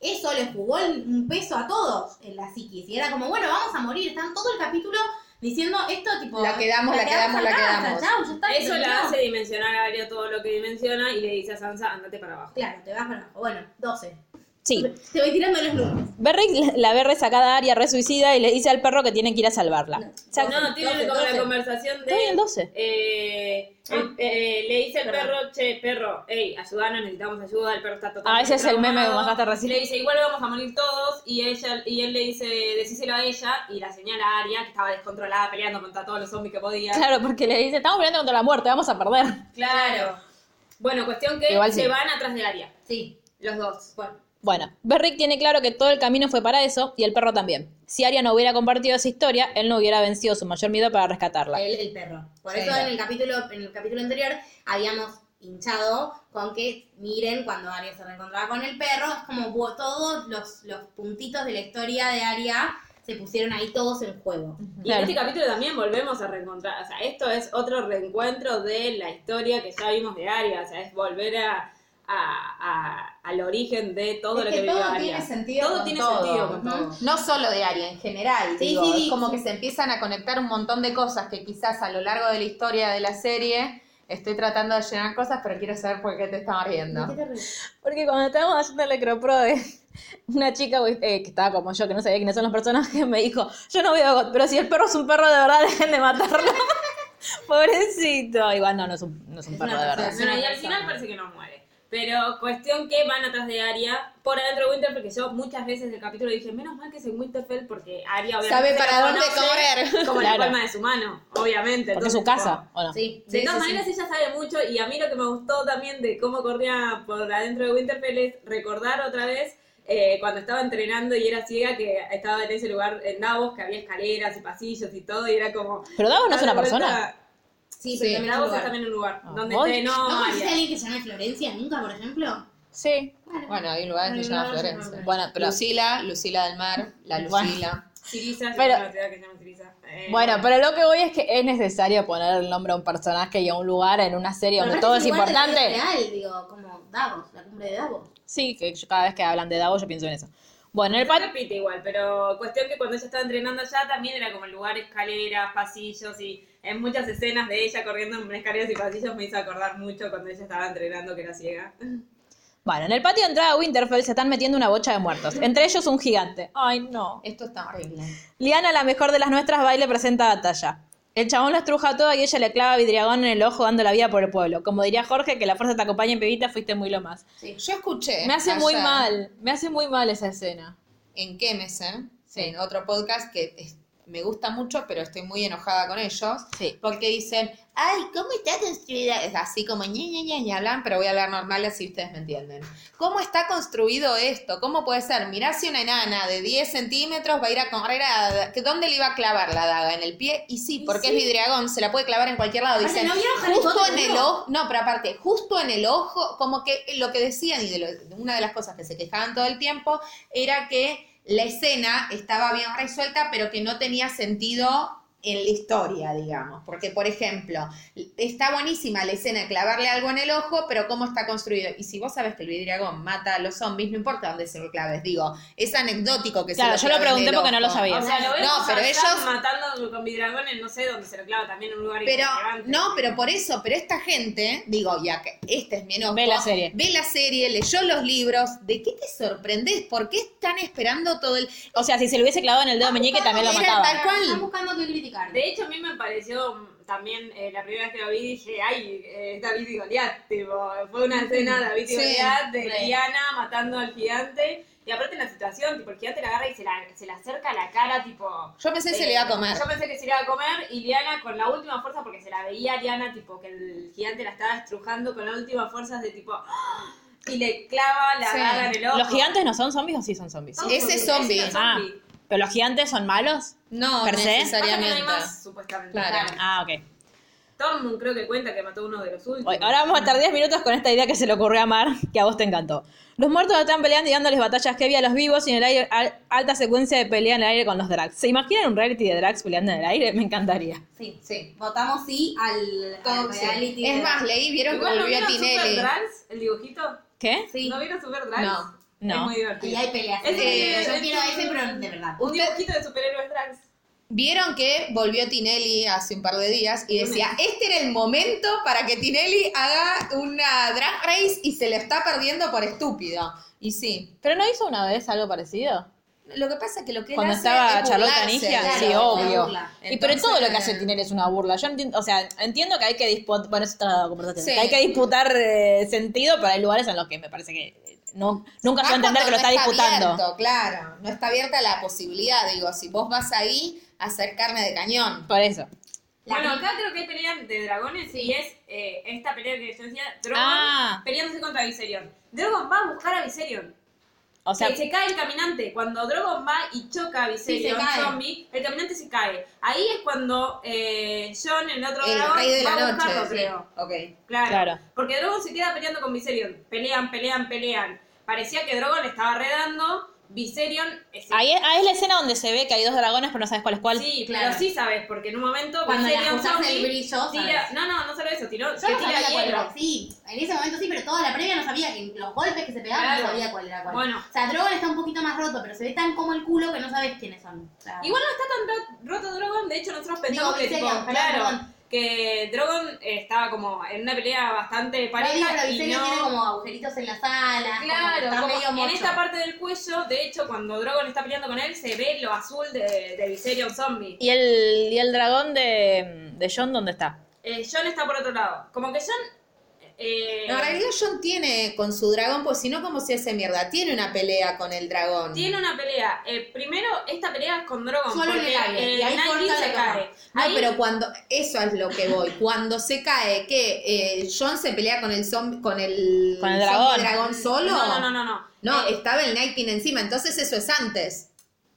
Speaker 3: Eso les jugó el- un peso a todos en la psiquis. Y era como, bueno, vamos a morir. Están todo el capítulo diciendo esto, tipo.
Speaker 2: La quedamos, la quedamos, la
Speaker 3: acá,
Speaker 2: quedamos.
Speaker 3: chau, ya está,
Speaker 4: Eso la
Speaker 3: terminó.
Speaker 4: hace dimensionar a Aria todo lo que dimensiona y le dice a Sansa, andate para abajo.
Speaker 3: Claro, te vas para abajo. Bueno, 12.
Speaker 1: Sí.
Speaker 3: Te voy tirando los números.
Speaker 1: Berry la ve resacada a Aria, re suicida, y le dice al perro que tiene que ir a salvarla. O sea,
Speaker 4: No, tiene
Speaker 3: Doce,
Speaker 4: como
Speaker 3: doce.
Speaker 4: la conversación
Speaker 1: estoy en el
Speaker 4: de...
Speaker 1: 12.
Speaker 4: Eh,
Speaker 1: Ah.
Speaker 4: el- eh, le dice al perro, che, perro, hey, ayúdanos, necesitamos ayuda, el perro está totalmente
Speaker 1: Ah, ese es el meme que
Speaker 4: traumado.
Speaker 1: mostraste recién.
Speaker 4: Le dice, igual vamos a morir todos, y ella y él le dice, decíselo a ella, y la señala Aria, que estaba descontrolada peleando contra todos los zombies que podía.
Speaker 1: Claro, porque le dice, estamos peleando contra la muerte, vamos a perder.
Speaker 4: Claro. Bueno, cuestión que
Speaker 1: Igual
Speaker 4: se
Speaker 1: sí.
Speaker 4: van atrás de Aria,
Speaker 3: Sí.
Speaker 4: los dos. Bueno,
Speaker 1: Bueno, Berrick tiene claro que todo el camino fue para eso, y el perro también. Si Aria no hubiera compartido esa historia, él no hubiera vencido su mayor miedo para rescatarla.
Speaker 3: Él, el perro. Por
Speaker 2: Sí.
Speaker 3: eso en el capítulo, en el capítulo anterior habíamos hinchado con que miren cuando Aria se reencontraba con el perro, es como bu- todos los, los puntitos de la historia de Aria se pusieron ahí todos en juego.
Speaker 4: y
Speaker 1: Claro.
Speaker 4: en este capítulo también volvemos a reencontrar, o sea, esto es otro reencuentro de la historia que ya vimos de Aria, o sea, es volver a, a- a- al origen de todo
Speaker 2: Es
Speaker 4: lo
Speaker 2: que
Speaker 4: que, vivió
Speaker 2: todo
Speaker 4: Aria.
Speaker 2: tiene sentido
Speaker 4: Todo
Speaker 2: con
Speaker 4: tiene
Speaker 2: todo.
Speaker 4: sentido con todo.
Speaker 2: No solo de Aria, en general.
Speaker 3: Sí,
Speaker 2: digo,
Speaker 3: sí,
Speaker 2: es
Speaker 3: sí.
Speaker 2: como que se empiezan a conectar un montón de cosas que quizás a lo largo de la historia de la serie estoy tratando de llenar cosas, pero quiero saber por qué te estaba riendo.
Speaker 3: ¿De qué te ríes?
Speaker 1: Porque cuando estábamos haciendo el necropro de una chica eh, que estaba como yo, que no sabía quiénes son los personajes, me dijo, yo no veo a God, pero si el perro es un perro de verdad, dejen de matarlo. Pobrecito. Igual no, no es un, no es un perro de verdad.
Speaker 4: Bueno, y al final parece que no muere. Pero cuestión que van atrás de Aria por adentro de Winterfell, que yo muchas veces del capítulo dije, menos mal que es en Winterfell porque Aria obviamente
Speaker 2: Sabe
Speaker 4: la
Speaker 2: para dónde
Speaker 4: conoce
Speaker 2: correr.
Speaker 4: Como
Speaker 1: Claro.
Speaker 4: la palma de su mano, obviamente.
Speaker 1: Porque es
Speaker 4: Entonces,
Speaker 1: su casa, ¿o no?
Speaker 3: Sí,
Speaker 4: De
Speaker 3: sí,
Speaker 4: todas
Speaker 3: sí, sí.
Speaker 4: maneras, ella sabe mucho y a mí lo que me gustó también de cómo corría por adentro de Winterfell es recordar otra vez eh, cuando estaba entrenando y era ciega que estaba en ese lugar en Davos que había escaleras y pasillos y todo y era como...
Speaker 1: Pero Davos no es una
Speaker 4: darle vuelta-
Speaker 1: persona.
Speaker 3: Sí, pero
Speaker 2: Sí.
Speaker 3: también es un
Speaker 4: Davos es
Speaker 3: lugar.
Speaker 4: también un lugar
Speaker 1: Ah,
Speaker 4: donde
Speaker 1: voy.
Speaker 4: entrenó
Speaker 3: ¿No conociste a
Speaker 4: Aria.
Speaker 3: alguien que se llame Florencia nunca, por ejemplo?
Speaker 1: Sí.
Speaker 2: Bueno, hay un lugar que se llama
Speaker 3: Hay un lugar que se
Speaker 2: Florencia.
Speaker 3: llama
Speaker 1: Bueno, pero,
Speaker 2: Lucila, Lucila del Mar, la
Speaker 1: Bueno.
Speaker 2: Lucila.
Speaker 4: Sirisa, es
Speaker 1: Pero-
Speaker 4: una ciudad que se llama Sirisa. Eh,
Speaker 1: bueno, pero lo que voy es que es necesario poner el nombre a un personaje y a un lugar en una serie
Speaker 3: Pero
Speaker 1: donde
Speaker 3: aparte
Speaker 1: todo es
Speaker 3: un lugar de ¿eh? la vida
Speaker 1: importante.
Speaker 3: Real, digo, como Davos, la cumbre de Davos.
Speaker 1: Sí, que yo cada vez que hablan de Davos yo pienso en eso. Bueno, en el
Speaker 4: Se
Speaker 1: patio...
Speaker 4: repite igual, pero cuestión que cuando ella estaba entrenando allá también era como lugar, escaleras, pasillos y en muchas escenas de ella corriendo en escaleras y pasillos me hizo acordar mucho cuando ella estaba entrenando que era ciega.
Speaker 1: Bueno, en el patio de entrada a Winterfell se están metiendo una bocha de muertos. Entre ellos un gigante. Ay, no.
Speaker 2: Esto está horrible.
Speaker 1: Liana, la mejor de las nuestras, va y le presenta batalla. El chabón la estruja toda y ella le clava vidriagón en el ojo dando la vida por el pueblo. Como diría Jorge, que la fuerza te acompañe, pibita, fuiste muy lo más.
Speaker 2: Yo escuché.
Speaker 1: Me hace muy
Speaker 2: ayer
Speaker 1: mal, me hace muy mal esa escena.
Speaker 2: En Quémese, en otro podcast que es- me gusta mucho, pero estoy muy enojada con ellos.
Speaker 1: Sí.
Speaker 2: Porque dicen, ay, ¿cómo está construida? Es así como ña, ña, ña, ña, hablan, pero voy a hablar normal así ustedes me entienden. ¿Cómo está construido esto? ¿Cómo puede ser? Mirá si una enana de 10 centímetros va a ir a correr a... que ¿Dónde le iba a clavar la daga? ¿En el pie? Y sí, porque es vidriagón, se la puede clavar en cualquier lado.
Speaker 3: Aparte,
Speaker 2: Dicen,
Speaker 3: ¿no vieron Harry
Speaker 2: justo
Speaker 3: Potter
Speaker 2: en el
Speaker 3: uno?
Speaker 2: ojo... No, pero aparte, justo en el ojo, como que lo que decían y de lo- una de las cosas que se quejaban todo el tiempo era que la escena estaba bien resuelta, pero que no tenía sentido en la historia, digamos. Porque, por ejemplo, está buenísima la escena de clavarle algo en el ojo, pero cómo está construido. Y si vos sabés que el vidriagón mata a los zombies, no importa dónde se lo claves, digo, es anecdótico que
Speaker 1: Claro,
Speaker 2: se
Speaker 1: yo lo
Speaker 2: claven
Speaker 1: pregunté
Speaker 2: del
Speaker 1: porque no lo
Speaker 2: ojo.
Speaker 1: sabía.
Speaker 4: O sea, lo vemos
Speaker 2: No, pero
Speaker 4: allá
Speaker 2: ellos-
Speaker 4: matando con bidragones, no sé dónde se lo clava, también en un lugar
Speaker 2: Pero,
Speaker 4: irrelevante.
Speaker 2: no, pero por eso, pero esta gente, digo, ya que este es mi enojo.
Speaker 1: Ve la serie.
Speaker 2: Ve la serie, leyó los libros. ¿De qué te sorprendés? ¿Por qué están esperando todo el...?
Speaker 1: O sea, si se lo hubiese clavado en el
Speaker 3: Ah,
Speaker 1: dedo meñique también lo
Speaker 2: Era
Speaker 1: mataba.
Speaker 2: tal cual.
Speaker 3: Están buscando que criticar.
Speaker 4: De hecho, a mí me pareció mm, también, eh, la primera vez que lo vi, dije, ay, eh, es David y Goliat, tipo, fue una escena David y
Speaker 2: Sí,
Speaker 4: Goliat de
Speaker 3: re.
Speaker 4: Diana matando al gigante, y aparte en la situación, tipo, el gigante la agarra y se la, se la acerca a la cara, tipo...
Speaker 2: Yo pensé que se
Speaker 4: eh,
Speaker 2: le iba a comer.
Speaker 4: Yo pensé que se le iba a comer y Liana con la última fuerza, porque se la veía a Liana, tipo que el gigante la estaba estrujando con la última fuerza de tipo... ¡ah! Y le clava la
Speaker 2: Sí.
Speaker 4: daga en el ojo.
Speaker 1: ¿Los gigantes no son zombies o sí son zombies?
Speaker 4: Son
Speaker 2: Ese
Speaker 4: zombies,
Speaker 2: zombie.
Speaker 4: ese es
Speaker 1: Ah,
Speaker 4: zombie.
Speaker 1: ¿pero los gigantes son malos?
Speaker 2: No,
Speaker 1: Per se.
Speaker 4: Pasa que no hay
Speaker 2: necesariamente.
Speaker 4: más, supuestamente.
Speaker 2: Claro.
Speaker 1: Ah, ok.
Speaker 4: Tormund creo que cuenta que mató uno de los últimos.
Speaker 1: Hoy- ahora vamos a estar 10 minutos con esta idea que se le ocurrió a Mar, que a vos te encantó. Los muertos están peleando y dándoles batallas heavy a los vivos y en el aire al- alta secuencia de pelea en el aire con los drags. ¿Se imaginan un reality de drags peleando en el aire? Me encantaría.
Speaker 3: Sí, sí. Votamos sí al, al
Speaker 2: Todo, sí.
Speaker 3: reality. de-
Speaker 2: Es más, leí, vieron que
Speaker 4: Igual, ¿no
Speaker 2: volvió a
Speaker 4: vieron Super
Speaker 2: Tinelli.
Speaker 4: Drags, el dibujito?
Speaker 1: ¿Qué?
Speaker 3: Sí.
Speaker 4: ¿No vieron Super Drags?
Speaker 2: No,
Speaker 1: no.
Speaker 4: Es muy divertido.
Speaker 3: Y hay peleas.
Speaker 4: Ese
Speaker 3: Eh,
Speaker 4: es-
Speaker 3: yo
Speaker 4: es
Speaker 3: quiero
Speaker 4: un-
Speaker 3: ese, pero de verdad.
Speaker 4: Un dibujito de superhéroes drags.
Speaker 2: Vieron que volvió Tinelli hace un par de días y decía, este era el momento para que Tinelli haga una drag race y se le está perdiendo por estúpido. Y sí,
Speaker 1: ¿Pero no hizo una vez algo parecido?
Speaker 2: lo que pasa es que lo que él
Speaker 1: Cuando
Speaker 2: hace
Speaker 1: estaba
Speaker 2: es
Speaker 1: Charlotte
Speaker 2: burlarse,
Speaker 1: Canigia,
Speaker 2: claro,
Speaker 1: sí,
Speaker 2: es una
Speaker 1: obvio.
Speaker 2: burla.
Speaker 1: y pero
Speaker 2: Entonces,
Speaker 1: todo lo que hace Tinelli es una burla. Yo entiendo, o sea, entiendo que hay que disputar, bueno, eso es otra conversación,
Speaker 2: Sí.
Speaker 1: que hay que disputar eh, sentido, pero hay lugares en los que me parece que eh, no, nunca se va a
Speaker 2: Más
Speaker 1: entender que lo
Speaker 2: Ah, cuando
Speaker 1: está,
Speaker 2: no
Speaker 1: disputando.
Speaker 2: abierto, claro, no está abierta la posibilidad. Digo, si vos vas ahí a hacer carne de cañón.
Speaker 1: Por eso.
Speaker 4: Bueno, acá creo que hay peleas de dragones y es eh, esta pelea que yo decía, Drogon
Speaker 1: Ah.
Speaker 4: peleándose contra Viserion. Drogon va a buscar a Viserion.
Speaker 1: O sea,
Speaker 4: Que se cae el caminante. Cuando Drogon va y choca a Viserion
Speaker 2: Sí, se cae.
Speaker 4: zombie, el caminante se cae. Ahí es cuando eh, John, el otro
Speaker 2: El
Speaker 4: dragón,
Speaker 2: rey de
Speaker 4: va
Speaker 2: la
Speaker 4: a
Speaker 2: noche.
Speaker 4: buscarlo,
Speaker 2: sí.
Speaker 4: creo.
Speaker 2: Ok.
Speaker 4: Claro.
Speaker 1: Claro.
Speaker 4: Porque Drogon se queda peleando con Viserion. Pelean, pelean, pelean. Parecía que Drogon estaba redando. Viserion eh, se
Speaker 1: ahí es, ahí es la escena donde se ve que hay dos dragones, pero no sabes cuál es cuál.
Speaker 4: Sí,
Speaker 3: Claro.
Speaker 4: pero sí sabes, porque en un momento
Speaker 3: Cuando le
Speaker 4: Viserion
Speaker 3: ajustás el
Speaker 4: zombie
Speaker 3: brillo,
Speaker 4: tira-
Speaker 3: sabes.
Speaker 4: no, no, no solo eso, tiró,
Speaker 3: Yo
Speaker 4: que
Speaker 3: no
Speaker 4: tira
Speaker 3: sabía cuál
Speaker 4: hielo.
Speaker 3: era. Sí, en ese momento sí, pero toda la previa no sabía. y los golpes que se pegaban no
Speaker 4: Claro.
Speaker 3: sabía cuál era cuál.
Speaker 4: Bueno,
Speaker 3: O sea, Drogon está un poquito más roto, pero se ve tan como el culo que no sabes quiénes son. O sea,
Speaker 4: igual no está tan ro- roto Drogon, de hecho nosotros
Speaker 3: digo,
Speaker 4: pensamos que tipo,
Speaker 3: Viserion, perdón,
Speaker 4: claro,
Speaker 3: perdón.
Speaker 4: que Drogon eh, estaba como en una pelea bastante
Speaker 3: Pero digo,
Speaker 4: pareja
Speaker 3: pero
Speaker 4: y
Speaker 3: Viserion
Speaker 4: no...
Speaker 3: tiene como agujeritos en las alas.
Speaker 4: Claro,
Speaker 3: como, que
Speaker 4: como
Speaker 3: está medio
Speaker 4: en
Speaker 3: mocho.
Speaker 4: esta parte del cuello, de hecho, cuando Drogon está peleando con él, se ve lo azul de, de Viserion Zombie.
Speaker 1: ¿Y el, y el dragón de, de John dónde está?
Speaker 4: Eh, John está por otro lado. Como que John... eh,
Speaker 2: No, en realidad John tiene con su dragón, pues si no, ¿cómo se hace mierda? Tiene una pelea con el dragón.
Speaker 4: Tiene una pelea. Eh, primero, esta pelea es con Drogon.
Speaker 3: Solo en
Speaker 4: porque,
Speaker 3: el aire,
Speaker 4: eh,
Speaker 3: y ahí
Speaker 4: Nike
Speaker 3: corta
Speaker 4: se cae.
Speaker 3: la toma.
Speaker 2: No,
Speaker 4: Ahí-
Speaker 2: Ah, pero cuando, eso es lo que voy, cuando se cae que eh, John se pelea con el zombi, con el,
Speaker 1: Con el
Speaker 2: zombie
Speaker 1: dragón.
Speaker 2: solo,
Speaker 4: No, no, no, no. No,
Speaker 2: No,
Speaker 4: Eh,
Speaker 2: estaba el Nighting encima, entonces eso es antes.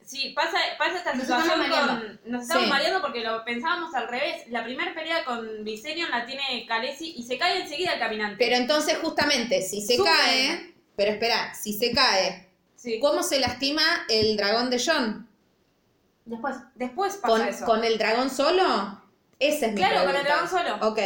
Speaker 4: sí, pasa, pasa esta
Speaker 3: Nos
Speaker 4: situación
Speaker 3: estamos mareando.
Speaker 4: con... Nos estamos
Speaker 2: Sí.
Speaker 4: mareando porque lo pensábamos al revés. La primera pelea con Viserion la tiene Khaleesi y se cae enseguida el caminante.
Speaker 2: Pero entonces justamente si se
Speaker 4: Sube.
Speaker 2: cae, pero espera, si se cae,
Speaker 4: Sí.
Speaker 2: ¿cómo se lastima el dragón de John?
Speaker 3: Después,
Speaker 4: Después pasa
Speaker 2: ¿Con,
Speaker 4: eso.
Speaker 2: con el dragón solo? Ese es mi
Speaker 4: Claro, con el
Speaker 2: pregunta.
Speaker 4: dragón solo.
Speaker 2: Ok.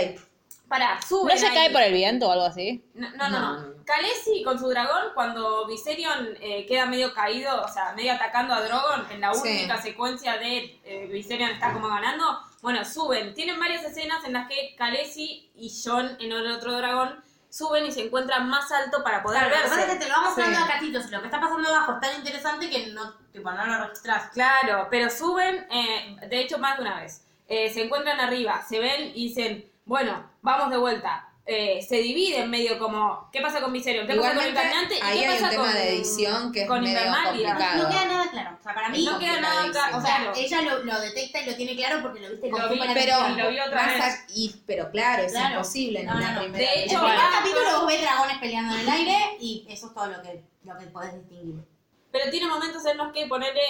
Speaker 4: Pará, sube.
Speaker 1: ¿No se cae por el viento o algo así?
Speaker 4: No, no, no.
Speaker 2: No,
Speaker 4: no.
Speaker 2: no.
Speaker 4: Khaleesi con su dragón, cuando Viserion eh, queda medio caído, o sea, medio atacando a Drogon, en la
Speaker 2: Sí.
Speaker 4: única secuencia de eh, Viserion está como ganando, bueno, suben. Tienen varias escenas en las que Khaleesi y Jon, en el otro dragón, suben y se encuentran más alto para poder
Speaker 3: Claro, lo que pasa es
Speaker 4: verse.
Speaker 3: que te lo vamos dando
Speaker 2: Sí.
Speaker 3: a catitos. Lo que está pasando abajo es tan interesante que no, tipo, no lo registrás.
Speaker 4: Claro, pero suben, eh, de hecho, más de una vez. Eh, se encuentran arriba, se ven y dicen, bueno, vamos de vuelta. Eh, se dividen medio como, ¿qué pasa con Viserion? ¿Qué pasa con el caminante?
Speaker 2: Igualmente,
Speaker 4: ¿Y
Speaker 2: ahí
Speaker 4: qué
Speaker 2: hay
Speaker 4: pasa
Speaker 2: un tema
Speaker 4: con-
Speaker 2: de edición que es
Speaker 4: con
Speaker 2: medio
Speaker 4: Invernalia?
Speaker 2: complicado.
Speaker 3: No queda nada claro. O sea, para mí.
Speaker 4: No queda nada acá,
Speaker 3: O
Speaker 4: o
Speaker 3: sea,
Speaker 4: sea,
Speaker 3: ella lo, lo detecta y lo tiene claro porque lo viste con
Speaker 4: Lo vi,
Speaker 3: súper
Speaker 2: Pero,
Speaker 3: atención.
Speaker 4: lo vi otra
Speaker 2: vas
Speaker 4: vez.
Speaker 2: a- y- pero claro, es
Speaker 3: Claro.
Speaker 2: imposible en
Speaker 3: No,
Speaker 2: una
Speaker 3: no, no.
Speaker 2: primera
Speaker 4: De
Speaker 3: El
Speaker 4: hecho,
Speaker 2: vez.
Speaker 3: primer
Speaker 4: va-
Speaker 3: capítulo vos ves dragones peleando en el aire y eso es todo lo que, lo que podés distinguir.
Speaker 4: Pero tiene momentos en los que ponerle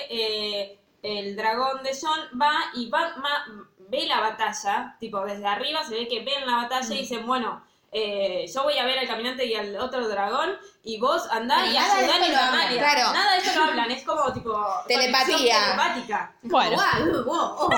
Speaker 4: el dragón de John va y va, ma- ve la batalla, tipo desde arriba se ve que ven la batalla
Speaker 3: Mm.
Speaker 4: y dicen, bueno, eh, yo voy a ver al caminante y al otro dragón y vos andá
Speaker 3: Pero
Speaker 4: y
Speaker 3: nada de
Speaker 4: ayudá a
Speaker 3: esto lo hablan,
Speaker 4: Invernalia.
Speaker 2: claro.
Speaker 4: Nada de eso lo hablan, es como tipo...
Speaker 2: Telepatía.
Speaker 4: conexión Telepática.
Speaker 1: Bueno.
Speaker 3: Guau, uh, wow, oh.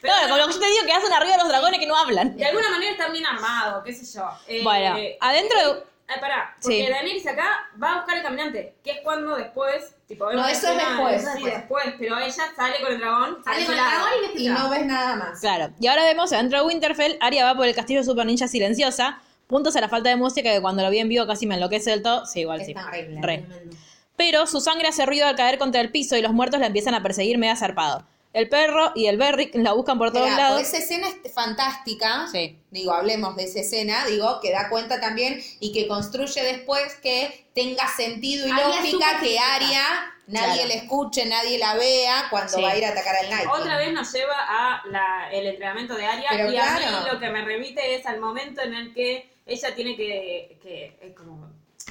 Speaker 4: Pero
Speaker 1: Claro, con lo que yo te digo que hacen arriba los dragones que no hablan.
Speaker 4: De alguna manera están bien armados, qué sé yo. Eh,
Speaker 1: Bueno, adentro de...
Speaker 4: Ay, pará, porque
Speaker 1: Sí.
Speaker 4: Daenerys acá va a buscar al caminante, que es cuando después, tipo,
Speaker 2: No,
Speaker 4: una
Speaker 2: eso es
Speaker 4: escena-
Speaker 2: después,
Speaker 4: sí,
Speaker 2: después.
Speaker 4: después, pero ella sale con el dragón,
Speaker 3: Sale con el
Speaker 4: helada.
Speaker 3: dragón y ves que
Speaker 2: Y
Speaker 3: se va.
Speaker 2: no ves nada más.
Speaker 1: Claro. Y ahora vemos adentro de Winterfell, Arya va por el castillo Super Ninja Silenciosa. Puntos a la falta de música que cuando lo vi en vivo casi me enloquece del todo. Sí, igual
Speaker 2: Es
Speaker 1: sí.
Speaker 2: terrible.
Speaker 1: Re.
Speaker 3: Tremendo.
Speaker 1: Pero su sangre hace ruido al caer contra el piso y los muertos la empiezan a perseguir medio zarpado. El perro y el Berrick la buscan por todos
Speaker 2: Esperá, porque
Speaker 1: lados.
Speaker 2: pues, esa escena es fantástica.
Speaker 1: Sí.
Speaker 2: Digo, hablemos de esa escena, digo, que da cuenta también y que construye después que tenga sentido y
Speaker 3: Arya
Speaker 2: lógica
Speaker 3: súper
Speaker 2: que
Speaker 3: crítica.
Speaker 2: Aria nadie
Speaker 1: Claro.
Speaker 2: la escuche, nadie la vea cuando
Speaker 1: Sí.
Speaker 2: va a ir a atacar al Night.
Speaker 4: Otra vez nos lleva a la- el entrenamiento de Aria
Speaker 2: Pero
Speaker 4: y a mí
Speaker 2: claro.
Speaker 4: lo que me remite es al momento en el que ella tiene que, que es como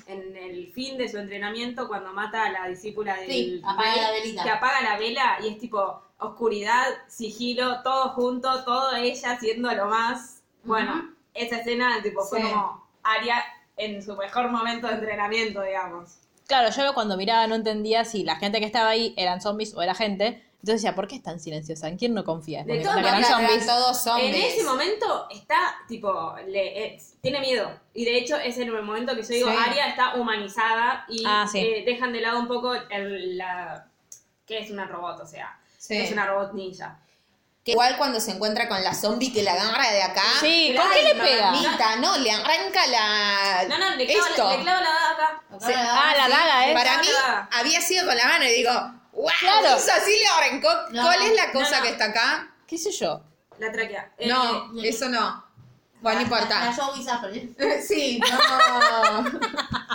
Speaker 4: en el fin de su entrenamiento cuando mata a la discípula del
Speaker 3: Sí, apaga
Speaker 4: rey,
Speaker 3: la velita.
Speaker 4: que apaga la vela y es tipo oscuridad, sigilo, todo junto, todo ella siendo lo más bueno, esa escena tipo fue
Speaker 2: Sí.
Speaker 4: como Aria en su mejor momento de entrenamiento, digamos.
Speaker 1: Claro, yo cuando miraba no entendía si la gente que estaba ahí eran zombies o era gente. Entonces decía, ¿por qué es tan silenciosa? ¿En quién no confía?
Speaker 4: De
Speaker 1: Porque
Speaker 4: todas
Speaker 1: cuenta que eran
Speaker 4: maneras,
Speaker 1: zombies.
Speaker 2: todos zombies.
Speaker 4: En ese momento está, tipo, le, eh, tiene miedo. Y de hecho es en el momento que yo digo,
Speaker 2: Sí.
Speaker 4: Aria está humanizada y
Speaker 1: Ah, sí.
Speaker 4: eh, dejan de lado un poco el- la, que es una robot, o sea.
Speaker 2: Sí.
Speaker 4: no es una robot ninja.
Speaker 2: Que igual cuando se encuentra con la zombie que la agarra de acá.
Speaker 1: Sí, ¿con qué le pega?
Speaker 2: mamita, no, le arranca la.
Speaker 4: No, no, le clava,
Speaker 2: Esto.
Speaker 4: le clava la daga acá.
Speaker 2: Se-
Speaker 1: Ah, la daga, ¿eh?
Speaker 2: Para
Speaker 4: La
Speaker 2: mí
Speaker 4: daga.
Speaker 2: había sido con la mano y digo, wow,
Speaker 1: Claro.
Speaker 2: hizo así le arrancó.
Speaker 3: No,
Speaker 2: ¿Cuál es la cosa
Speaker 4: no, no.
Speaker 2: que está acá?
Speaker 1: ¿Qué sé yo?
Speaker 4: La tráquea. Eh, Ah,
Speaker 2: no,
Speaker 3: eh,
Speaker 2: eso no. Bueno, no
Speaker 3: La,
Speaker 2: importa.
Speaker 3: la Joey Zaffer.
Speaker 2: Sí, no.
Speaker 4: ah,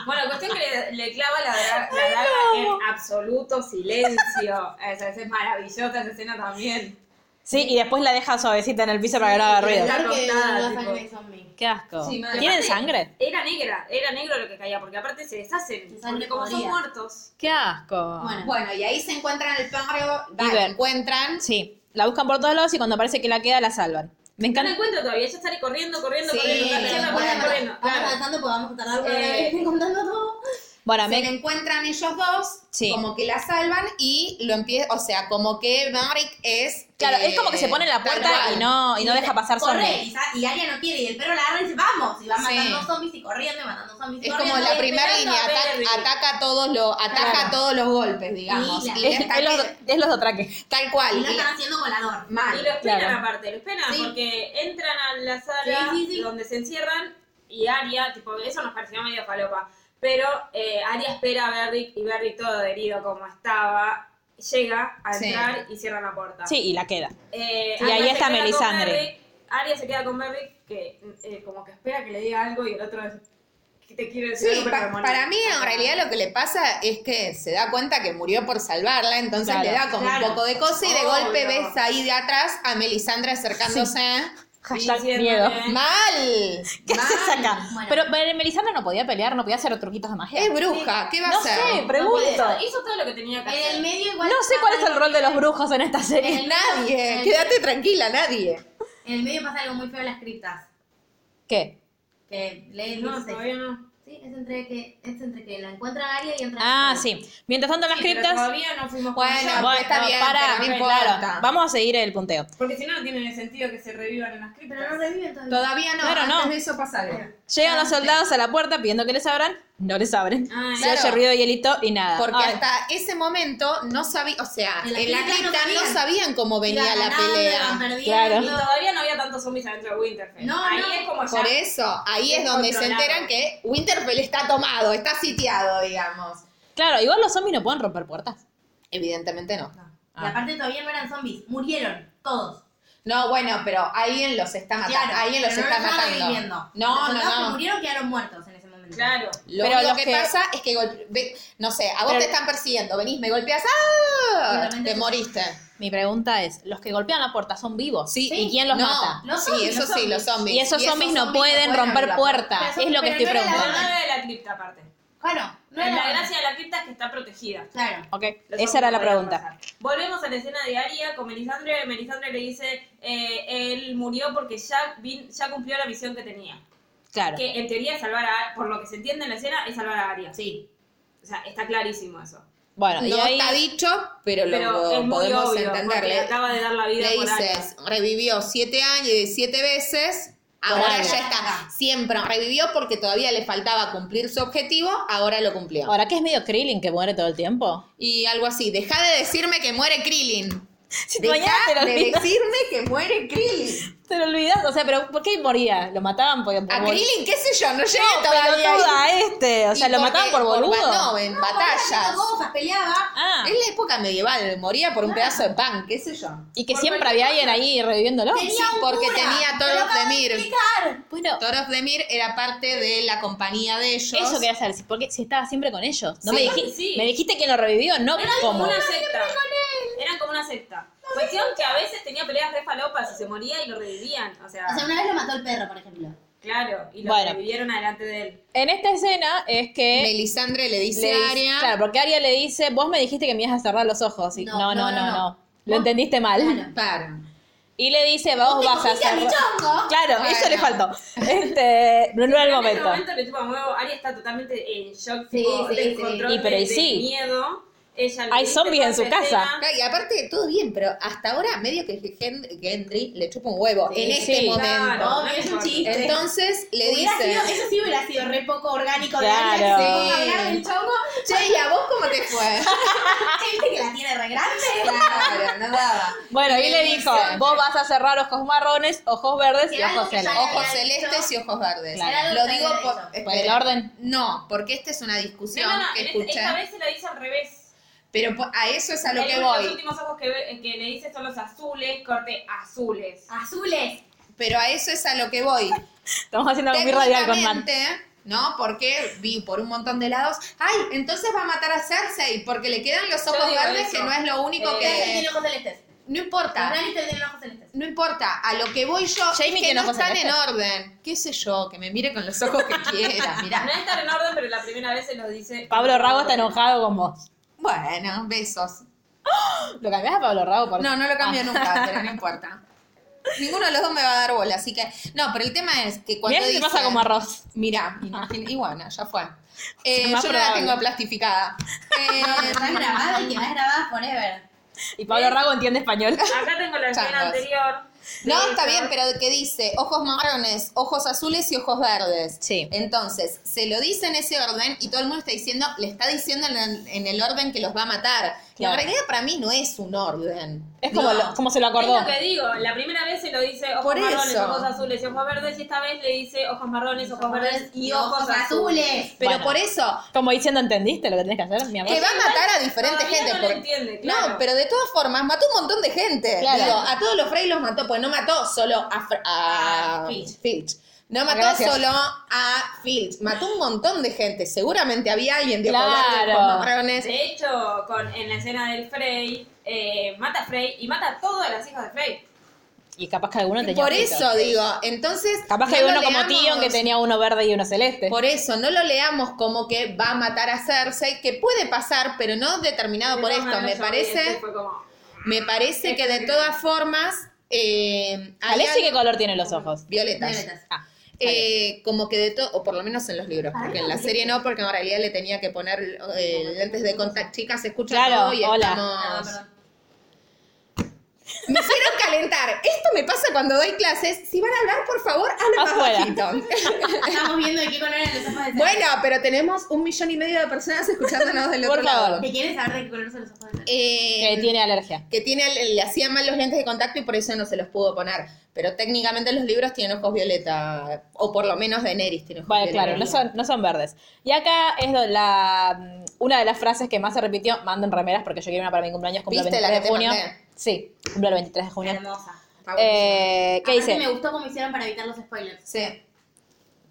Speaker 4: Bueno, cuestión que le, le clava la, dra- la daga en absoluto silencio. Esa, esa es maravillosa, esa escena también.
Speaker 1: Sí, y después la deja suavecita en el piso para que no haga ruido.
Speaker 4: Está
Speaker 3: Claro que
Speaker 4: acostada,
Speaker 3: los
Speaker 4: tipo.
Speaker 3: animes son mí.
Speaker 1: Qué asco.
Speaker 4: Sí, madre.
Speaker 1: ¿Tienen
Speaker 4: Aparte,
Speaker 1: sangre?
Speaker 4: Era negra, era negro lo que caía, porque aparte se deshacen.
Speaker 3: Se sangre
Speaker 4: Porque como son
Speaker 3: podrida.
Speaker 4: muertos.
Speaker 1: Qué asco.
Speaker 3: Bueno.
Speaker 2: bueno, y ahí se encuentran el perro, va,
Speaker 1: Y ver.
Speaker 2: encuentran.
Speaker 1: Sí, la buscan por todos lados y cuando parece que la queda la salvan. Me
Speaker 4: No
Speaker 1: encanta.
Speaker 4: la encuentro todavía, ya estaré corriendo, corriendo,
Speaker 2: Sí,
Speaker 4: corriendo,
Speaker 2: sí,
Speaker 4: corriendo,
Speaker 2: bueno,
Speaker 4: corriendo,
Speaker 3: Vamos
Speaker 4: corriendo.
Speaker 3: vamos
Speaker 4: Claro.
Speaker 3: avanzando porque vamos a tardar una
Speaker 4: Eh,
Speaker 3: vez en contando todo.
Speaker 1: Bueno,
Speaker 2: Se
Speaker 1: me...
Speaker 2: lo encuentran ellos dos,
Speaker 1: Sí.
Speaker 2: como que la salvan y lo empieza, o sea, como que Merrick es...
Speaker 1: Claro,
Speaker 2: eh,
Speaker 1: es como que se pone en la
Speaker 2: tal
Speaker 1: puerta y
Speaker 2: cual.
Speaker 1: no, y no deja pasar
Speaker 3: Corre,
Speaker 1: sangre.
Speaker 3: y, sa- y Aria no quiere, y el perro la agarra y dice, vamos, y va
Speaker 2: Sí.
Speaker 3: matando zombies y corriendo, y matando zombies y
Speaker 2: Es
Speaker 3: corriendo.
Speaker 2: como la
Speaker 4: y
Speaker 2: primera
Speaker 4: esperando
Speaker 2: línea,
Speaker 4: a
Speaker 2: ata-
Speaker 4: Merrick.
Speaker 2: ataca, todos los, ataca
Speaker 3: Claro.
Speaker 2: todos los golpes, digamos.
Speaker 3: Y la-
Speaker 2: Y
Speaker 1: Es,
Speaker 2: ataque-
Speaker 1: es los, es los dotraques.
Speaker 2: tal
Speaker 3: Y
Speaker 2: cual.
Speaker 3: lo
Speaker 2: y
Speaker 3: están
Speaker 2: la-
Speaker 3: haciendo colador.
Speaker 2: mal.
Speaker 4: Y lo esperan
Speaker 1: Claro.
Speaker 4: aparte, lo esperan
Speaker 3: Sí.
Speaker 4: porque entran a la sala
Speaker 3: Sí, sí, sí.
Speaker 4: donde se encierran y Aria, tipo, eso nos pareció medio falopa, pero eh, Aria espera a Berrick y Berrick todo herido como estaba, llega a
Speaker 2: Sí.
Speaker 4: entrar y cierra la puerta.
Speaker 1: Sí, y la queda.
Speaker 4: Eh,
Speaker 1: Y ahí
Speaker 4: Aria se
Speaker 1: está
Speaker 4: queda con
Speaker 1: Melisandre.
Speaker 4: Berrick, Aria se queda con Berrick que eh, como que espera que le diga algo y el otro es, que te quiero decir
Speaker 2: Sí,
Speaker 4: algo, pero
Speaker 2: pa-
Speaker 4: me molesta.
Speaker 2: para mí en realidad lo que le pasa es que se da cuenta que murió por salvarla, entonces
Speaker 1: Claro,
Speaker 2: le da como
Speaker 4: claro.
Speaker 2: un poco de cosa y de golpe
Speaker 4: Obvio.
Speaker 2: ves ahí de atrás a Melisandre acercándose.
Speaker 1: Hashtag
Speaker 4: Diciéndole-
Speaker 1: miedo.
Speaker 2: ¡Mal!
Speaker 1: ¿Qué
Speaker 2: mal.
Speaker 1: haces acá?
Speaker 3: Bueno.
Speaker 1: Pero, pero Melisandre no podía pelear, no podía hacer truquitos de magia.
Speaker 2: Es bruja, ¿qué va a
Speaker 1: No
Speaker 2: hacer?
Speaker 1: sé,
Speaker 4: Hizo,
Speaker 1: pregunto.
Speaker 4: hizo todo lo que tenía que
Speaker 2: Eh,
Speaker 3: En el
Speaker 4: hacer.
Speaker 3: medio igual...
Speaker 1: No sé
Speaker 3: pasa
Speaker 1: cuál es el
Speaker 3: algo
Speaker 1: rol de
Speaker 3: muy
Speaker 1: los
Speaker 3: feo.
Speaker 1: brujos en esta
Speaker 3: En
Speaker 1: serie.
Speaker 3: el- en
Speaker 2: Nadie,
Speaker 3: el-
Speaker 2: quédate tranquila, nadie.
Speaker 3: En el medio pasa algo muy feo en las criptas.
Speaker 1: ¿Qué?
Speaker 3: Que leen,
Speaker 4: No,
Speaker 3: no sé.
Speaker 4: todavía no.
Speaker 3: Sí, es entre que, es entre que la encuentra Aria y entra...
Speaker 1: Ah, sí. Mientras tanto en las
Speaker 4: Sí, pero
Speaker 1: criptas...
Speaker 4: Todavía no fuimos
Speaker 2: Bueno,
Speaker 4: con ella.
Speaker 2: pero está bien,
Speaker 1: para,
Speaker 2: pero no
Speaker 1: claro,
Speaker 2: importa.
Speaker 1: vamos a seguir el punteo.
Speaker 4: Porque si no, no tiene sentido que se revivan en las criptas.
Speaker 3: Pero no reviven todavía.
Speaker 2: Todavía no,
Speaker 1: Claro,
Speaker 2: antes
Speaker 1: no.
Speaker 2: de eso pasa algo.
Speaker 1: Llegan los soldados a la puerta pidiendo que les abran, no les abren.
Speaker 4: Ah,
Speaker 1: Se
Speaker 2: claro.
Speaker 1: oye ruido de hielito y nada.
Speaker 2: Porque
Speaker 1: Ay,
Speaker 2: hasta ese momento no sabía, o sea,
Speaker 3: En
Speaker 2: en
Speaker 3: la
Speaker 2: la,
Speaker 3: cripta no
Speaker 2: cripta no
Speaker 3: sabían.
Speaker 2: sabían. cómo venía
Speaker 3: Iban
Speaker 2: la
Speaker 3: ganando,
Speaker 2: pelea.
Speaker 3: iban perdiendo.
Speaker 1: Claro.
Speaker 4: Y todavía no había tantos zombies adentro de Winterfell.
Speaker 3: No,
Speaker 4: Ahí
Speaker 3: no.
Speaker 4: es como ya.
Speaker 2: Por eso, ahí es
Speaker 4: Es
Speaker 2: donde se
Speaker 4: controlado.
Speaker 2: enteran que Winterfell está tomado, está sitiado, digamos.
Speaker 1: Claro, igual los zombies no pueden romper puertas.
Speaker 2: Evidentemente no.
Speaker 3: Y aparte todavía no eran zombies, murieron, todos.
Speaker 2: No, bueno, pero alguien los está matando.
Speaker 3: Claro,
Speaker 2: Ah, alguien los
Speaker 3: pero
Speaker 2: está
Speaker 3: no estaban
Speaker 2: matando.
Speaker 3: viviendo.
Speaker 2: No,
Speaker 3: Los soldados
Speaker 2: no,
Speaker 3: que
Speaker 2: no.
Speaker 3: murieron quedaron muertos en ese momento.
Speaker 4: Claro.
Speaker 2: Lo
Speaker 1: Pero
Speaker 2: único
Speaker 1: los
Speaker 2: que,
Speaker 1: que-
Speaker 2: pasa es que, gol- ve- no sé, a vos
Speaker 1: Pero-
Speaker 2: te están persiguiendo, venís, me golpeas, ¡ah!
Speaker 3: Obviamente
Speaker 2: Te
Speaker 3: no.
Speaker 2: moriste.
Speaker 1: Mi pregunta es, ¿los que golpean la puerta son vivos?
Speaker 2: Sí.
Speaker 1: ¿Y quién los
Speaker 2: No,
Speaker 1: mata?
Speaker 3: Los
Speaker 2: sí,
Speaker 3: zombies,
Speaker 2: eso
Speaker 3: los
Speaker 2: sí, los
Speaker 3: zombies.
Speaker 2: zombies.
Speaker 1: Y esos
Speaker 2: Y
Speaker 1: zombies no
Speaker 2: zombies
Speaker 1: pueden
Speaker 2: abrir
Speaker 1: romper
Speaker 2: la
Speaker 1: puertas,
Speaker 3: Pero
Speaker 1: es lo que
Speaker 3: son-
Speaker 1: estoy
Speaker 3: pero no era la
Speaker 4: Pero no
Speaker 1: preguntando.
Speaker 4: era de la cripta aparte.
Speaker 3: Claro, no era
Speaker 4: La gracia de la cripta es que está protegida.
Speaker 3: Claro.
Speaker 1: Ok,
Speaker 4: Los zombies
Speaker 1: esa era
Speaker 4: no
Speaker 1: la
Speaker 4: podían
Speaker 1: pregunta.
Speaker 4: pasar. Volvemos a la escena de Aria con Melisandre. Melisandre le dice, eh, él murió porque ya, vin- ya cumplió la misión que tenía.
Speaker 1: Claro.
Speaker 4: Que en teoría es salvar a, por lo que se entiende en la escena, es salvar a Aria.
Speaker 3: Sí.
Speaker 4: O sea, está clarísimo eso.
Speaker 1: Bueno, y
Speaker 2: No
Speaker 1: ahí...
Speaker 2: está dicho, pero lo
Speaker 4: Pero es muy
Speaker 2: podemos
Speaker 4: obvio,
Speaker 2: entender.
Speaker 4: porque
Speaker 2: Le-
Speaker 4: acaba de dar la vida
Speaker 2: Le
Speaker 4: por Aria.
Speaker 2: dices, revivió siete años y siete veces. Ahora
Speaker 1: Aria.
Speaker 2: ya está. Siempre revivió porque todavía le faltaba cumplir su objetivo. Ahora lo cumplió.
Speaker 1: Ahora, ¿qué es medio Krillin que muere todo el tiempo?
Speaker 2: Y algo así. Deja de decirme que muere Krillin.
Speaker 1: Si te
Speaker 2: Deja
Speaker 1: bañaste, lo
Speaker 2: de
Speaker 1: olvidas.
Speaker 2: decirme que muere Krillin.
Speaker 1: Te lo olvidas, o sea, pero ¿por qué moría? ¿Lo mataban por, por
Speaker 2: A
Speaker 1: bol-
Speaker 2: Krillin, qué sé yo, no llegué
Speaker 1: No,
Speaker 2: todavía.
Speaker 1: pelotuda,
Speaker 2: ahí.
Speaker 1: este, o sea,
Speaker 2: Y
Speaker 1: ¿lo
Speaker 2: porque-
Speaker 1: mataban por boludo?
Speaker 2: ba- no, en batallas.
Speaker 3: cosas, peleaba.
Speaker 1: Ah,
Speaker 2: Es la época medieval, moría por un pedazo de pan, qué sé yo.
Speaker 1: y que siempre había alguien ahí reviviéndolo.
Speaker 3: Tenía
Speaker 2: sí,
Speaker 3: un
Speaker 2: porque
Speaker 3: cura,
Speaker 2: tenía
Speaker 3: te lo
Speaker 2: Toros
Speaker 3: acabo
Speaker 2: de
Speaker 3: de
Speaker 2: Mir.
Speaker 3: explicar.
Speaker 1: Bueno,
Speaker 2: Toros de Mir era parte de la compañía de ellos.
Speaker 1: eso quería saber, si, porque si estaba siempre con ellos. No
Speaker 2: Sí,
Speaker 1: me dijiste,
Speaker 4: sí.
Speaker 1: me dijiste quién lo revivió, no
Speaker 4: Eran como
Speaker 1: cómo.
Speaker 4: una secta. Eran como una secta. Cuestión que a veces tenía peleas re falopas y se moría y lo revivían. O
Speaker 2: Ah.
Speaker 4: sea,
Speaker 3: O sea, una vez lo mató el perro, por ejemplo.
Speaker 4: claro, y lo
Speaker 1: Bueno.
Speaker 4: revivieron adelante de él.
Speaker 1: En esta escena es que
Speaker 2: Melisandre
Speaker 1: le
Speaker 2: le dice
Speaker 1: dice-
Speaker 2: a Arya.
Speaker 1: claro, porque Aria le dice, vos me dijiste que me ibas a cerrar los ojos. Y, no, no, no, no, Lo
Speaker 3: No.
Speaker 1: entendiste mal.
Speaker 3: Claro.
Speaker 2: Claro.
Speaker 1: Y le dice, vos
Speaker 3: te
Speaker 1: vas a
Speaker 3: cogiste a mi
Speaker 1: cerrar.
Speaker 3: chongo.
Speaker 1: Claro,
Speaker 2: Bueno.
Speaker 1: eso le faltó. Este, no era el
Speaker 4: En este
Speaker 1: momento.
Speaker 4: momento le chupa un huevo. Ari está totalmente en shock,
Speaker 3: Sí,
Speaker 4: tipo,
Speaker 3: sí,
Speaker 4: del
Speaker 3: sí.
Speaker 4: control,
Speaker 1: Y, pero, y
Speaker 4: de-
Speaker 1: sí.
Speaker 4: del miedo. Ella le
Speaker 1: Hay
Speaker 4: dice
Speaker 1: zombies en su
Speaker 4: toda esa
Speaker 1: casa.
Speaker 4: escena.
Speaker 2: Ah, Y aparte, todo bien, pero hasta ahora medio que Gen- Gendry le chupa un huevo
Speaker 1: Sí,
Speaker 2: en este
Speaker 1: sí.
Speaker 2: momento.
Speaker 4: Claro,
Speaker 3: Obvio, es un
Speaker 4: no
Speaker 3: chiste.
Speaker 2: Entonces le
Speaker 3: Hubiera
Speaker 2: dice.
Speaker 3: sido- eso sí hubiera sido re poco orgánico.
Speaker 1: Claro.
Speaker 3: Claro. hablar del chongo
Speaker 2: Che, ¿y a vos cómo te fue?
Speaker 3: ¿Viste que la tiene re grande?
Speaker 2: Claro, no daba.
Speaker 1: Bueno, y le dijo, vos vas a cerrar ojos marrones, ojos verdes y
Speaker 3: Era algo
Speaker 1: ojos
Speaker 3: que ya
Speaker 1: celos.
Speaker 3: le
Speaker 2: Ojos
Speaker 3: había
Speaker 2: celestes y ojos verdes.
Speaker 3: Claro. Era algo
Speaker 2: Lo
Speaker 3: que
Speaker 2: digo
Speaker 3: había
Speaker 2: por,
Speaker 3: dicho.
Speaker 1: ¿Por el
Speaker 2: esperen.
Speaker 1: orden?
Speaker 2: No, porque esta es una discusión
Speaker 4: No, no, no,
Speaker 2: que
Speaker 4: en este-
Speaker 2: escuché.
Speaker 4: esta vez se la dice al revés.
Speaker 2: Pero po- a eso es a lo
Speaker 4: El-
Speaker 2: que
Speaker 4: Los
Speaker 2: voy.
Speaker 4: últimos ojos que, ve- que le dice son los azules, corte azules.
Speaker 3: Azules.
Speaker 2: Pero a eso es a lo que voy.
Speaker 1: Estamos haciendo algo muy radial con Man.
Speaker 2: Técnicamente, ¿no? Porque vi por un montón de lados, ay, entonces va a matar a Cersei porque le quedan los
Speaker 4: Yo
Speaker 2: ojos
Speaker 4: digo
Speaker 2: verdes
Speaker 4: eso.
Speaker 2: que no es lo único
Speaker 4: Eh,
Speaker 3: Cersei
Speaker 2: que
Speaker 3: tiene ojos celestes.
Speaker 2: no importa.
Speaker 3: Lannister tiene ojos celestes.
Speaker 2: No importa, a lo que voy yo
Speaker 1: Jaime
Speaker 2: es que
Speaker 1: tiene
Speaker 2: no
Speaker 1: ojos
Speaker 2: están en
Speaker 1: celestes.
Speaker 2: orden. ¿Qué sé yo? Que me mire con los ojos que quiera,
Speaker 4: No
Speaker 2: mirá.
Speaker 4: están en orden, pero la primera vez se los dice.
Speaker 1: Pablo Rago está enojado con vos.
Speaker 2: Bueno, besos.
Speaker 1: ¿Lo cambiás a Pablo Rago? Por...
Speaker 2: No, no lo
Speaker 4: Ah.
Speaker 2: cambio nunca, pero no importa. Ninguno de los dos me va a dar bola, así que no, pero el tema es que cuando
Speaker 1: Mirá si te
Speaker 2: dice-
Speaker 1: pasa como arroz.
Speaker 2: Mira, y bueno, ya fue. Eh,
Speaker 1: Es
Speaker 2: yo
Speaker 1: más
Speaker 2: no la
Speaker 1: probable.
Speaker 2: tengo plastificada. Eh,
Speaker 3: Está grabada y que va grabada forever.
Speaker 1: Y Pablo Rago entiende español.
Speaker 4: Acá tengo la escena
Speaker 2: Changos.
Speaker 4: anterior.
Speaker 2: no,
Speaker 4: de
Speaker 2: está
Speaker 4: esa.
Speaker 2: bien, pero que dice ojos marrones, ojos azules y ojos verdes.
Speaker 1: Sí.
Speaker 2: Entonces, se lo dice en ese orden y todo el mundo está diciendo, le está diciendo en el, en el orden que los va a matar.
Speaker 1: Claro.
Speaker 2: La realidad para mí no es un orden.
Speaker 1: Es como,
Speaker 2: No.
Speaker 1: lo- como se lo acordó.
Speaker 4: Es lo que digo, la primera vez se lo dice ojos
Speaker 2: Por
Speaker 4: marrones,
Speaker 2: eso.
Speaker 4: ojos azules y ojos verdes, y esta vez le dice ojos marrones, ojos verdes y ojos azules.
Speaker 3: azules.
Speaker 2: Pero
Speaker 1: Bueno.
Speaker 2: por eso,
Speaker 1: Como diciendo, ¿entendiste lo que tenés que hacer? Mi amor?
Speaker 2: que va a matar a diferente
Speaker 4: Todavía
Speaker 2: gente.
Speaker 4: no lo
Speaker 2: porque-
Speaker 4: entiende,
Speaker 2: No,
Speaker 4: claro.
Speaker 2: pero de todas formas, mató un montón de gente.
Speaker 1: Claro.
Speaker 2: Digo, a todos los Frey los mató, pues no mató solo a, Fr- a
Speaker 3: A Filch.
Speaker 2: Filch. No mató
Speaker 1: Ah, Gracias.
Speaker 2: solo a Filch, mató un montón de gente. Seguramente había alguien de ojos
Speaker 1: Claro.
Speaker 2: verdes, ojos marrones.
Speaker 4: De hecho, con, en la escena del Frey, eh, mata a Frey y mata a todas las hijas de Frey.
Speaker 1: Y capaz que alguno tenía
Speaker 2: Por
Speaker 1: ojitos.
Speaker 2: eso digo, entonces.
Speaker 1: Capaz que
Speaker 2: no
Speaker 1: hay uno
Speaker 2: lo
Speaker 1: como Tío
Speaker 2: leamos-
Speaker 1: que tenía uno verde y uno celeste.
Speaker 2: Por eso, no lo leamos como que va a matar a Cersei, que puede pasar, pero no determinado por
Speaker 4: No,
Speaker 2: esto.
Speaker 4: no, yo
Speaker 2: Me
Speaker 4: vi esto y
Speaker 2: parece,
Speaker 4: fue como-
Speaker 2: me parece que de todas formas. Eh, hay
Speaker 1: Alessi, ¿qué
Speaker 2: algo-
Speaker 1: color tiene los ojos?
Speaker 2: Violetas.
Speaker 3: Violetas.
Speaker 1: Ah,
Speaker 2: Eh, como que de todo, o por lo menos en los libros, porque en la serie no, porque en realidad le tenía que poner eh, lentes de contacto. Chicas, escucha
Speaker 1: Claro,
Speaker 2: todo y
Speaker 1: hola.
Speaker 2: estamos- Me hicieron calentar. Esto me pasa cuando doy clases. Si van a hablar, por favor, hablen
Speaker 1: Afuera.
Speaker 2: más bajito.
Speaker 3: Estamos viendo de qué color eran los ojos de Cersei.
Speaker 2: Bueno, pero tenemos un millón y medio de personas escuchándonos del
Speaker 1: Por
Speaker 2: otro
Speaker 1: favor.
Speaker 2: lado.
Speaker 3: ¿Te quieres saber de qué color son los ojos de Cersei?
Speaker 2: Eh,
Speaker 1: Que tiene alergia.
Speaker 2: que tiene, le, le hacía mal los lentes de contacto y por eso no se los pudo poner. Pero técnicamente los libros tienen ojos violeta, o por lo menos de Neris tiene ojos
Speaker 1: Bueno,
Speaker 2: violeta.
Speaker 1: claro, no son, no son verdes. Y acá es do- la, mm, una de las frases que más se repitió, manden remeras porque yo quiero una para mi cumpleaños, cumplo el
Speaker 2: ¿Viste
Speaker 1: 23
Speaker 2: la
Speaker 1: de
Speaker 2: que te
Speaker 1: junio.
Speaker 2: mandé?
Speaker 1: Sí, cumplo el 23 de junio.
Speaker 4: Hermosa.
Speaker 2: Está buenísimo.
Speaker 1: Eh, ¿Qué
Speaker 3: Aparte
Speaker 1: dice?
Speaker 3: me gustó cómo hicieron para evitar los spoilers.
Speaker 2: Sí.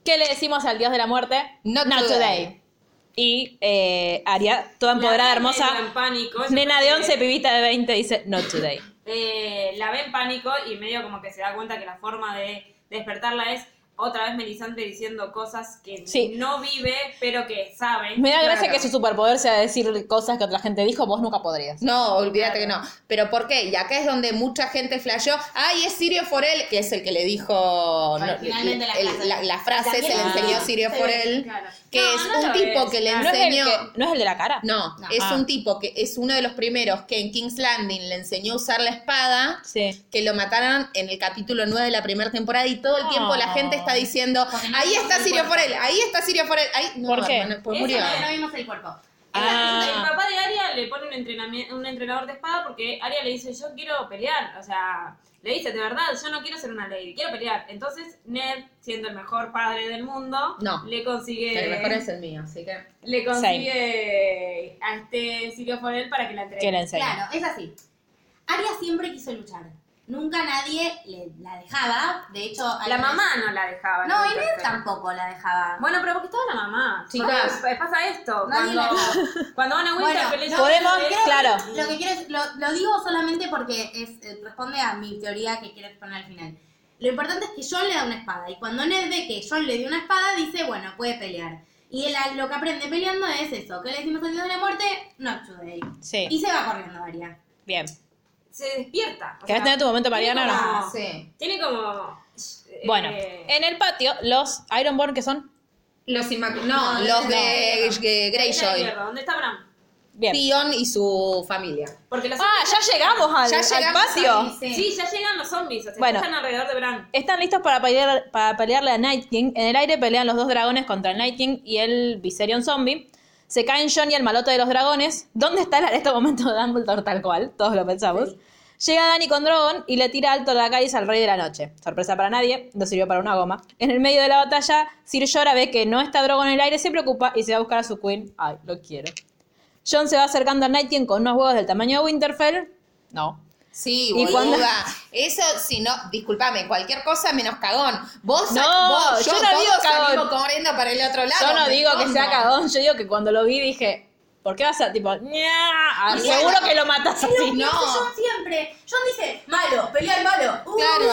Speaker 1: ¿Qué le decimos al dios de la muerte?
Speaker 2: Not today.
Speaker 1: Y eh, Aria, toda empoderada,
Speaker 4: La
Speaker 1: hermosa,
Speaker 4: nena en pánico, ella
Speaker 1: nena de
Speaker 4: porque,
Speaker 1: 11, pibita de 20, dice not today.
Speaker 4: eh, la ve en pánico y medio como que se da cuenta que la forma de despertarla es otra vez Melisandre diciendo cosas que
Speaker 1: Sí.
Speaker 4: no vive, pero que sabe.
Speaker 1: Me da gracia
Speaker 2: Claro.
Speaker 1: que su superpoder sea decir cosas que otra gente dijo, vos nunca podrías.
Speaker 2: No, olvídate que no. Pero ¿por qué? Y acá es donde mucha gente flasheó, ay, es Sirio Forel, que es el que le dijo
Speaker 3: Ay,
Speaker 2: no,
Speaker 3: finalmente la
Speaker 2: el-
Speaker 3: frase.
Speaker 2: la- la frase, se le
Speaker 3: quieren-
Speaker 2: enseñó Sirio
Speaker 3: Sí,
Speaker 2: Forel,
Speaker 3: claro.
Speaker 2: que
Speaker 4: No,
Speaker 2: es
Speaker 4: no
Speaker 2: un
Speaker 4: lo
Speaker 2: tipo
Speaker 4: es, Ah.
Speaker 2: que le
Speaker 4: claro.
Speaker 1: ¿No es, el
Speaker 2: enseñó...
Speaker 1: que- no es el de la cara?
Speaker 2: No,
Speaker 3: No.
Speaker 2: es
Speaker 1: Ah.
Speaker 2: un tipo que es uno de los primeros que en King's Landing le enseñó a usar la espada,
Speaker 1: Sí.
Speaker 2: que lo mataron en el capítulo 9 de la primera temporada y todo el tiempo la gente está diciendo,
Speaker 3: Porque no
Speaker 2: ahí
Speaker 3: vimos
Speaker 2: está
Speaker 3: el
Speaker 2: Sirio
Speaker 3: cuerpo".
Speaker 2: Forel, ahí está Sirio Forel, ahí no,
Speaker 1: ¿Por qué?
Speaker 2: hermano, pues
Speaker 3: Eso
Speaker 2: murió.
Speaker 3: no, no vimos el cuerpo.
Speaker 4: Es la-
Speaker 1: Ah.
Speaker 4: El papá de Aria le pone un, entrenamiento, un entrenador de espada porque Aria le dice, yo quiero pelear. O sea, le dice, de verdad, yo no quiero ser una lady, quiero pelear. Entonces Ned, siendo el mejor padre del mundo,
Speaker 2: No.
Speaker 4: le consigue,
Speaker 2: El mejor es el mío, así que...
Speaker 4: le consigue a este Sirio Forel para que la
Speaker 1: Que la
Speaker 4: entrene.
Speaker 1: enseña.
Speaker 3: Claro, es así. Aria siempre quiso luchar. Nunca nadie le- la dejaba. De hecho,
Speaker 4: La
Speaker 3: Aria-
Speaker 4: mamá no la dejaba.
Speaker 3: No,
Speaker 4: nunca,
Speaker 3: Inés
Speaker 4: pero-
Speaker 3: tampoco la dejaba.
Speaker 4: Bueno, pero porque estaba la mamá.
Speaker 2: Chicas.
Speaker 4: Porque pasa esto.
Speaker 3: Nadie
Speaker 4: Cuando, cuando van a Winter eh,
Speaker 3: Bueno,
Speaker 4: pelea-
Speaker 3: no,
Speaker 1: Podemos,
Speaker 3: creo que
Speaker 1: claro.
Speaker 3: Lo que quiero es- lo, lo digo solamente porque es, eh, responde a mi teoría que quiero exponer al final. Lo importante es que John le da una espada. Y cuando Ned ve que John le dio una espada, dice, bueno, puede pelear. Y él, a- lo que aprende peleando es eso. ¿Qué le decimos al Dios de la Muerte? No today.
Speaker 1: Sí.
Speaker 3: Y se va corriendo Aria.
Speaker 1: Bien.
Speaker 4: Se despierta. O
Speaker 1: ¿Querés
Speaker 4: sea,
Speaker 1: tener tu momento, Mariana? o no?
Speaker 4: Ah,
Speaker 2: Sí.
Speaker 4: Tiene como...
Speaker 1: Bueno,
Speaker 4: eh,
Speaker 1: en el patio, los Ironborn, que son?
Speaker 2: Los inmacu- No,
Speaker 3: No,
Speaker 2: los
Speaker 3: no,
Speaker 2: de eh,
Speaker 4: Ahí la
Speaker 2: Greyjoy.
Speaker 4: mierda, ¿Dónde está Bram?
Speaker 1: Bien.
Speaker 2: Tion y su familia.
Speaker 4: Porque los
Speaker 1: Ah, ya llegamos al,
Speaker 2: Ya
Speaker 1: al
Speaker 2: llegamos
Speaker 1: patio.
Speaker 2: ahí,
Speaker 4: zombies- Sí, ya llegan los zombies. O sea,
Speaker 1: Bueno.
Speaker 4: están alrededor de Bran.
Speaker 1: Están listos para, pelear, para pelearle a Night King. En el aire pelean los dos dragones contra el Night King y el Viserion Zombie. Se caen John y el malote de los dragones. ¿Dónde está en este momento Dumbledore tal cual? Todos lo pensamos. Llega Dani con Drogon y le tira alto la cáliz al Rey de la Noche. Sorpresa para nadie, no sirvió para una goma. En el medio de la batalla, Sir Jorah ve que no está Drogon en el aire, se preocupa y se va a buscar a su queen. Ay, lo quiero. John se va acercando a Nightingale con unos huevos del tamaño de Winterfell. No.
Speaker 2: Sí,
Speaker 1: ¿Y
Speaker 2: boluda.
Speaker 1: cuándo-
Speaker 2: Eso, si no, discúlpame, cualquier cosa menos cagón. Vos,
Speaker 1: No,
Speaker 2: vos-
Speaker 1: yo no
Speaker 2: todos
Speaker 1: digo cagón.
Speaker 2: salimos corriendo para el otro lado.
Speaker 1: Yo no
Speaker 2: me
Speaker 1: digo que sea
Speaker 2: escondo.
Speaker 1: cagón, yo digo que cuando lo vi dije, ¿por qué vas a tipo, ña?
Speaker 2: Y
Speaker 1: Seguro
Speaker 2: bueno,
Speaker 1: que lo matas
Speaker 3: Es lo
Speaker 1: así.
Speaker 3: que
Speaker 2: no.
Speaker 3: hace John siempre. John dice, malo, pelear malo. Uh,
Speaker 2: Claro.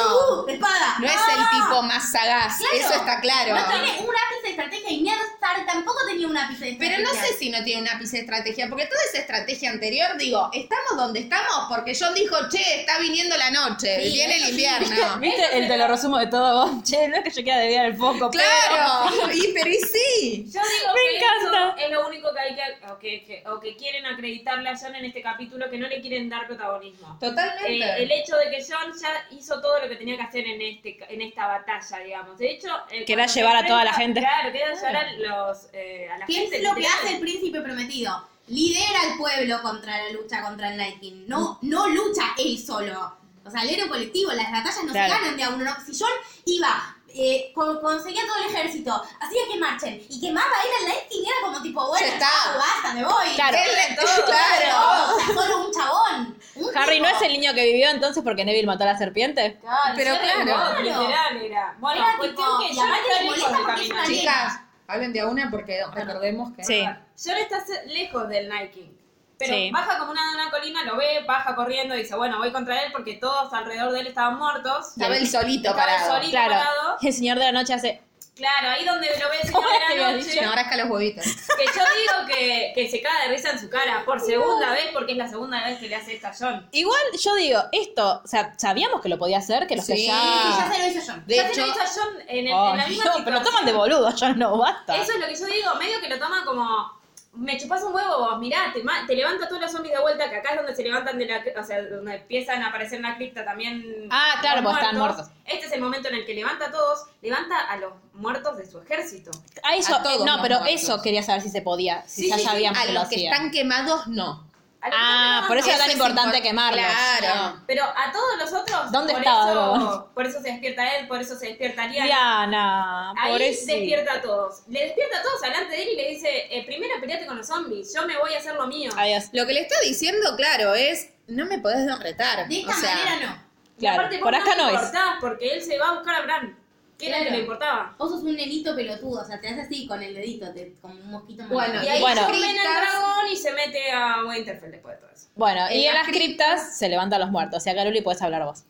Speaker 3: uh, uh, espada.
Speaker 2: No es
Speaker 3: Ah.
Speaker 2: el tipo más sagaz,
Speaker 3: Claro.
Speaker 2: eso está claro.
Speaker 3: No tiene un ápice de estrategia y Ned Stark tampoco tenía un ápice de estrategia.
Speaker 2: Pero no sé si no tiene un ápice de estrategia, porque toda esa estrategia anterior, digo, estamos donde estamos, porque John dijo, che, está viniendo la noche,
Speaker 3: Sí,
Speaker 2: viene el
Speaker 3: eso sí.
Speaker 2: invierno.
Speaker 1: ¿Viste? El te lo resumo de todo vos. Che, no es que yo quiera desviar el foco, pero...
Speaker 2: Claro, y, pero y sí.
Speaker 4: Yo digo
Speaker 1: Me
Speaker 4: que
Speaker 1: encanta.
Speaker 4: eso es lo único que hay que o que, que- o que quieren acreditarle a John en este capítulo, que no le quieren dar protagonismo. Eh,
Speaker 2: Totalmente.
Speaker 4: el hecho de que John ya hizo todo lo que tenía que hacer en este ca- en esta batalla, digamos. De hecho, eh,
Speaker 1: Que era
Speaker 4: cuando se
Speaker 1: llevar a toda la
Speaker 4: enfrenta-
Speaker 1: gente.
Speaker 4: Claro, que era llevar a los eh, a la
Speaker 3: ¿Qué
Speaker 4: gente.
Speaker 3: es lo que
Speaker 4: literal.
Speaker 3: hace el príncipe prometido? Lidera al pueblo contra la lucha contra el Night King. No, no lucha él solo. O sea, el héroe colectivo, las batallas no
Speaker 1: Claro.
Speaker 3: se ganan de a uno. ¿no? Si John iba, eh, con- conseguía todo el ejército, hacía que marchen y quemaba a él al Night King, era como tipo, bueno,
Speaker 2: Ya está.
Speaker 3: chao, basta, me voy.
Speaker 1: Claro.
Speaker 2: Denle
Speaker 3: Todo,
Speaker 2: todo, claro.
Speaker 3: O sea, solo un chabón. un
Speaker 1: Harry no
Speaker 3: tipo.
Speaker 1: es el niño que vivió entonces porque Neville mató a la serpiente.
Speaker 2: Pero
Speaker 4: Era el
Speaker 2: claro.
Speaker 4: God, literal era. Bueno,
Speaker 3: Era
Speaker 4: cuestión
Speaker 3: tipo,
Speaker 4: que
Speaker 3: y
Speaker 4: John
Speaker 3: aparte
Speaker 4: está
Speaker 3: le
Speaker 4: lejos
Speaker 3: molesta
Speaker 4: del
Speaker 3: porque es
Speaker 4: camino.
Speaker 3: una
Speaker 4: Chica,
Speaker 2: Chicas, hablen de a una porque recordemos que...
Speaker 1: Sí.
Speaker 4: John está ce- lejos del Night King. Pero
Speaker 1: Sí.
Speaker 4: baja como una, una colina, lo ve, baja corriendo y dice, bueno, voy contra él porque todos alrededor de él estaban muertos.
Speaker 2: Estaba el solito
Speaker 4: Estaba el
Speaker 2: parado.
Speaker 4: solito
Speaker 1: Claro.
Speaker 4: parado.
Speaker 1: El señor de la noche hace...
Speaker 4: Claro, ahí donde lo ve el señor
Speaker 1: Te
Speaker 4: de
Speaker 1: había
Speaker 4: la noche.
Speaker 2: No, ahora es que los huevitos.
Speaker 4: Que yo digo que, que se cae de risa en su cara por segunda vez porque es la segunda vez que le hace esto a John.
Speaker 1: Igual yo digo, esto, o sea, sabíamos que lo podía hacer, que los que
Speaker 2: Sí.
Speaker 3: Sí,
Speaker 1: ya...
Speaker 2: Ah.
Speaker 3: ya se lo hizo John.
Speaker 2: De
Speaker 4: ya se
Speaker 2: hecho,
Speaker 4: lo hizo a John en, el-
Speaker 1: Ay,
Speaker 4: en la misma
Speaker 1: no,
Speaker 4: situación.
Speaker 1: pero lo toman de boludo, yo no, basta.
Speaker 4: Eso es lo que yo digo, medio que lo toman como... Me chupas un huevo vos, mirá, te, ma- te levanta todos los zombies de vuelta, que acá es donde se levantan de la... cri- O sea, donde empiezan a aparecer en la cripta también...
Speaker 1: Ah, claro,
Speaker 4: los
Speaker 1: porque están
Speaker 4: Este es el momento en el que levanta a todos, levanta a los muertos de su ejército.
Speaker 1: A eso,
Speaker 2: a todos
Speaker 1: eh, no,
Speaker 2: los
Speaker 1: pero
Speaker 2: muertos.
Speaker 1: eso quería saber si se podía, si
Speaker 2: Sí,
Speaker 1: ya
Speaker 2: sí, sí,
Speaker 1: sabíamos
Speaker 2: a
Speaker 1: que lo
Speaker 2: los que
Speaker 1: hacían.
Speaker 2: están quemados, no.
Speaker 4: A los que
Speaker 1: Ah,
Speaker 4: están
Speaker 1: por eso
Speaker 4: levantando-
Speaker 1: era tan
Speaker 2: es
Speaker 1: importante
Speaker 2: impor-
Speaker 1: quemarlos. Ah.
Speaker 2: Claro.
Speaker 4: Pero a todos los otros.
Speaker 1: ¿Dónde
Speaker 4: por
Speaker 1: estaba
Speaker 4: Eso,
Speaker 1: Drogon?
Speaker 4: por eso se despierta él, por eso se despiertaría.
Speaker 1: Diana,
Speaker 4: Ahí
Speaker 1: pobrecita.
Speaker 4: despierta a todos. Le despierta a todos delante de él y le dice: eh, Primero peleate con los zombies, yo me voy a hacer lo mío.
Speaker 1: Adiós.
Speaker 2: Lo que le está diciendo, claro, es no me podés no retar.
Speaker 3: De esta
Speaker 2: o sea,
Speaker 3: manera no.
Speaker 4: Y
Speaker 1: Claro,
Speaker 4: aparte, vos
Speaker 1: por acá no
Speaker 4: te
Speaker 1: es.
Speaker 4: importás, Porque él se va a buscar a Bran. ¿Qué era lo que
Speaker 3: Claro.
Speaker 4: le importaba?
Speaker 3: Vos sos un nenito pelotudo, o sea, te haces así con el dedito, te, como un mosquito
Speaker 2: Bueno,
Speaker 3: mordido.
Speaker 4: Y ahí
Speaker 1: Bueno.
Speaker 4: bueno, ven al
Speaker 2: Criptas.
Speaker 4: dragón y se mete a Winterfell después de todo eso.
Speaker 1: Bueno,
Speaker 2: En
Speaker 1: y en
Speaker 2: las
Speaker 1: las criptas se levantan los muertos. O sea, Caruli, puedes hablar vos.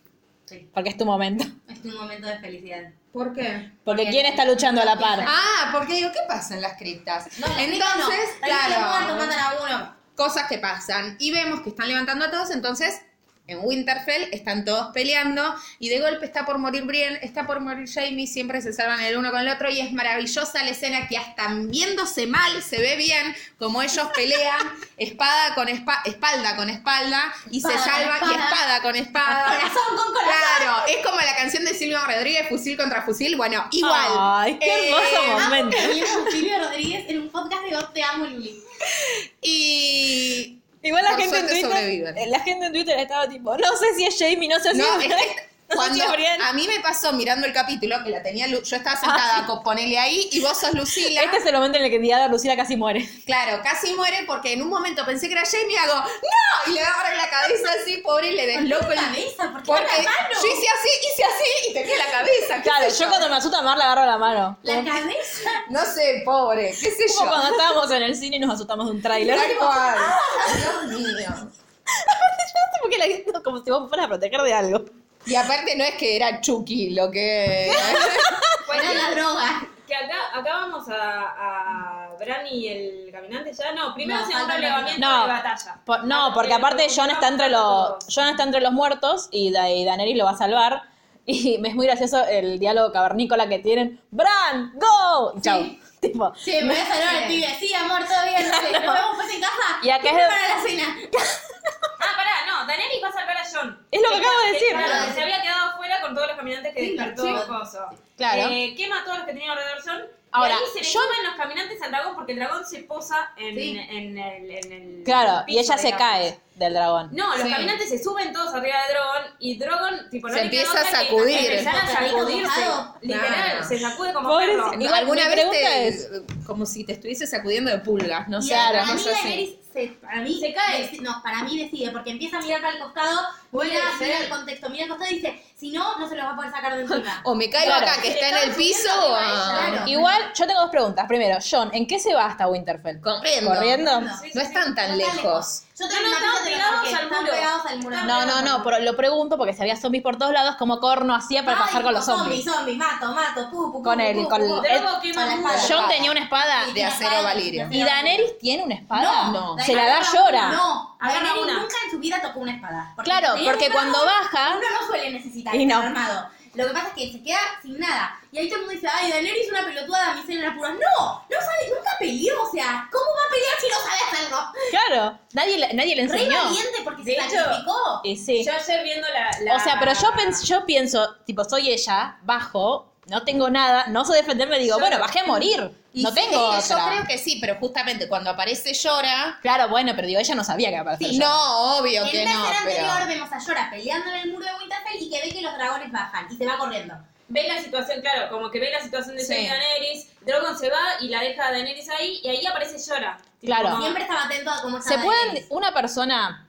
Speaker 3: Sí.
Speaker 1: Porque es tu momento.
Speaker 3: es un momento de felicidad.
Speaker 2: ¿Por qué?
Speaker 1: Porque
Speaker 3: Porque
Speaker 1: ¿quién está luchando a la par?
Speaker 2: Ah, porque digo, ¿qué pasa en las criptas?
Speaker 3: No,
Speaker 2: entonces,
Speaker 3: no,
Speaker 2: claro,
Speaker 3: Muerto, matan a uno.
Speaker 2: cosas que pasan. Y vemos que están levantando a todos, entonces en Winterfell están todos peleando y de golpe está por morir Brienne, está por morir Jamie, siempre se salvan el uno con el otro y es maravillosa la escena que hasta viéndose mal se ve bien como ellos pelean espada con espa- espalda con espalda y
Speaker 3: Espada
Speaker 2: se
Speaker 3: con
Speaker 2: salva y
Speaker 3: espada.
Speaker 2: espada con espada.
Speaker 3: Corazón con corazón.
Speaker 2: Ah. Claro, es como la canción de Silvio Rodríguez, fusil contra fusil, bueno, igual.
Speaker 1: Ay, qué hermoso
Speaker 2: Eh,
Speaker 1: momento.
Speaker 3: Teníamos Silvio Rodríguez en un podcast de Vos Te Amo, Luli.
Speaker 2: Y
Speaker 1: Igual la
Speaker 2: por
Speaker 1: gente, en
Speaker 2: suerte
Speaker 1: Twitter,
Speaker 2: sobreviven.
Speaker 1: eh, la gente en Twitter estaba tipo, no sé si es Jamie, no sé si
Speaker 2: No,
Speaker 1: es Bran,
Speaker 2: es que
Speaker 1: no sé si
Speaker 2: cuando
Speaker 1: es Brian.
Speaker 2: a mí me pasó mirando el capítulo, que la tenía Lu- yo estaba sentada, con ponele ahí, y vos sos Lucila.
Speaker 1: Ah. Este es el momento en el que Diana Lucila casi muere.
Speaker 2: Claro, casi muere porque en un momento pensé que era Jamie y hago, ¡no! Y le agarro la cabeza así, pobre, y le desloco
Speaker 3: Loco
Speaker 2: el...
Speaker 3: la cabeza, porque
Speaker 2: Porque
Speaker 3: la mano.
Speaker 2: yo hice así, hice así, y tenía la cabeza. qué
Speaker 1: Claro,
Speaker 2: sé
Speaker 1: yo cuando me asusta Mar le agarro la mano.
Speaker 3: La cabeza.
Speaker 2: No sé, pobre, qué sé
Speaker 1: Como
Speaker 2: yo.
Speaker 1: cuando estábamos en el cine y Ah. nos asustamos de un tráiler.
Speaker 2: Tal cual. Dios mío.
Speaker 1: Porque la gente como si vos fueras a proteger de algo.
Speaker 2: Y aparte no es que era Chucky lo que...
Speaker 3: Era la droga.
Speaker 4: Que acá, acá vamos a, a Bran y el caminante ya. No, primero
Speaker 3: No,
Speaker 4: se un
Speaker 3: falta
Speaker 4: relevamiento
Speaker 1: No.
Speaker 4: de batalla.
Speaker 1: Por- no, porque aparte John está entre los John está entre los muertos y, Da- y Daenerys lo va a salvar. Y me es muy gracioso el diálogo cavernícola que tienen. ¡Bran! ¡Go! Y Chau. Tipo,
Speaker 3: Sí, me voy a salvar al pibe. Sí, amor, todo bien. dale, Nos vemos pues en casa.
Speaker 1: Y acá es-
Speaker 3: para la cena.
Speaker 4: Ah, pará, no, Daenerys va a salvar a John.
Speaker 1: Es lo que acabo de decir.
Speaker 4: Claro, que se había quedado afuera con todos los caminantes que
Speaker 3: Sí,
Speaker 4: despertó
Speaker 3: sí.
Speaker 4: el coso.
Speaker 1: Claro.
Speaker 4: Eh, quema a todos los que tenían alrededor John.
Speaker 1: Ahora,
Speaker 4: y ahí se le
Speaker 1: John-
Speaker 4: suman los caminantes al dragón porque el dragón se posa en,
Speaker 3: Sí.
Speaker 4: en el, en el-
Speaker 1: Claro,
Speaker 4: el
Speaker 1: y
Speaker 4: piso,
Speaker 1: ella se
Speaker 4: digamos.
Speaker 1: cae del dragón.
Speaker 4: No, los
Speaker 2: Sí.
Speaker 4: caminantes se suben todos arriba de Drogon y Drogon tipo, no
Speaker 2: Se
Speaker 4: le queda
Speaker 2: empieza a
Speaker 4: otra que
Speaker 2: sacudir.
Speaker 4: empezar a
Speaker 3: Está ahí como
Speaker 4: sacudirse.
Speaker 3: mojado.
Speaker 4: Literal,
Speaker 2: Claro.
Speaker 4: se sacude como
Speaker 1: Pobre-
Speaker 4: perro.
Speaker 1: No, Igual,
Speaker 2: Alguna
Speaker 1: mi
Speaker 2: vez
Speaker 1: pregunta
Speaker 2: te-
Speaker 1: es-
Speaker 2: como si te estuviese sacudiendo de pulgas, no
Speaker 3: Y
Speaker 2: sé,
Speaker 3: para
Speaker 2: una
Speaker 3: mí
Speaker 2: cosa así.
Speaker 3: Daenerys se, para mí
Speaker 4: Se cae.
Speaker 3: deci- no, para mí decide, porque empieza a mirar para el costado, vuelve
Speaker 4: Puede
Speaker 3: a mirar
Speaker 4: ser.
Speaker 3: el contexto, mira el costado y dice, si no, no se los va a poder sacar de encima.
Speaker 2: O me caigo
Speaker 1: Claro.
Speaker 2: acá que está en el piso ah,
Speaker 4: Estaba
Speaker 2: o
Speaker 4: subiendo arriba de
Speaker 2: a-
Speaker 3: ella.
Speaker 1: Igual, yo tengo dos preguntas. Primero, John, ¿en qué se va hasta Winterfell?
Speaker 2: Corriendo.
Speaker 1: ¿Corriendo?
Speaker 3: No.
Speaker 2: No están tan
Speaker 3: No están
Speaker 2: lejos.
Speaker 3: Yo
Speaker 4: No, no,
Speaker 3: una
Speaker 4: estaban
Speaker 3: foto de los
Speaker 4: pegados
Speaker 3: que
Speaker 4: al
Speaker 3: están
Speaker 4: muro.
Speaker 3: pegados al muro.
Speaker 1: No, no, no, pero lo pregunto porque si había zombies por todos lados, ¿cómo corno hacía para
Speaker 3: Ay,
Speaker 1: pasar con los
Speaker 3: zombie,
Speaker 1: zombies?
Speaker 3: zombie, mato, mato, pu, pu, pu,
Speaker 1: Con
Speaker 3: pu,
Speaker 1: el-
Speaker 3: pu,
Speaker 1: con
Speaker 3: pu,
Speaker 1: el-
Speaker 3: pu.
Speaker 4: Drogon quema
Speaker 3: Con la
Speaker 4: el
Speaker 3: espada.
Speaker 4: muro.
Speaker 1: John tenía una espada
Speaker 3: Sí,
Speaker 2: de
Speaker 3: una
Speaker 2: acero
Speaker 3: espada,
Speaker 2: valirio.
Speaker 3: de
Speaker 1: y
Speaker 3: acero
Speaker 1: Daenerys tiene una espada.
Speaker 3: valirio.
Speaker 2: No.
Speaker 1: Se la da
Speaker 3: Daenerys
Speaker 1: llora.
Speaker 3: No,
Speaker 4: Agarra
Speaker 3: Daenerys
Speaker 4: una.
Speaker 3: nunca en su vida tocó una espada.
Speaker 1: Claro,
Speaker 3: tenía
Speaker 1: porque
Speaker 3: un
Speaker 1: cuando
Speaker 3: mago,
Speaker 1: baja-
Speaker 3: Uno no suele necesitar
Speaker 1: Y
Speaker 3: un
Speaker 1: no.
Speaker 3: armado. Lo que pasa es que se queda sin nada. Y ahí todo el mundo dice, ay, Daenerys es una pelotuda damisela en apuros. No, no sabe, nunca peleó. O sea, ¿cómo va a pelear si no sabe hacerlo?
Speaker 1: Claro, nadie, le- nadie le
Speaker 3: Re
Speaker 1: enseñó.
Speaker 3: valiente porque
Speaker 4: De
Speaker 3: se
Speaker 4: hecho,
Speaker 3: sacrificó.
Speaker 1: Y sí.
Speaker 4: Yo ayer viendo la, la-
Speaker 1: O sea, pero yo, pens- yo pienso, tipo, soy ella, bajo, no tengo nada, no sé defenderme, digo,
Speaker 4: Yo-
Speaker 1: bueno, bajé a morir,
Speaker 2: Y
Speaker 1: no
Speaker 2: sí,
Speaker 1: tengo
Speaker 2: Yo
Speaker 1: otra.
Speaker 2: creo que sí, pero justamente cuando aparece llora.
Speaker 1: Claro, bueno, pero digo, ella no sabía que iba a aparecer yo.
Speaker 2: No, obvio
Speaker 3: En
Speaker 2: que
Speaker 3: una
Speaker 2: no,
Speaker 3: escena
Speaker 2: pero.
Speaker 3: anterior vemos a Llora peleando en el muro de Winterfell y que ve que los dragones bajan y se va corriendo.
Speaker 4: ve la situación, claro, como que ve la situación de
Speaker 2: Sí.
Speaker 4: Daenerys, Drogon se va y la deja a Daenerys ahí y ahí aparece Llora. Tipo,
Speaker 1: Claro.
Speaker 4: como-
Speaker 3: Siempre estaba atento a cómo
Speaker 1: ¿Se
Speaker 3: estaba
Speaker 1: pueden,
Speaker 3: Daenerys.
Speaker 1: una persona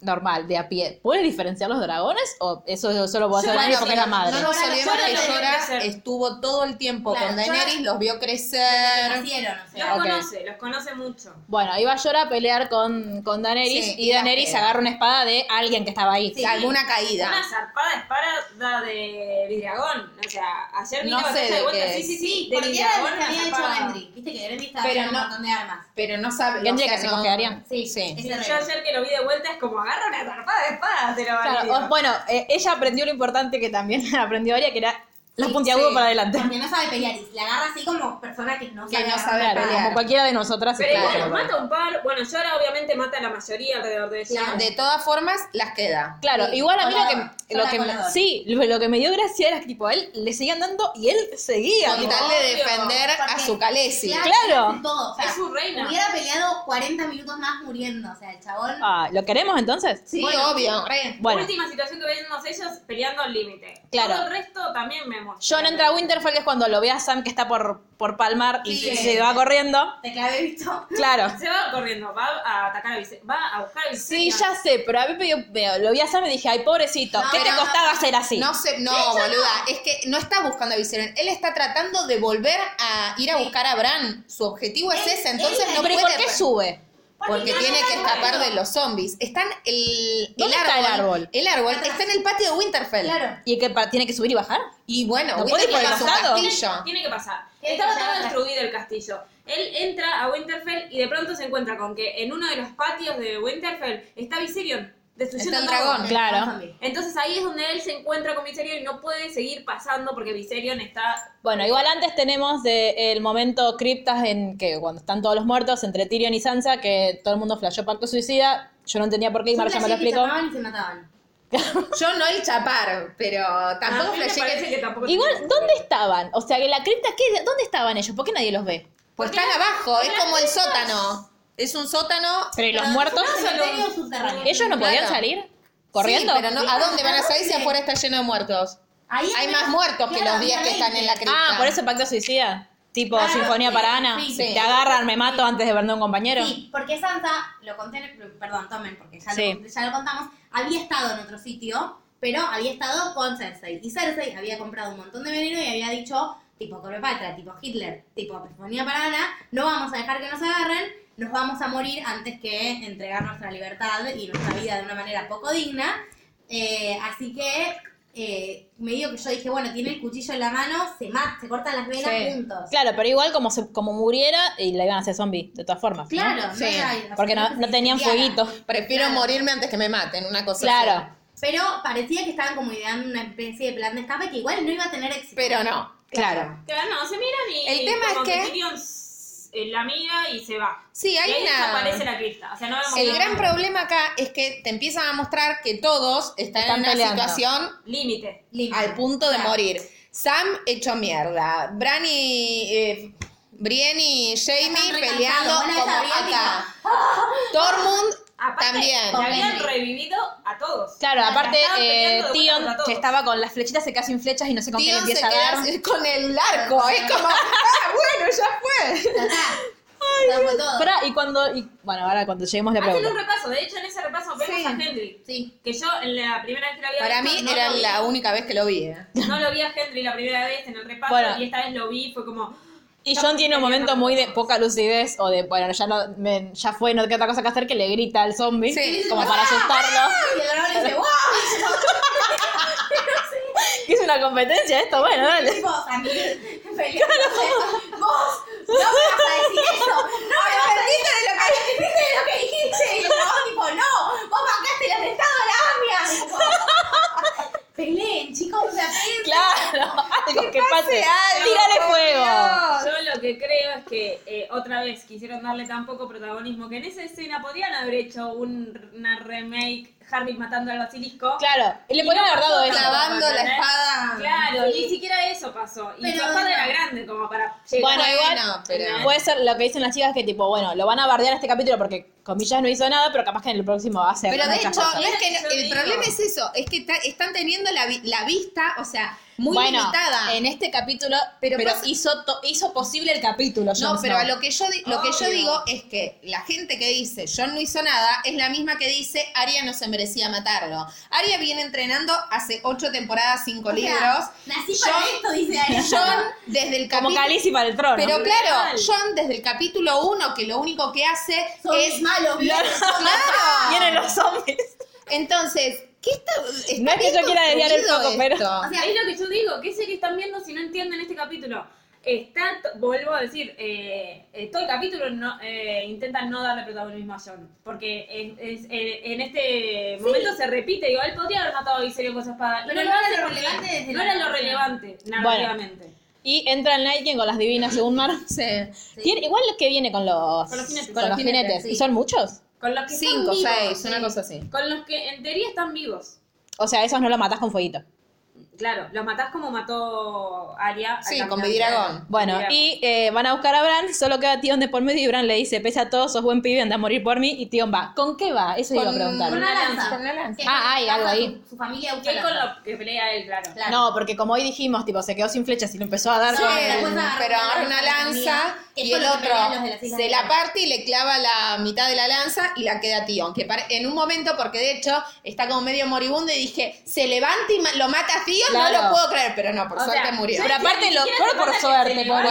Speaker 1: normal, de a pie, puede diferenciar los dragones? ¿O eso solo puede hacer
Speaker 2: Bueno,
Speaker 1: nadie porque es
Speaker 2: pero
Speaker 1: la madre?
Speaker 2: No nos
Speaker 3: Llora-
Speaker 2: olvidemos
Speaker 4: Llora
Speaker 2: que
Speaker 4: lo vio
Speaker 2: Llora
Speaker 4: crecer.
Speaker 2: estuvo todo el tiempo
Speaker 3: Claro,
Speaker 2: con
Speaker 3: Llora-
Speaker 2: Daenerys, los vio
Speaker 3: Que
Speaker 2: crecer.
Speaker 3: nacieron, o sea.
Speaker 4: Los
Speaker 1: Ok.
Speaker 4: conoce, los conoce mucho.
Speaker 1: Bueno, iba Llora a pelear con, con Daenerys
Speaker 2: Sí, y
Speaker 1: y
Speaker 2: la
Speaker 1: Daenerys
Speaker 2: pega.
Speaker 1: agarra una espada de alguien que estaba ahí.
Speaker 2: Alguna
Speaker 4: Una
Speaker 2: caída.
Speaker 4: zarpada espada de Vidragón. O sea, ayer vi
Speaker 2: No
Speaker 4: la
Speaker 2: sé
Speaker 4: batalla
Speaker 2: de
Speaker 4: de vuelta. Sí,
Speaker 2: qué
Speaker 4: sí, sí. De
Speaker 3: Porque era lo
Speaker 4: Vidragón
Speaker 3: que había hecho
Speaker 4: zarpada.
Speaker 3: Gendry. Viste que Gendry estaba
Speaker 2: Pero
Speaker 3: haciendo
Speaker 2: no-
Speaker 3: un montón de armas.
Speaker 2: Pero no sabe.
Speaker 1: Gendry
Speaker 2: o sea,
Speaker 1: que se
Speaker 2: no-
Speaker 1: cogerían.
Speaker 3: Sí,
Speaker 2: Sí.
Speaker 3: ese
Speaker 4: Yo
Speaker 3: rey.
Speaker 4: ayer que lo vi de vuelta es como agarra una zarpada de espada. Te lo
Speaker 1: Claro,
Speaker 4: valido.
Speaker 1: o- bueno, eh, ella aprendió lo importante que también aprendió Aria, que era los
Speaker 2: Sí,
Speaker 1: puntiagudos
Speaker 2: sí.
Speaker 1: para adelante.
Speaker 3: Porque no sabe pelear y se la agarra así como persona que no
Speaker 2: Que
Speaker 3: sabe
Speaker 2: no
Speaker 3: agarrar
Speaker 2: sabe
Speaker 3: una espada.
Speaker 2: pelear.
Speaker 1: Como cualquiera de nosotras.
Speaker 4: Pero
Speaker 1: está
Speaker 4: igual
Speaker 2: claro.
Speaker 4: mata un par. Bueno, Llora obviamente mata a la mayoría alrededor de ella.
Speaker 2: De todas formas, las queda.
Speaker 1: Claro, igual a mí
Speaker 3: colador,
Speaker 1: lo que, lo
Speaker 3: sola
Speaker 1: que
Speaker 3: colador.
Speaker 1: sí, lo, lo que me dio gracia era que tipo a él le seguían dando y él seguía.
Speaker 2: Con
Speaker 1: tipo,
Speaker 2: tal de
Speaker 4: obvio.
Speaker 2: defender a
Speaker 3: Porque-
Speaker 2: su Khaleesi.
Speaker 3: Claro,
Speaker 1: Claro.
Speaker 3: hace todo, o sea,
Speaker 4: Es su reina.
Speaker 3: Hubiera peleado 40 minutos más muriendo. O sea, el chabón.
Speaker 1: ah, ¿Lo queremos entonces?
Speaker 2: Sí,
Speaker 4: Bueno.
Speaker 2: obvio. re.
Speaker 1: Bueno,
Speaker 4: Última situación que vemos ellos peleando al límite.
Speaker 1: Claro.
Speaker 4: Todo el resto también vemos.
Speaker 1: John entra a Winterfell que es cuando lo ve a Sam que está por, por palmar y se-
Speaker 3: Sí.
Speaker 1: se va corriendo.
Speaker 3: Te clavé, visto.
Speaker 1: Claro.
Speaker 4: Se va corriendo, va a atacar a Vise va a buscar a
Speaker 1: Sí, ya
Speaker 4: Visenya.
Speaker 1: sé, pero a mí me dio- me- lo vi a Sam y dije, ay, pobrecito, ¿qué te
Speaker 2: Pero-
Speaker 1: costaba ser así?
Speaker 2: No sé, no, boluda, es que no está buscando a Viserion, él está tratando de volver a ir a buscar a Bran. Su objetivo es
Speaker 3: Él-
Speaker 2: ese, entonces
Speaker 3: él-
Speaker 2: no
Speaker 1: pero ¿y
Speaker 2: puede.
Speaker 1: por qué sube?
Speaker 2: Porque
Speaker 3: no,
Speaker 2: tiene
Speaker 3: no,
Speaker 2: que
Speaker 3: no,
Speaker 2: escapar
Speaker 3: no.
Speaker 2: de los zombies. Están el,
Speaker 1: ¿Dónde
Speaker 2: el
Speaker 1: está el árbol?
Speaker 2: El árbol está en el patio de Winterfell.
Speaker 3: Claro.
Speaker 1: ¿Y que pa- tiene que subir y bajar?
Speaker 2: Y bueno,
Speaker 1: ¿No puede ir por
Speaker 2: Winterfell
Speaker 1: el
Speaker 2: es un
Speaker 1: costado?
Speaker 2: castillo.
Speaker 4: Tiene que pasar.
Speaker 3: Tiene
Speaker 4: Estaba
Speaker 3: que
Speaker 4: todo
Speaker 3: pasar.
Speaker 4: destruido el castillo. Él entra a Winterfell y de pronto se encuentra con que en uno de los patios de Winterfell está Viserion destruyendo
Speaker 2: Está el
Speaker 4: todo.
Speaker 2: dragón.
Speaker 1: Claro.
Speaker 4: Entonces ahí es donde él se encuentra con Viserion y no puede seguir pasando porque Viserion está
Speaker 1: Bueno, igual antes tenemos de- el momento criptas en que cuando están todos los muertos entre Tyrion y Sansa, que todo el mundo flashó pacto suicida. Yo no entendía por qué y
Speaker 3: Son
Speaker 1: Marcia me lo
Speaker 3: flashés que
Speaker 1: explicó.
Speaker 3: chapaban y se mataban.
Speaker 2: Yo no el chapar, pero tampoco
Speaker 4: Ah, A mí me
Speaker 2: flashé
Speaker 4: parece
Speaker 2: que...
Speaker 4: que tampoco
Speaker 1: Igual, ¿dónde estaban? O sea, que la cripta, ¿qué, ¿dónde estaban ellos? ¿Por qué nadie los ve?
Speaker 2: Pues están abajo, es como el sótano. Es un sótano...
Speaker 1: Pero ¿y los
Speaker 3: Pero
Speaker 1: muertos,
Speaker 3: es un cementerio subterráneo.
Speaker 1: ellos no podían
Speaker 2: Claro.
Speaker 1: salir corriendo.
Speaker 2: Sí, pero no, ¿a dónde van a salir si afuera está lleno de muertos?
Speaker 3: Ahí
Speaker 2: Hay
Speaker 3: atrás-
Speaker 2: más muertos que
Speaker 3: claro,
Speaker 2: los 10 que están en la
Speaker 3: veinte.
Speaker 2: cripta.
Speaker 1: Ah, por eso pacto suicida. Tipo
Speaker 3: Claro,
Speaker 1: Sinfonía
Speaker 3: Ah, sí,
Speaker 1: para Ana.
Speaker 3: sí.
Speaker 1: Te agarran, me mato antes de perder un compañero.
Speaker 3: Sí, porque Sansa, lo conté, en el- perdón, tomen, porque ya,
Speaker 1: Sí.
Speaker 3: lo, ya lo contamos, había estado en otro sitio, pero había estado con Cersei. Y Cersei había comprado un montón de veneno y había dicho, tipo Cleopatra, tipo Hitler, tipo Perfonía Parana, no vamos a dejar que nos agarren, nos vamos a morir antes que entregar nuestra libertad y nuestra vida de una manera poco digna. Eh, así que... Eh, medio que yo dije, bueno, tiene el cuchillo en la mano, se, ma- se cortan las venas
Speaker 2: Sí.
Speaker 3: juntos.
Speaker 1: Claro, pero igual como se, como muriera y la iban a hacer zombie, de todas formas. ¿no?
Speaker 3: Claro,
Speaker 2: Sí,
Speaker 3: era-
Speaker 1: Porque no, no tenían
Speaker 3: Diana.
Speaker 1: fueguito.
Speaker 2: Prefiero
Speaker 3: Claro.
Speaker 2: morirme antes que me maten, una cosa así.
Speaker 1: Claro,
Speaker 3: Pero parecía que estaban como ideando una especie de plan de escape que igual no iba a tener éxito.
Speaker 2: Pero no.
Speaker 1: claro.
Speaker 4: Claro, no, se miran y
Speaker 2: El tema
Speaker 4: como
Speaker 2: es que-
Speaker 4: Tyrion eh, la mira y se va.
Speaker 2: Sí, hay
Speaker 4: y ahí
Speaker 2: una...
Speaker 4: desaparece la cripta. O sea, no vemos
Speaker 2: El
Speaker 4: nada.
Speaker 2: gran problema acá es que te empiezan a mostrar que todos están,
Speaker 1: Están
Speaker 2: en una
Speaker 1: peleando.
Speaker 2: situación
Speaker 4: límite.
Speaker 2: al punto de
Speaker 4: Claro.
Speaker 2: morir. Sam hecho mierda. Bran y. eh, Brienne y Jamie
Speaker 3: Están re
Speaker 2: peleando
Speaker 3: cansados. Bueno,
Speaker 2: como
Speaker 3: esa Brienne
Speaker 2: acá. Tormund
Speaker 4: Aparte,
Speaker 2: También.
Speaker 4: le habían
Speaker 2: Con Benry.
Speaker 4: revivido a todos.
Speaker 1: Claro, aparte
Speaker 4: Estaban
Speaker 1: eh,
Speaker 4: peleando de
Speaker 1: Tion
Speaker 4: vuelta a todos.
Speaker 1: que estaba con las flechitas se queda sin flechas y no sé con qué le
Speaker 2: Tío se
Speaker 1: empieza a
Speaker 2: queda
Speaker 1: dar.
Speaker 2: así con el arco. Es como, ah, bueno, ya fue.
Speaker 3: Ya está. Ya fue todo.
Speaker 1: Pará, y cuando y, bueno, ahora cuando lleguemos le
Speaker 4: Hacen
Speaker 1: pregunto.
Speaker 4: un repaso. De hecho, en ese repaso vemos
Speaker 2: Sí.
Speaker 4: a Henry.
Speaker 3: Sí.
Speaker 4: Que yo, en la primera vez que la vi
Speaker 2: Para mí era la única vez que lo vi. eh.
Speaker 4: No lo vi a Henry la primera vez en el repaso
Speaker 1: Bueno.
Speaker 4: y esta vez lo vi, fue como.
Speaker 1: Y John tiene un momento muy de poca lucidez o de bueno, ya no me- ya fue, no tengo otra cosa que hacer que le grita al zombie
Speaker 2: Sí.
Speaker 1: como para asustarlo.
Speaker 3: "Ah, Y el dragón le dice, wow,
Speaker 1: Que es una competencia esto, bueno, dale.
Speaker 3: vos a mí, feliz. Vos, no me vas a decir eso. No me vas a decir de lo que dijiste, de lo que dijiste. Y el dragón tipo, no, vos bancaste el atentado a la AMIA. Tipo, Peleen, chicos, o sea, peleen.
Speaker 1: Claro, haz algo que pase.
Speaker 2: algo,
Speaker 1: Tírale
Speaker 2: por
Speaker 1: fuego.
Speaker 4: Yo lo que creo es que eh, otra vez quisieron darle tan poco protagonismo que en esa escena podrían haber hecho un- una remake Harry matando al basilisco.
Speaker 1: Claro, y le
Speaker 4: Y
Speaker 1: podrían
Speaker 4: no
Speaker 1: haber dado
Speaker 4: pasó
Speaker 1: eso.
Speaker 4: nada.
Speaker 2: Clavando la
Speaker 4: ¿eh?
Speaker 2: espada.
Speaker 4: Claro, ni siquiera eso pasó. Y
Speaker 3: Pero
Speaker 4: su espada
Speaker 3: no.
Speaker 4: era grande como para llegar.
Speaker 1: Bueno, igual-
Speaker 2: Bueno, pero-
Speaker 1: Puede ser lo que dicen las chicas que tipo, bueno, lo van a bardear este capítulo porque comillas no hizo nada, pero capaz que en el próximo va a ser.
Speaker 2: Pero de hecho, no es que
Speaker 4: Yo
Speaker 2: no- el
Speaker 4: digo.
Speaker 2: problema es eso, es que ta- están teniendo la, vi- la vista, o sea, muy
Speaker 1: bueno,
Speaker 2: limitada.
Speaker 1: en este capítulo, pero,
Speaker 2: Pero pasa-
Speaker 1: hizo to- hizo posible el capítulo. Jon
Speaker 2: No, pero
Speaker 1: Snow.
Speaker 2: a lo que yo di- lo que yo
Speaker 4: Obvio.
Speaker 2: digo es que la gente que dice John no hizo nada es la misma que dice Aria no se merecía matarlo. Aria viene entrenando hace ocho temporadas, cinco
Speaker 3: O sea,
Speaker 2: libros.
Speaker 3: Nací para
Speaker 2: John-
Speaker 3: esto, dice Ariana.
Speaker 2: John desde el
Speaker 1: como
Speaker 2: capítulo
Speaker 1: Calici para el trono.
Speaker 2: Pero claro,
Speaker 4: Literal.
Speaker 2: John desde el capítulo 1 que lo único que hace
Speaker 3: es
Speaker 2: es
Speaker 3: malo, bien.
Speaker 2: claro.
Speaker 1: Vienen los zombies.
Speaker 2: Entonces, ¿qué está, está
Speaker 1: No es que yo
Speaker 2: bien
Speaker 1: quiera desviar el
Speaker 2: construido
Speaker 1: foco, pero-
Speaker 2: esto?
Speaker 3: O sea,
Speaker 4: es lo que yo digo, ¿qué serie están viendo si no entienden este capítulo? Está, t- vuelvo a decir, eh, eh, todo el capítulo no, eh, intentan no darle protagonismo a John, porque es- es- eh, en este momento se repite, digo, él podría haber matado a Viserys con su espada, y
Speaker 3: Pero
Speaker 4: no
Speaker 3: no
Speaker 4: lo
Speaker 3: era
Speaker 4: hace
Speaker 3: lo
Speaker 4: porque
Speaker 3: relevante desde
Speaker 4: no
Speaker 3: la
Speaker 4: era lo
Speaker 3: narración.
Speaker 4: relevante narrativamente.
Speaker 1: Y entra el Night King con las divinas, según Mar. Tiene- igual que viene con los,
Speaker 4: Con los jinetes.
Speaker 1: con los jinetes.
Speaker 3: sí.
Speaker 1: ¿Y son muchos?
Speaker 4: Con los que están
Speaker 2: Cinco,
Speaker 4: vivos,
Speaker 2: seis,
Speaker 4: sí.
Speaker 2: una cosa así.
Speaker 4: Con los que en teoría están vivos.
Speaker 1: O sea, esos no los matás con fueguito.
Speaker 4: Claro, los matás como mató Arya. al
Speaker 2: Sí, con
Speaker 4: caminante.
Speaker 2: Vidragón.
Speaker 1: Bueno,
Speaker 4: Mira.
Speaker 1: y eh, van a buscar a Bran, solo queda Tion de por medio y Bran le dice, pese a todo, sos buen pibe, anda a morir por mí. Y Tion va, ¿con qué va? Eso iba a preguntar.
Speaker 3: con una lanza.
Speaker 2: Con una lanza.
Speaker 1: Ah, hay algo ahí.
Speaker 3: Su, su familia usa
Speaker 4: Que
Speaker 3: lanza.
Speaker 4: con lo que pelea él, claro.
Speaker 3: Claro.
Speaker 1: No, porque como hoy dijimos, tipo, se quedó sin flechas y lo empezó a dar
Speaker 3: Sí,
Speaker 1: con-
Speaker 3: después agarra
Speaker 2: pero
Speaker 3: una
Speaker 2: agarra una
Speaker 3: lanza
Speaker 2: lanza
Speaker 3: que
Speaker 2: y
Speaker 3: fue
Speaker 2: el
Speaker 3: lo que
Speaker 2: otro
Speaker 3: pelearon los de las Islas
Speaker 2: se
Speaker 3: de
Speaker 2: la
Speaker 3: Gran.
Speaker 2: parte y le clava la mitad de la lanza y la queda Tion. Que pare- en un momento, porque de hecho está como medio moribundo y dije, se levanta y ma- lo mata a Tion, no
Speaker 1: Claro.
Speaker 2: lo puedo creer, pero no, por
Speaker 4: O
Speaker 2: suerte
Speaker 4: sea,
Speaker 2: murió.
Speaker 1: Pero aparte,
Speaker 4: Ni
Speaker 1: lo,
Speaker 4: siquiera
Speaker 1: fue
Speaker 4: te
Speaker 1: por
Speaker 4: pasa que
Speaker 1: suerte,
Speaker 4: se
Speaker 1: pobre.
Speaker 2: Bueno,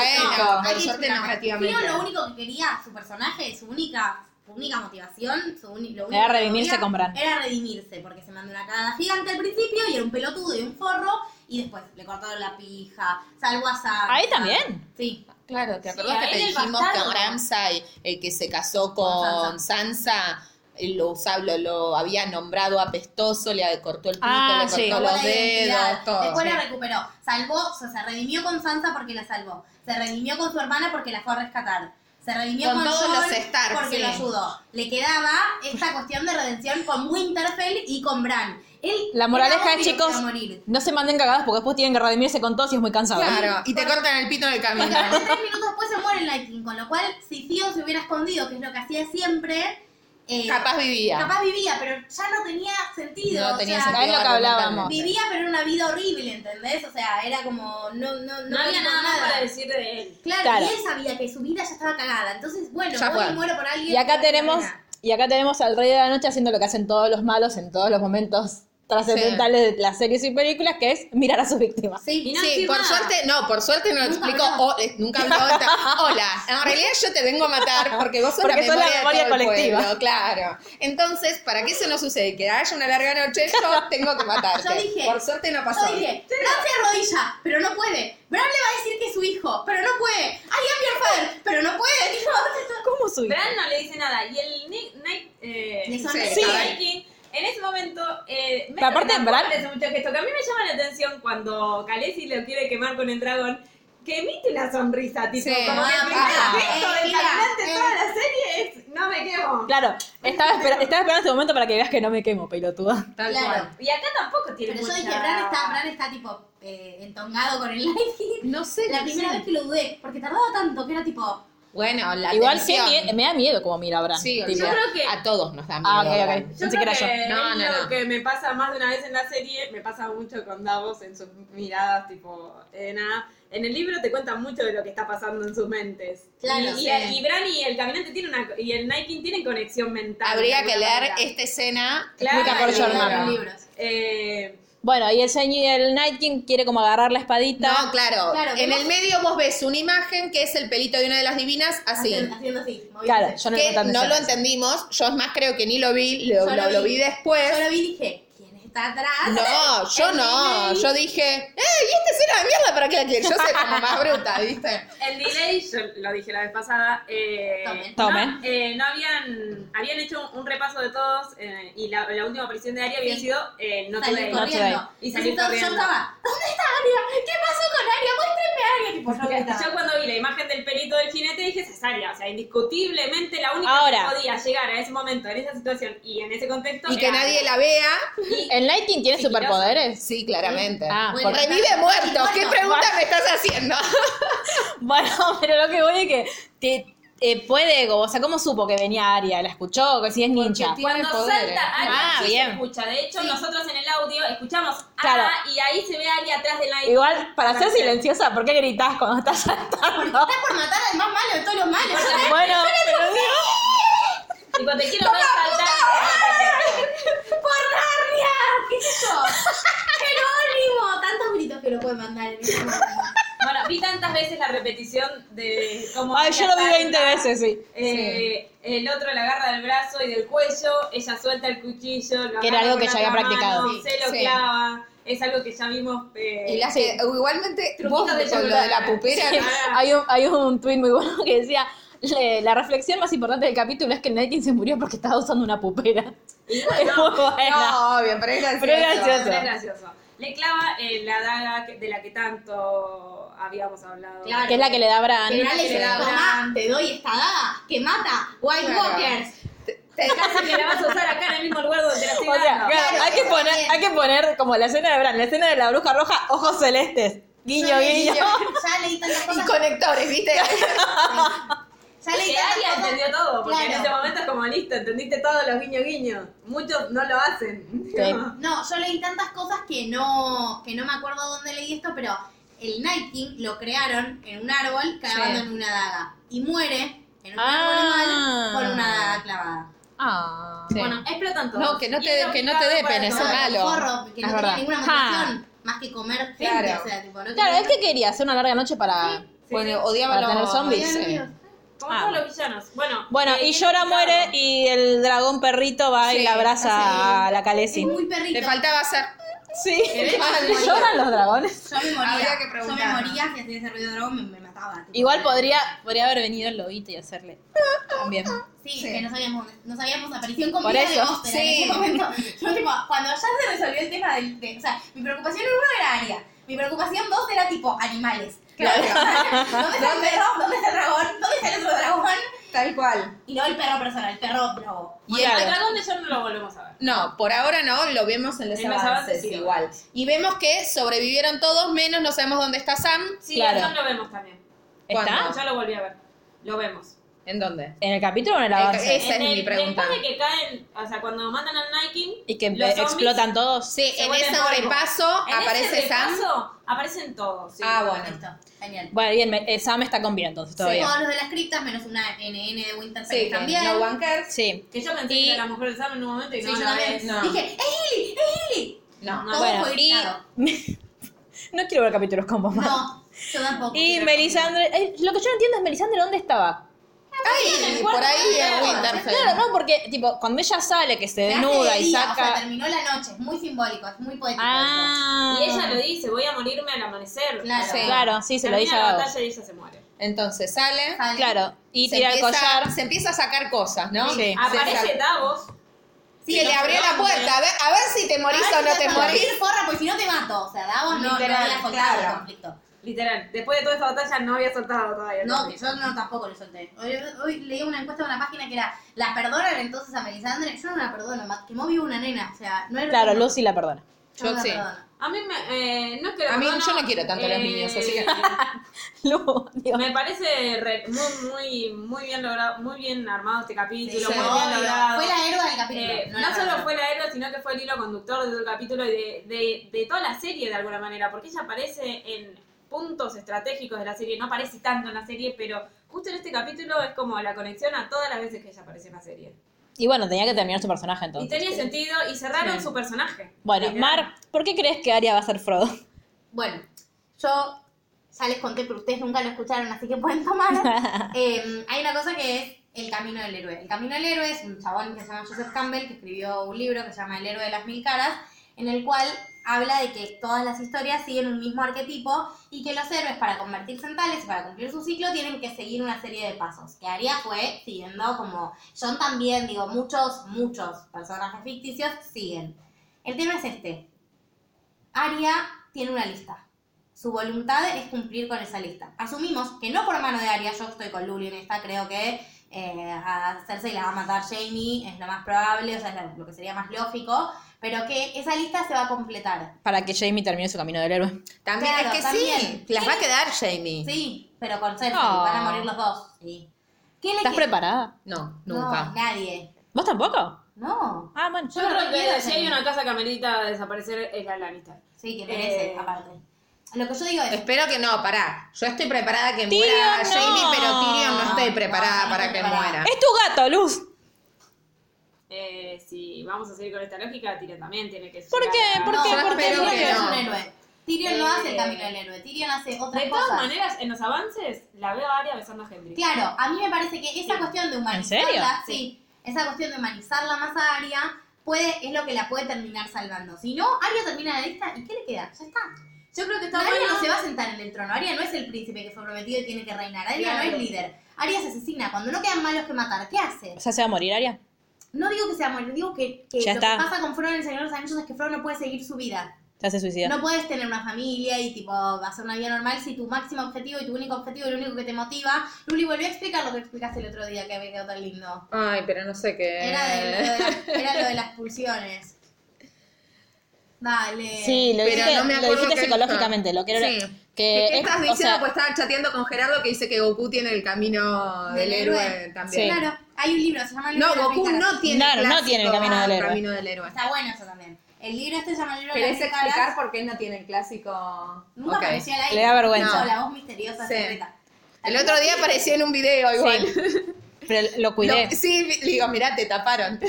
Speaker 2: por
Speaker 3: Alguien
Speaker 2: suerte
Speaker 3: se la-
Speaker 2: narrativamente.
Speaker 3: Tío, lo único que quería su personaje, su única, su única motivación, su uni- lo único
Speaker 1: Era
Speaker 3: que
Speaker 1: redimirse
Speaker 3: quería
Speaker 1: con Bran.
Speaker 3: Era redimirse, porque se mandó una cagada gigante al principio y era un pelotudo y un forro, y después le cortaron la pija, salvó a Sansa.
Speaker 1: ¿A él también?
Speaker 3: Sí.
Speaker 2: Claro, ¿te
Speaker 4: Sí,
Speaker 2: acordás
Speaker 4: a
Speaker 2: que
Speaker 4: él
Speaker 2: te
Speaker 4: el
Speaker 2: dijimos
Speaker 4: bastardo.
Speaker 2: que Ramsay, el que se casó con
Speaker 3: Con
Speaker 2: Sansa, lo, usaba- lo, lo había nombrado apestoso, le cortó el pito,
Speaker 1: Ah,
Speaker 2: le
Speaker 1: sí.
Speaker 2: cortó
Speaker 3: Salvó
Speaker 2: los
Speaker 3: la identidad,
Speaker 2: dedos, todo.
Speaker 3: Después la recuperó. Salvó, o sea, se redimió con Sansa porque la salvó. Se redimió con su hermana porque la fue a rescatar. Se redimió
Speaker 2: Con
Speaker 3: con,
Speaker 2: todos
Speaker 3: Jon
Speaker 2: los Stark,
Speaker 3: porque
Speaker 2: sí.
Speaker 3: lo ayudó. Le quedaba esta cuestión de redención con Winterfell y con Bran. Él
Speaker 1: La
Speaker 3: era
Speaker 1: moraleja,
Speaker 3: obvio que
Speaker 1: chicos,
Speaker 3: iba a morir.
Speaker 1: no se manden cagadas porque después tienen que redimirse con todos y es muy cansado.
Speaker 2: Claro, y te cortan el pito en el camino.
Speaker 3: Tres minutos después se muere el Night King, con lo cual, si Tío se hubiera escondido, que es lo que hacía siempre, eh,
Speaker 2: Capaz vivía.
Speaker 3: capaz vivía, pero ya no tenía sentido.
Speaker 2: no
Speaker 3: o
Speaker 2: tenía
Speaker 3: sea,
Speaker 2: sentido.
Speaker 1: es lo que hablábamos.
Speaker 3: Vivía, pero era una vida horrible, ¿entendés? O sea, era como. No, no, no
Speaker 4: No había
Speaker 3: dijo
Speaker 4: nada más para decir de él.
Speaker 3: Claro,
Speaker 1: Claro.
Speaker 3: y él sabía que su vida ya estaba cagada. Entonces, bueno,
Speaker 2: Ya
Speaker 3: voy
Speaker 2: fue.
Speaker 3: y muero por alguien.
Speaker 1: Y acá
Speaker 3: no vale la
Speaker 1: tenemos,
Speaker 3: pena.
Speaker 1: y acá tenemos al rey de la noche haciendo lo que hacen todos los malos en todos los momentos trascendentales de las series y películas, que es mirar a sus víctimas.
Speaker 3: Sí,
Speaker 4: Y no
Speaker 2: sí,
Speaker 4: decir
Speaker 2: por
Speaker 4: nada.
Speaker 2: suerte, no, por suerte no lo
Speaker 3: Nunca
Speaker 2: explico.
Speaker 3: habló.
Speaker 2: o- eh, nunca habló. esta- Hola, en realidad yo te vengo a matar porque vos sos
Speaker 1: Porque
Speaker 2: la
Speaker 1: sos la memoria
Speaker 2: memoria, de todo el
Speaker 1: colectiva.
Speaker 2: pueblo, claro. Entonces, para que eso no suceda y que haya una larga noche, yo tengo que matarte.
Speaker 3: Yo dije-
Speaker 2: por suerte no pasó.
Speaker 3: Yo dije, Bran se arrodilla, pero no puede. Bran le va a decir que es su hijo, pero no puede. Ay, am your father, pero no puede. Tipo,
Speaker 1: ¿Cómo su
Speaker 4: Bran no le dice nada. Y el Nick Night. Eh,
Speaker 3: Le
Speaker 4: Nick
Speaker 3: sonríe.
Speaker 2: Sí.
Speaker 4: Viking, En ese momento, eh, me
Speaker 1: aparte,
Speaker 4: me
Speaker 1: Bran-
Speaker 4: parece mucho que esto, que a mí me llama la atención cuando Khaleesi lo quiere quemar con el dragón, que emite una sonrisa, tipo,
Speaker 2: Sí,
Speaker 4: como que
Speaker 2: ah,
Speaker 4: el
Speaker 2: pasa.
Speaker 4: gesto
Speaker 3: Eh,
Speaker 4: del
Speaker 3: mira,
Speaker 4: caminante de
Speaker 3: eh.
Speaker 4: toda la serie es, no me quemo.
Speaker 1: Claro, estaba, espera- estaba esperando este momento para que veas que no me quemo, pelotuda.
Speaker 2: Tal
Speaker 3: Claro.
Speaker 2: cual.
Speaker 4: Y acá tampoco tiene
Speaker 3: Pero yo
Speaker 4: mucha...
Speaker 3: dije, Bran está, Bran está tipo eh, entongado con el lighting.
Speaker 2: No sé.
Speaker 3: La
Speaker 2: no
Speaker 3: primera
Speaker 2: sé.
Speaker 3: vez que lo dudé, porque tardaba tanto que era tipo,
Speaker 2: Bueno, la
Speaker 1: Igual sí,
Speaker 2: tensión.
Speaker 1: mie- me da miedo como mira a Bran.
Speaker 2: Sí,
Speaker 1: tipo.
Speaker 2: olvidate.
Speaker 4: creo que-
Speaker 2: a todos nos da miedo.
Speaker 1: Ah, ok,
Speaker 2: Bran.
Speaker 1: ok.
Speaker 4: Yo
Speaker 1: Pensé que
Speaker 4: creo
Speaker 1: era
Speaker 4: que,
Speaker 1: yo.
Speaker 2: No,
Speaker 4: es
Speaker 2: no,
Speaker 4: lo
Speaker 2: no.
Speaker 4: que me pasa más de una vez en la serie, me pasa mucho con Davos en sus miradas, tipo, eh, nada. En el libro te cuentan mucho de lo que está pasando en sus mentes.
Speaker 3: Claro,
Speaker 4: y, y-
Speaker 3: sí.
Speaker 4: y Bran y el caminante tienen una, y el Nike tienen conexión mental.
Speaker 2: Habría
Speaker 4: de
Speaker 2: que
Speaker 4: alguna
Speaker 2: leer este-
Speaker 4: manera.
Speaker 2: esta escena.
Speaker 4: Claro,
Speaker 1: Explica por
Speaker 4: y-
Speaker 1: su
Speaker 3: "Leí
Speaker 1: hermano.
Speaker 3: los libros.
Speaker 4: Eh,
Speaker 1: Bueno, y el, señ- el Night King quiere como agarrar la espadita.
Speaker 2: No, claro.
Speaker 3: Claro,
Speaker 2: en
Speaker 3: vemos-
Speaker 2: el medio vos ves una imagen que es el pelito de una de las divinas, así.
Speaker 3: Haciendo, haciendo así, moviéndose.
Speaker 1: claro, yo no lo
Speaker 2: que
Speaker 1: entendí.
Speaker 2: no lo entendimos. Yo es más creo que ni lo vi, lo,
Speaker 3: Yo
Speaker 2: lo- lo vi
Speaker 4: Pues,
Speaker 2: después.
Speaker 3: Yo lo vi y dije, ¿quién está atrás?
Speaker 2: No, yo
Speaker 3: El
Speaker 2: no.
Speaker 3: delay.
Speaker 2: Yo dije, ¡eh! ¿Y esta escena de mierda para qué la quiero? Yo soy como más bruta, ¿viste?
Speaker 4: el delay, yo lo dije la vez pasada, eh,
Speaker 3: Tomen.
Speaker 1: Tomen.
Speaker 4: No, eh, no habían, habían hecho un repaso de todos eh, y la, la última aparición de Aria había
Speaker 3: Sí.
Speaker 4: sido eh, No
Speaker 3: Salí
Speaker 4: Today.
Speaker 3: corriendo.
Speaker 4: Y salí
Speaker 3: Entonces,
Speaker 4: corriendo.
Speaker 3: Yo estaba, ¿dónde está Aria? ¿Qué pasó con Aria? Muéstrenme a Aria. Tipo, no
Speaker 4: Porque Yo
Speaker 3: gritaba.
Speaker 4: cuando vi la imagen del pelito del jinete dije cesárea, o sea, indiscutiblemente la única
Speaker 1: Ahora.
Speaker 4: que podía llegar a ese momento, en esa situación y en ese contexto.
Speaker 2: Y que
Speaker 4: era-
Speaker 2: nadie la vea.
Speaker 1: ¿El Night King tiene
Speaker 4: Sigiloso.
Speaker 1: superpoderes?
Speaker 2: Sí, claramente.
Speaker 1: Ah,
Speaker 3: Bueno,
Speaker 1: porque-
Speaker 2: Revive muertos. ¿Qué pregunta me estás haciendo?
Speaker 1: Bueno, pero lo que voy es que te- eh, puede, o sea, ¿cómo supo que venía Aria? ¿La escuchó? Que si es ninja.
Speaker 4: Cuando salta
Speaker 2: ¿eh?
Speaker 4: Aria
Speaker 1: Ah,
Speaker 4: sí
Speaker 1: bien.
Speaker 4: se escucha. De hecho,
Speaker 3: Sí.
Speaker 4: nosotros en el audio escuchamos
Speaker 1: Claro.
Speaker 4: "Ah", y ahí se ve a Aria atrás del aire.
Speaker 1: Igual, para ser
Speaker 4: Claro.
Speaker 1: silenciosa, ¿por qué gritás cuando estás saltando?
Speaker 3: Está por matar al más malo de todos los malos.
Speaker 1: Bueno, pero digo,
Speaker 4: Tipo, te quiero ver saltar.
Speaker 3: ¡Por Aria! ¿Qué es eso? ¡Jerónimo! Tantos gritos que lo pueden mandar en este momento.
Speaker 4: Bueno, vi tantas veces la repetición de cómo.
Speaker 1: Ay,
Speaker 4: ella
Speaker 1: yo lo vi
Speaker 4: salta.
Speaker 1: 20 veces, sí.
Speaker 4: Eh, El otro la agarra del brazo y del cuello, ella suelta el cuchillo. lo
Speaker 1: Que era algo
Speaker 4: agarra con
Speaker 1: que ya
Speaker 4: la
Speaker 1: había
Speaker 4: otra
Speaker 1: practicado.
Speaker 4: mano, se lo
Speaker 2: Sí.
Speaker 4: clava. Es algo que ya vimos. eh,
Speaker 2: Y las que- igualmente,
Speaker 4: Truquitos
Speaker 2: vos
Speaker 4: de
Speaker 2: con lo
Speaker 4: celular.
Speaker 2: de la pupera.
Speaker 4: Sí.
Speaker 1: Hay un, hay un tweet muy bueno que decía, "Le- la reflexión más importante del capítulo es que Night King se murió porque estaba usando una pupera. es muy buena.
Speaker 2: No, obvio, pero es gracioso.
Speaker 1: Pero es gracioso.
Speaker 4: Es gracioso. Le clava eh, la daga que- de la que tanto habíamos hablado.
Speaker 3: Claro.
Speaker 1: Que es la que le da Bran.
Speaker 3: Que Aria
Speaker 4: que le
Speaker 3: dice,
Speaker 4: da
Speaker 3: mamá,
Speaker 4: Bran.
Speaker 3: te doy esta daga que mata White
Speaker 2: Claro.
Speaker 3: Walkers.
Speaker 2: Te-
Speaker 4: Casi que la vas a usar acá en el mismo lugar donde la estoy
Speaker 1: O sea,
Speaker 4: dando.
Speaker 1: claro, hay, que poner, hay que poner como la escena de Bran, la escena de la bruja roja, ojos celestes. Guiño,
Speaker 3: Yo leí-
Speaker 1: guiño.
Speaker 3: Ya leí tantas
Speaker 2: Y
Speaker 3: cosas.
Speaker 2: conectores, ¿viste?
Speaker 3: Ya leí
Speaker 4: Que
Speaker 3: tantas
Speaker 4: Aria
Speaker 3: cosas.
Speaker 4: entendió todo, porque en
Speaker 3: Claro.
Speaker 4: ese momento es como listo, entendiste todos los guiño guiño. Muchos no lo hacen.
Speaker 1: Sí.
Speaker 3: No, yo leí tantas cosas que no, que no me acuerdo dónde leí esto, pero el Night King lo crearon en un árbol clavando en una daga. Y muere en un
Speaker 1: Ah.
Speaker 3: árbol igual con una daga clavada.
Speaker 1: Ah.
Speaker 4: Bueno, explotan todos.
Speaker 2: No, que no
Speaker 4: Y
Speaker 2: te-
Speaker 4: es lo
Speaker 2: que no te
Speaker 4: cabe
Speaker 2: dé
Speaker 4: para
Speaker 2: pene,
Speaker 4: todo.
Speaker 2: Eso es malo.
Speaker 3: Porro, que
Speaker 1: Es
Speaker 3: no
Speaker 1: verdad.
Speaker 3: tenía ninguna motivación más que comer gente.
Speaker 2: Claro. ¿este
Speaker 3: O sea, tipo, no
Speaker 1: Claro,
Speaker 3: tenía-
Speaker 1: es que quería hacer una larga noche para, pues,
Speaker 2: Bueno,
Speaker 1: para
Speaker 2: odiaba
Speaker 1: tener
Speaker 2: los
Speaker 1: zombies.
Speaker 3: Ay,
Speaker 2: sí.
Speaker 3: Dios.
Speaker 4: Como
Speaker 1: Ah.
Speaker 4: todos los villanos. Bueno,
Speaker 1: Bueno,
Speaker 4: eh,
Speaker 1: y
Speaker 4: es
Speaker 1: Llora
Speaker 4: complicado.
Speaker 1: muere y el dragón perrito va y
Speaker 2: Sí,
Speaker 1: la abraza a la
Speaker 3: Es
Speaker 1: Khaleesi.
Speaker 3: muy perrito.
Speaker 2: Le faltaba hacer.
Speaker 1: Sí.
Speaker 2: ve mal.
Speaker 1: ¿Lloran los dragones?
Speaker 3: Yo me moría.
Speaker 2: Habría que
Speaker 3: Yo me
Speaker 2: preguntar.
Speaker 3: moría si hacía ese ruido de dragón, me, me mataba. tipo.
Speaker 1: Igual podría, podría haber venido el lobito y hacerle también.
Speaker 3: Sí, que no sabíamos, no sabíamos aparición con
Speaker 1: Por
Speaker 3: vida de
Speaker 1: eso,
Speaker 3: ópera
Speaker 2: sí.
Speaker 3: en ese momento. Yo, tipo, cuando ya se resolvió el tema del... de- o sea, mi preocupación uno era Aria. Mi preocupación dos era tipo animales. ¿Dónde está el perro? ¿Dónde está el dragón? ¿Dónde está el otro dragón?
Speaker 2: Tal cual.
Speaker 3: Y no el perro persona, el perro lobo.
Speaker 2: Y
Speaker 4: Bueno,
Speaker 2: el-
Speaker 4: el dragón de John no lo volvemos a ver.
Speaker 2: No, por ahora no, lo vemos en los
Speaker 4: En los
Speaker 2: avances,
Speaker 4: avances sí.
Speaker 2: igual. Y vemos que sobrevivieron todos, menos no sabemos dónde está Sam.
Speaker 4: Sí,
Speaker 1: Claro.
Speaker 4: el John lo vemos también.
Speaker 1: ¿Está?
Speaker 2: ¿Cuándo?
Speaker 4: Yo lo volví a ver. Lo vemos.
Speaker 2: ¿En dónde?
Speaker 1: ¿En el capítulo o en el avance?
Speaker 2: Esa
Speaker 4: En
Speaker 2: es
Speaker 4: el-
Speaker 2: mi pregunta.
Speaker 4: Después de que caen, o sea, cuando matan al Nike
Speaker 1: y que
Speaker 4: los
Speaker 1: eh,
Speaker 4: zombies-
Speaker 1: explotan todos.
Speaker 2: Sí,
Speaker 4: Se
Speaker 2: en
Speaker 4: vuelven
Speaker 2: ese
Speaker 4: polvo.
Speaker 2: repaso
Speaker 4: en
Speaker 2: aparece
Speaker 4: ese
Speaker 2: Sam.
Speaker 4: repaso, aparecen todos. sí.
Speaker 2: Ah, bueno.
Speaker 3: Listo, genial.
Speaker 1: Bueno, bien, me- eh, Sam está con vida entonces todavía.
Speaker 3: Todos los de las criptas, menos una NN de Winterfell
Speaker 2: Sí,
Speaker 3: también.
Speaker 2: también. No Bunker.
Speaker 1: Sí.
Speaker 4: Que yo pensé
Speaker 1: Y-
Speaker 4: que era la mujer de Sam en un momento y
Speaker 3: Sí,
Speaker 4: no, Ah,
Speaker 3: yo
Speaker 4: la
Speaker 3: también.
Speaker 4: ves.
Speaker 2: no.
Speaker 3: Dije, ¡es Lily! ¡Es Lily!
Speaker 2: No.
Speaker 4: No.
Speaker 3: Todo
Speaker 1: bueno,
Speaker 3: fue
Speaker 1: y-
Speaker 3: gritado.
Speaker 1: No quiero ver capítulos con vos. Mar.
Speaker 3: No, yo tampoco.
Speaker 1: Y
Speaker 3: quiero-
Speaker 1: Melisandre, eh, lo que yo no entiendo es Melisandre dónde estaba.
Speaker 2: Ay, por ahí en Winterfell.
Speaker 1: Claro, no, porque tipo, cuando ella sale, que se
Speaker 3: Se hace
Speaker 1: desnuda
Speaker 3: de
Speaker 1: y
Speaker 3: día, O sea,
Speaker 1: saca.
Speaker 3: terminó la noche, es muy simbólico, es muy poético.
Speaker 1: Ah.
Speaker 4: Y ella lo dice, voy a morirme al amanecer.
Speaker 3: Claro.
Speaker 4: O sea,
Speaker 1: Claro, sí, se lo
Speaker 4: termina
Speaker 1: dice
Speaker 4: la
Speaker 1: a Davos.
Speaker 4: batalla y ella se muere.
Speaker 2: Entonces sale.
Speaker 3: eso. Sale.
Speaker 1: Claro, y
Speaker 2: se
Speaker 1: tira el
Speaker 2: empieza-
Speaker 1: collar.
Speaker 2: Se empieza a sacar cosas, ¿no?
Speaker 1: Sí.
Speaker 4: Aparece Davos.
Speaker 2: Sí, que
Speaker 3: no,
Speaker 2: le abrió la
Speaker 4: no,
Speaker 2: puerta. A ver, a ver si te morís
Speaker 3: Ahora
Speaker 2: o no
Speaker 3: vas
Speaker 2: te
Speaker 3: a
Speaker 2: morís.
Speaker 3: morir, porra, porque si no te mato. O sea, Davos no, no
Speaker 2: Literal,
Speaker 3: había soltado
Speaker 2: claro.
Speaker 3: el conflicto.
Speaker 4: eh, Literal, después de toda esta batalla no había soltado todavía. el
Speaker 3: No, que
Speaker 4: conflicto.
Speaker 3: yo no tampoco lo solté. Hoy, hoy leí una encuesta de una página que era, ¿la perdonan entonces a Melisandre? Yo no la perdono, más que movió una nena, o sea, no era...
Speaker 1: Claro, Lucy la perdona.
Speaker 3: Yo no
Speaker 2: Yo
Speaker 3: la
Speaker 2: sí.
Speaker 3: perdono.
Speaker 4: A mí me, eh, no es que la
Speaker 2: A mí,
Speaker 4: perdono,
Speaker 2: yo no quiero tanto a los niños, así que-
Speaker 1: Lu, Dios.
Speaker 4: Me parece re- muy, muy, muy bien logrado, muy bien armado este capítulo,
Speaker 3: Sí,
Speaker 4: muy
Speaker 3: obvio.
Speaker 4: bien logrado.
Speaker 3: Fue la héroe del capítulo.
Speaker 4: Eh, no
Speaker 3: la
Speaker 4: solo
Speaker 3: perdono.
Speaker 4: fue la héroe, sino que fue el hilo conductor de todo el capítulo y de, de- de toda la serie de alguna manera, porque ella aparece en puntos estratégicos de la serie, no aparece tanto en la serie, pero justo en este capítulo es como la conexión a todas las veces que ella aparece en la serie.
Speaker 1: Y bueno, tenía que terminar su personaje
Speaker 4: Y
Speaker 1: entonces.
Speaker 4: tenía sentido y cerraron su personaje.
Speaker 1: Bueno,
Speaker 4: Literal.
Speaker 1: Mar, ¿por qué crees que Aria va a ser Frodo?
Speaker 3: Bueno, yo ya les conté, pero ustedes nunca lo escucharon, así que pueden tomar. Eh, hay una cosa que es El Camino del Héroe. El Camino del Héroe es un chabón que se llama Joseph Campbell, que escribió un libro que se llama El Héroe de las Mil Caras, en el cual habla de que todas las historias siguen un mismo arquetipo y que los héroes para convertirse en tales y para cumplir su ciclo tienen que seguir una serie de pasos. Que Aria fue siguiendo como John también, digo, muchos, muchos personajes ficticios siguen. El tema es este. Aria tiene una lista. Su voluntad es cumplir con esa lista. Asumimos que no por mano de Aria, yo estoy con Luli en esta, creo que eh, a Cersei la va a matar Jamie, es lo más probable, o sea, es lo- lo que sería más lógico, pero que esa lista se va a completar.
Speaker 1: Para que Jamie termine su camino del héroe.
Speaker 2: También
Speaker 3: Claro,
Speaker 2: es que
Speaker 3: también.
Speaker 2: sí, las va a
Speaker 3: Sí.
Speaker 2: quedar Jamie.
Speaker 3: Sí, pero con Cersei
Speaker 1: Oh.
Speaker 3: van a morir los dos. Sí. ¿Qué le
Speaker 1: ¿Estás
Speaker 3: queda?
Speaker 1: preparada?
Speaker 2: No,
Speaker 3: No,
Speaker 2: nunca.
Speaker 3: nadie.
Speaker 1: ¿Vos tampoco?
Speaker 3: No.
Speaker 1: Ah, bueno.
Speaker 4: Yo creo
Speaker 3: quiero
Speaker 4: que si hay
Speaker 3: ese-
Speaker 4: una casa que amerita desaparecer es la Lannister.
Speaker 3: Sí, que merece,
Speaker 4: Eh.
Speaker 3: aparte. Lo que yo digo es...
Speaker 2: Espero que no, pará. Yo estoy preparada que
Speaker 1: Tyrion,
Speaker 2: muera
Speaker 1: no.
Speaker 2: Jamie, pero Tyrion no
Speaker 3: No,
Speaker 2: estoy
Speaker 3: no,
Speaker 2: preparada
Speaker 3: no
Speaker 2: para
Speaker 3: estoy
Speaker 2: que
Speaker 3: preparada.
Speaker 2: muera.
Speaker 1: ¡Es tu gato, Luz!
Speaker 4: Eh, si vamos a seguir con esta lógica, Tyrion también tiene que
Speaker 1: ¿Por
Speaker 4: llegar
Speaker 1: qué?
Speaker 4: a-
Speaker 1: ¿Por
Speaker 3: no,
Speaker 1: qué?
Speaker 3: yo
Speaker 1: ¿Por qué?
Speaker 2: espero
Speaker 3: Tyrion
Speaker 2: que
Speaker 3: no es
Speaker 2: no.
Speaker 3: un héroe. Tyrion no hace el
Speaker 4: Eh.
Speaker 3: camino del héroe. Tyrion hace otras
Speaker 4: De todas
Speaker 3: cosas.
Speaker 4: maneras, en los avances, la veo a Aria besando a Henry.
Speaker 3: Claro, a mí me parece que esa cuestión de humanizarla,
Speaker 1: ¿En serio?
Speaker 3: sí, esa cuestión de humanizarla más a Aria, puede, es lo que la puede terminar salvando. Si no, Aria termina la lista y ¿qué le queda? Ya está.
Speaker 4: Yo creo que está
Speaker 3: Aria
Speaker 4: bueno.
Speaker 3: no se va a sentar en el trono. Aria no es el príncipe que fue prometido y tiene que reinar. Aria
Speaker 4: Claro.
Speaker 3: no es líder. Aria se asesina. Cuando no quedan malos que matar, ¿qué hace?
Speaker 1: O sea, se va a morir Aria.
Speaker 3: No digo que sea malo, digo que, que
Speaker 1: Ya
Speaker 3: lo
Speaker 1: está.
Speaker 3: que pasa con Frodo en el Señor de los Anillos es que Frodo no puede seguir su vida.
Speaker 1: Se hace suicida.
Speaker 3: No puedes tener una familia y tipo hacer una vida normal si tu máximo objetivo y tu único objetivo y lo único que te motiva. Luli volvió a explicar lo que explicaste el otro día que había quedado tan lindo.
Speaker 2: Ay, pero no sé qué.
Speaker 3: Era, de, lo, de
Speaker 1: Eh.
Speaker 3: las- era lo de las pulsiones. Dale.
Speaker 1: Sí, lo
Speaker 2: eh, Pero
Speaker 1: dijiste,
Speaker 2: no me
Speaker 1: lo
Speaker 2: acuerdo
Speaker 1: dijiste
Speaker 2: qué-
Speaker 1: psicológicamente, lo que era...
Speaker 2: Sí.
Speaker 1: Que
Speaker 2: ¿Qué, qué
Speaker 1: Eh, es-
Speaker 2: estás
Speaker 1: o
Speaker 2: diciendo?
Speaker 1: sea,
Speaker 2: pues estaba chateando con Gerardo que dice que Goku tiene el camino del,
Speaker 3: Del
Speaker 2: héroe,
Speaker 3: héroe.
Speaker 2: también.
Speaker 1: Sí.
Speaker 3: Claro, hay un libro, se llama el
Speaker 2: No,
Speaker 3: libro de las
Speaker 2: Goku
Speaker 3: mil caras.
Speaker 2: no tiene,
Speaker 1: Claro, no
Speaker 2: clásico,
Speaker 1: tiene el camino
Speaker 2: ah,
Speaker 1: del héroe.
Speaker 2: camino del héroe.
Speaker 3: Está bueno eso también. El libro este se llama el libro de las
Speaker 2: ¿Querés
Speaker 3: mil caras.
Speaker 2: explicar por qué no tiene el clásico?
Speaker 3: Nunca
Speaker 2: Ok.
Speaker 3: apareció al aire.
Speaker 1: Le da vergüenza.
Speaker 3: No, la voz misteriosa
Speaker 2: Sí.
Speaker 3: secreta.
Speaker 2: El otro día apareció en un video igual.
Speaker 1: pero lo cuidé.
Speaker 2: No, sí, vi- digo, mirá, te taparon.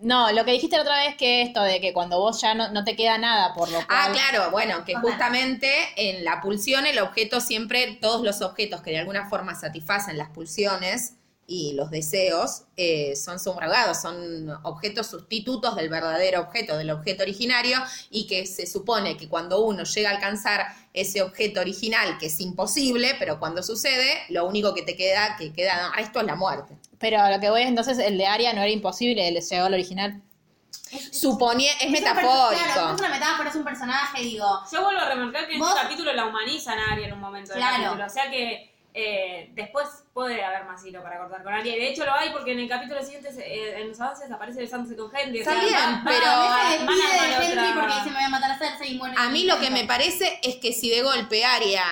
Speaker 1: No, lo que dijiste la otra vez que esto de que cuando vos ya no, no te queda nada por lo cual...
Speaker 2: Ah, claro, bueno, que
Speaker 3: Ajá.
Speaker 2: justamente en la pulsión el objeto siempre, todos los objetos que de alguna forma satisfacen las pulsiones y los deseos eh, son subrogados, son objetos sustitutos del verdadero objeto, del objeto originario, y que se supone que cuando uno llega a alcanzar ese objeto original, que es imposible, pero cuando sucede, lo único que te queda, que queda no, esto es la muerte.
Speaker 1: Pero lo que voy es entonces, el de Aria no era imposible, el llegó al original.
Speaker 2: Supone, es,
Speaker 3: un perso-
Speaker 2: metafórico.
Speaker 3: Claro, es una metáfora, es un personaje, digo.
Speaker 4: Yo vuelvo a remarcar que en
Speaker 3: Vos-
Speaker 4: este capítulo la humanizan a Aria en un momento del
Speaker 3: Claro.
Speaker 4: capítulo. O sea que eh, después puede haber más hilo para cortar con Aria. Y de hecho lo hay porque en el capítulo siguiente, se- eh, en los avances, aparece besándose con Henry. O
Speaker 2: Está
Speaker 4: sea,
Speaker 2: bien,
Speaker 4: va- va-
Speaker 2: pero-
Speaker 3: a veces
Speaker 4: van a
Speaker 3: despide
Speaker 4: armar
Speaker 3: ah, de Henry
Speaker 4: otra-
Speaker 3: porque dice me voy a matar a Cersei y muere.
Speaker 2: A mí lo que me parece es que si de golpe Aria,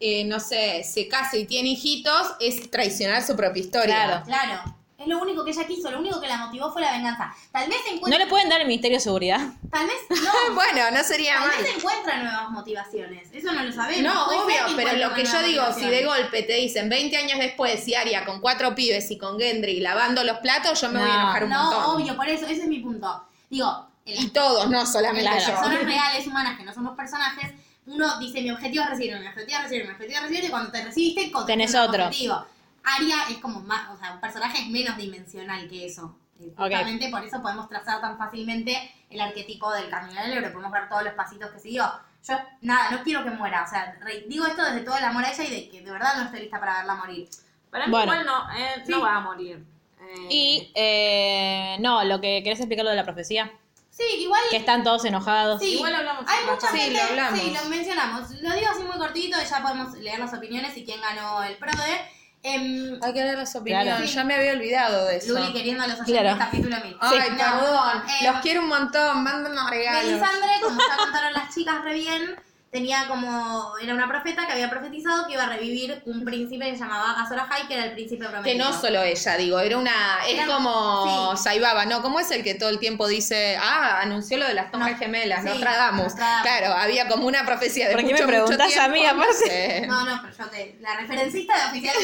Speaker 2: eh, no sé, se casa y tiene hijitos, es traicionar su propia historia.
Speaker 1: Claro.
Speaker 3: Claro. Es lo único que ella quiso, lo único que la motivó fue la venganza. Tal vez
Speaker 1: ¿No
Speaker 3: encuentra.
Speaker 1: le pueden dar el Ministerio de Seguridad?
Speaker 3: Tal vez no.
Speaker 2: Bueno, no sería
Speaker 3: tal
Speaker 2: mal.
Speaker 3: vez encuentra nuevas motivaciones. Eso no lo sabemos.
Speaker 2: No,
Speaker 3: Puede ser
Speaker 2: obvio, pero
Speaker 3: encuentre
Speaker 2: lo que
Speaker 3: una
Speaker 2: yo
Speaker 3: nueva
Speaker 2: digo, si
Speaker 3: motivación.
Speaker 2: de golpe te dicen 20 años después, si Aria con cuatro pibes y con Gendry lavando los platos, yo me voy a
Speaker 1: No,
Speaker 2: enojar un montón.
Speaker 3: No, obvio, por eso, ese es mi punto. Digo, en las
Speaker 2: Y todos, no solamente
Speaker 1: Claro.
Speaker 2: yo.
Speaker 3: personas reales, humanas, que no somos personajes, uno dice mi objetivo es recibir, mi objetivo es recibir, mi objetivo es recibir, y cuando te recibiste, con
Speaker 1: Tenés otro.
Speaker 3: objetivo. Aria es como más, o sea, un personaje es menos dimensional que eso. Y
Speaker 1: Ok.
Speaker 3: Justamente por eso podemos trazar tan fácilmente el arquetipo del camino del héroe, podemos ver todos los pasitos que siguió. Yo, nada, no quiero que muera, o sea, re- digo esto desde todo el amor a ella y de que de verdad no estoy lista para verla morir.
Speaker 4: Para mí
Speaker 1: Bueno.
Speaker 4: igual no, eh, no
Speaker 3: Sí.
Speaker 4: va a morir. Eh,
Speaker 1: Y, eh, no, lo que querés explicar lo de la profecía.
Speaker 3: Sí, igual.
Speaker 1: Que están todos enojados.
Speaker 3: Sí,
Speaker 4: Igual hablamos
Speaker 3: Hay
Speaker 4: acá.
Speaker 3: mucha
Speaker 2: Sí,
Speaker 3: gente.
Speaker 2: lo hablamos.
Speaker 3: Sí, lo mencionamos. Lo digo así muy cortito y ya podemos leer las opiniones y quién ganó el PRODE. Em,
Speaker 2: Hay que leer las opiniones.
Speaker 1: Claro.
Speaker 2: Ya me había olvidado de eso.
Speaker 3: Luli queriendo a los oyentes,
Speaker 1: Claro.
Speaker 3: capítulo mil.
Speaker 2: Ay,
Speaker 3: No,
Speaker 2: perdón.
Speaker 3: eh,
Speaker 2: Los quiero un montón. Mándanos regalos.
Speaker 3: Melisandre, como ya contaron las chicas re bien, tenía como. Era una profeta que había profetizado que iba a revivir un príncipe que se llamaba Azor Ahai, que era el príncipe
Speaker 2: Que
Speaker 3: prometido.
Speaker 2: no solo ella, digo, era una. Es
Speaker 3: Era-
Speaker 2: como
Speaker 3: sí.
Speaker 2: Saibaba, ¿no? ¿Cómo es el que todo el tiempo dice, ah, anunció lo de las tomas
Speaker 3: No.
Speaker 2: gemelas,
Speaker 3: Sí,
Speaker 2: Nostradamus?
Speaker 3: Nostradamus.
Speaker 2: Claro, había como una profecía de
Speaker 1: ¿Por qué
Speaker 2: mucho,
Speaker 1: me
Speaker 2: mucho
Speaker 1: preguntás a
Speaker 2: tiempo,
Speaker 1: mí,
Speaker 2: no
Speaker 1: aparte?
Speaker 2: sé.
Speaker 3: No, no, pero yo te. La referencista de oficial.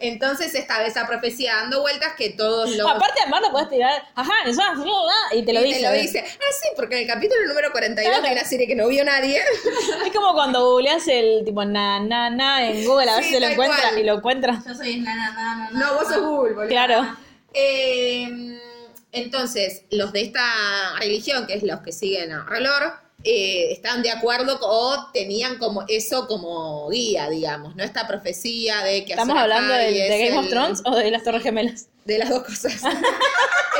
Speaker 2: Entonces estaba esa profecía dando vueltas que todos lo.
Speaker 1: Aparte, además, lo puedes tirar. Ajá, eso, bla, bla, y te lo
Speaker 2: y
Speaker 1: dice.
Speaker 2: te lo dice. Ah, sí, porque en el capítulo número 42 de una serie que no vio nadie.
Speaker 1: Es como cuando googleas el tipo na, na, na en Google, a ver
Speaker 2: Sí,
Speaker 1: si te lo
Speaker 2: tal
Speaker 1: encuentras
Speaker 2: cual.
Speaker 1: y lo encuentras.
Speaker 3: Yo soy na, na, na, na, na.
Speaker 2: No, vos sos Google, boludo.
Speaker 1: Claro.
Speaker 2: Eh, entonces, los de esta religión, que es los que siguen a Relor, eh, están de acuerdo co- o tenían como eso como guía, digamos, ¿no? Esta profecía de que
Speaker 1: ¿Estamos
Speaker 2: Azor
Speaker 1: hablando
Speaker 2: Ahai
Speaker 1: del- de,
Speaker 2: es
Speaker 1: Game of
Speaker 2: el-
Speaker 1: Thrones o de las Torres Gemelas?
Speaker 2: De las dos cosas.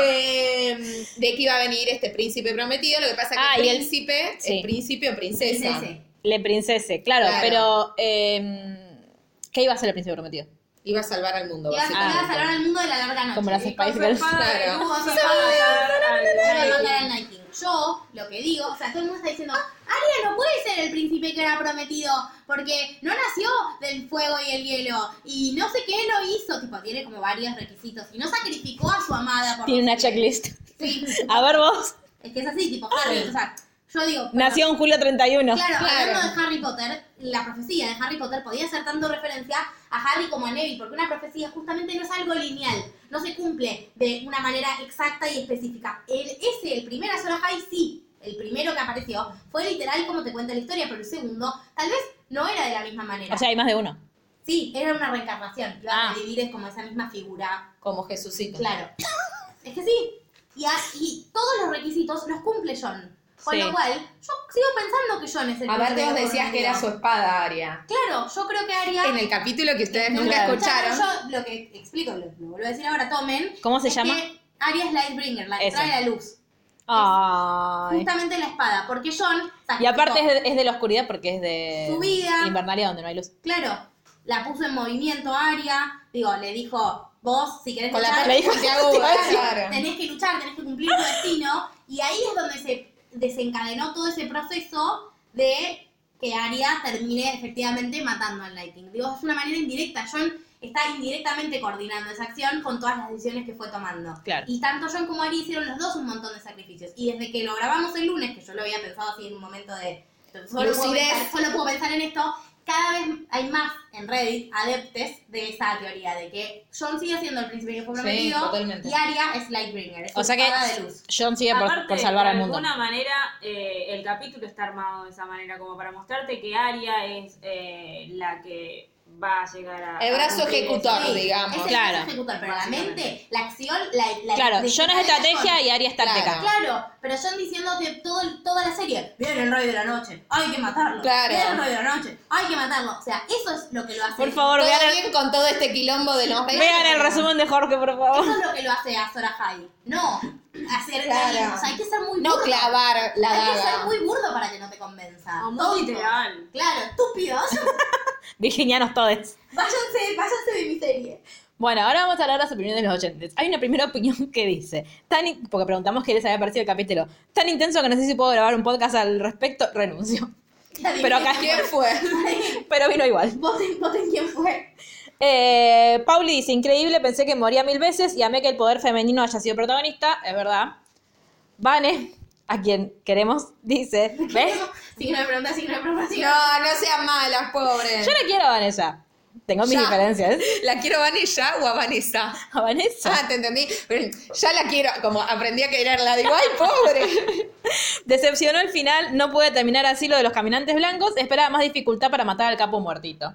Speaker 2: Eh, de que iba a venir este príncipe prometido, lo que pasa que
Speaker 1: Ah,
Speaker 2: el
Speaker 1: y el-
Speaker 2: príncipe, el,
Speaker 1: sí.
Speaker 2: príncipe o princesa,
Speaker 3: Sí, sí.
Speaker 1: Le princese, claro,
Speaker 2: Claro.
Speaker 1: pero. eh, ¿Qué iba a ser el príncipe prometido?
Speaker 2: iba a salvar al mundo,
Speaker 3: Y vas
Speaker 2: básicamente.
Speaker 3: a salvar al mundo de la larga noche.
Speaker 1: Como las
Speaker 3: Y
Speaker 1: Spice
Speaker 4: Con
Speaker 1: Girls.
Speaker 4: su espada de
Speaker 2: Claro.
Speaker 4: luz vas a
Speaker 3: Sí.
Speaker 4: matar al-
Speaker 3: van a mandar al Night King. Yo lo que digo, o sea, todo el mundo está diciendo, Aria no puede ser el príncipe que era prometido, porque no nació del fuego y el hielo, y no sé qué lo hizo, tipo, tiene como varios requisitos, y no sacrificó a su amada por
Speaker 1: Tiene
Speaker 3: no
Speaker 1: una
Speaker 3: sé qué.
Speaker 1: checklist. Ah.
Speaker 3: Sí,
Speaker 1: A ver vos,
Speaker 3: es que es así, tipo, Harry, o sea, yo digo... bueno,
Speaker 1: nació en julio 31.
Speaker 3: Claro,
Speaker 2: Claro.
Speaker 3: hablando de Harry Potter, la profecía de Harry Potter podía hacer tanto referencia a Harry como a Neville, porque una profecía justamente no es algo lineal, no se cumple de una manera exacta y específica. El, ese, el primer Azor Ahai, sí, el primero que apareció, fue literal como te cuenta la historia, pero el segundo tal vez no era de la misma manera.
Speaker 1: O sea, hay más de uno.
Speaker 3: sí, era una reencarnación, lo a
Speaker 1: Ah.
Speaker 3: vivir es como esa misma figura
Speaker 2: Como Jesucito.
Speaker 3: Claro. es que sí. Y, a- y todos los requisitos los cumple John. Con
Speaker 1: Sí.
Speaker 3: lo cual, yo sigo pensando que John es el
Speaker 2: Aparte
Speaker 3: príncipe
Speaker 2: vos
Speaker 3: de
Speaker 2: decías que era su
Speaker 3: Borneo.
Speaker 2: espada, Aria.
Speaker 3: Claro, yo creo que Aria...
Speaker 2: En el capítulo que ustedes
Speaker 3: Claro.
Speaker 2: nunca escucharon.
Speaker 3: Yo lo que explico, lo, lo vuelvo a decir ahora, tomen.
Speaker 1: ¿Cómo se
Speaker 3: es
Speaker 1: llama?
Speaker 3: que Aria es Lightbringer, la que
Speaker 1: Eso.
Speaker 3: trae la luz.
Speaker 1: Ay.
Speaker 3: Justamente la espada, porque John...
Speaker 1: Y aparte es
Speaker 3: sacrificó-
Speaker 1: de, es de la oscuridad porque es de
Speaker 3: Su vida.
Speaker 1: Invernalia donde no hay luz.
Speaker 3: Claro, la puso en movimiento Aria. Digo, le dijo, vos, si querés
Speaker 2: Con la
Speaker 3: luchar,
Speaker 2: parte
Speaker 1: dijo-
Speaker 2: Santiago
Speaker 1: Te iba a
Speaker 2: Bogotá,
Speaker 1: decir,
Speaker 2: claro.
Speaker 3: tenés que luchar, tenés que cumplir tu destino. Y ahí es donde se desencadenó todo ese proceso de que Arya termine efectivamente matando al Lightning. Digo, es una manera indirecta. John está indirectamente coordinando esa acción con todas las decisiones que fue tomando.
Speaker 1: Claro.
Speaker 3: Y tanto John como Arya hicieron los dos un montón de sacrificios. Y desde que lo grabamos el lunes, que yo lo había pensado así en un momento de... Solo puedo,
Speaker 2: Lucidez.
Speaker 3: pensar, solo puedo pensar en esto. Cada vez hay más en Reddit adeptes de esa teoría de que John sigue siendo el príncipe que fue
Speaker 2: Sí,
Speaker 3: prometido
Speaker 2: totalmente.
Speaker 3: y Arya es Lightbringer. Es
Speaker 1: O sea que
Speaker 3: espada de luz.
Speaker 1: John sigue por,
Speaker 4: Aparte,
Speaker 1: por salvar
Speaker 4: de
Speaker 1: al mundo.
Speaker 4: alguna manera, eh, el capítulo está armado de esa manera, como para mostrarte que Aria es eh, la que va a llegar a.
Speaker 2: El brazo
Speaker 4: a cumplir
Speaker 2: ejecutor,
Speaker 4: eso.
Speaker 3: Sí,
Speaker 2: digamos.
Speaker 3: Es el
Speaker 1: Claro.
Speaker 3: brazo ejecutor, pero la mente, la acción, la. la
Speaker 1: Claro,
Speaker 3: de-
Speaker 1: John es
Speaker 3: de-
Speaker 1: estrategia y Aria es
Speaker 2: Claro.
Speaker 1: táctica.
Speaker 3: Claro, pero John diciéndote todo, el- toda la serie: Viene el rey de la noche, hay que matarlo.
Speaker 2: Claro.
Speaker 3: Viene el rey de la noche, hay que matarlo. O sea, eso es lo que lo hace.
Speaker 1: Por favor,
Speaker 2: Todo
Speaker 1: vean el,
Speaker 2: bien con todo este quilombo de los reyes.
Speaker 1: vean el resumen de Jorge, por favor.
Speaker 3: Eso es lo que lo hace a Sora High. No, hacer.
Speaker 2: Claro.
Speaker 3: O sea, hay que ser muy
Speaker 2: No
Speaker 3: burdo.
Speaker 2: clavar la
Speaker 3: Hay que ser
Speaker 2: daga.
Speaker 3: muy burdo para que no te convenza.
Speaker 4: O muy
Speaker 3: Tonto.
Speaker 4: literal.
Speaker 3: Claro, estúpidos.
Speaker 1: Virginianos todes.
Speaker 3: váyanse, váyanse de mi serie.
Speaker 1: Bueno, ahora vamos a hablar de las opiniones de los oyentes. Hay una primera opinión que dice, tan in- porque preguntamos qué les había parecido el capítulo, tan intenso que no sé si puedo grabar un podcast al respecto, renuncio. Pero acá
Speaker 2: ¿Quién fue?
Speaker 1: Pero vino igual.
Speaker 3: Voten, voten quién fue.
Speaker 1: Eh, Pauli dice, increíble, pensé que moría mil veces y amé que el poder femenino haya sido protagonista, es verdad. Vane, a quien queremos, dice, ¿ves?
Speaker 3: Signo de pregunta, signo de pregunta, signo de
Speaker 2: No, no sean malas, pobres.
Speaker 1: Yo la quiero a Vanessa. Tengo mis
Speaker 2: Ya.
Speaker 1: diferencias.
Speaker 2: ¿La quiero a Vanessa o a Vanessa?
Speaker 1: A Vanessa.
Speaker 2: Ah, te entendí. Pero Ya la quiero, como aprendí a quererla. Digo, ay, pobre.
Speaker 1: Decepcionó el final, no puede terminar así lo de los caminantes blancos, esperaba más dificultad para matar al capo muertito.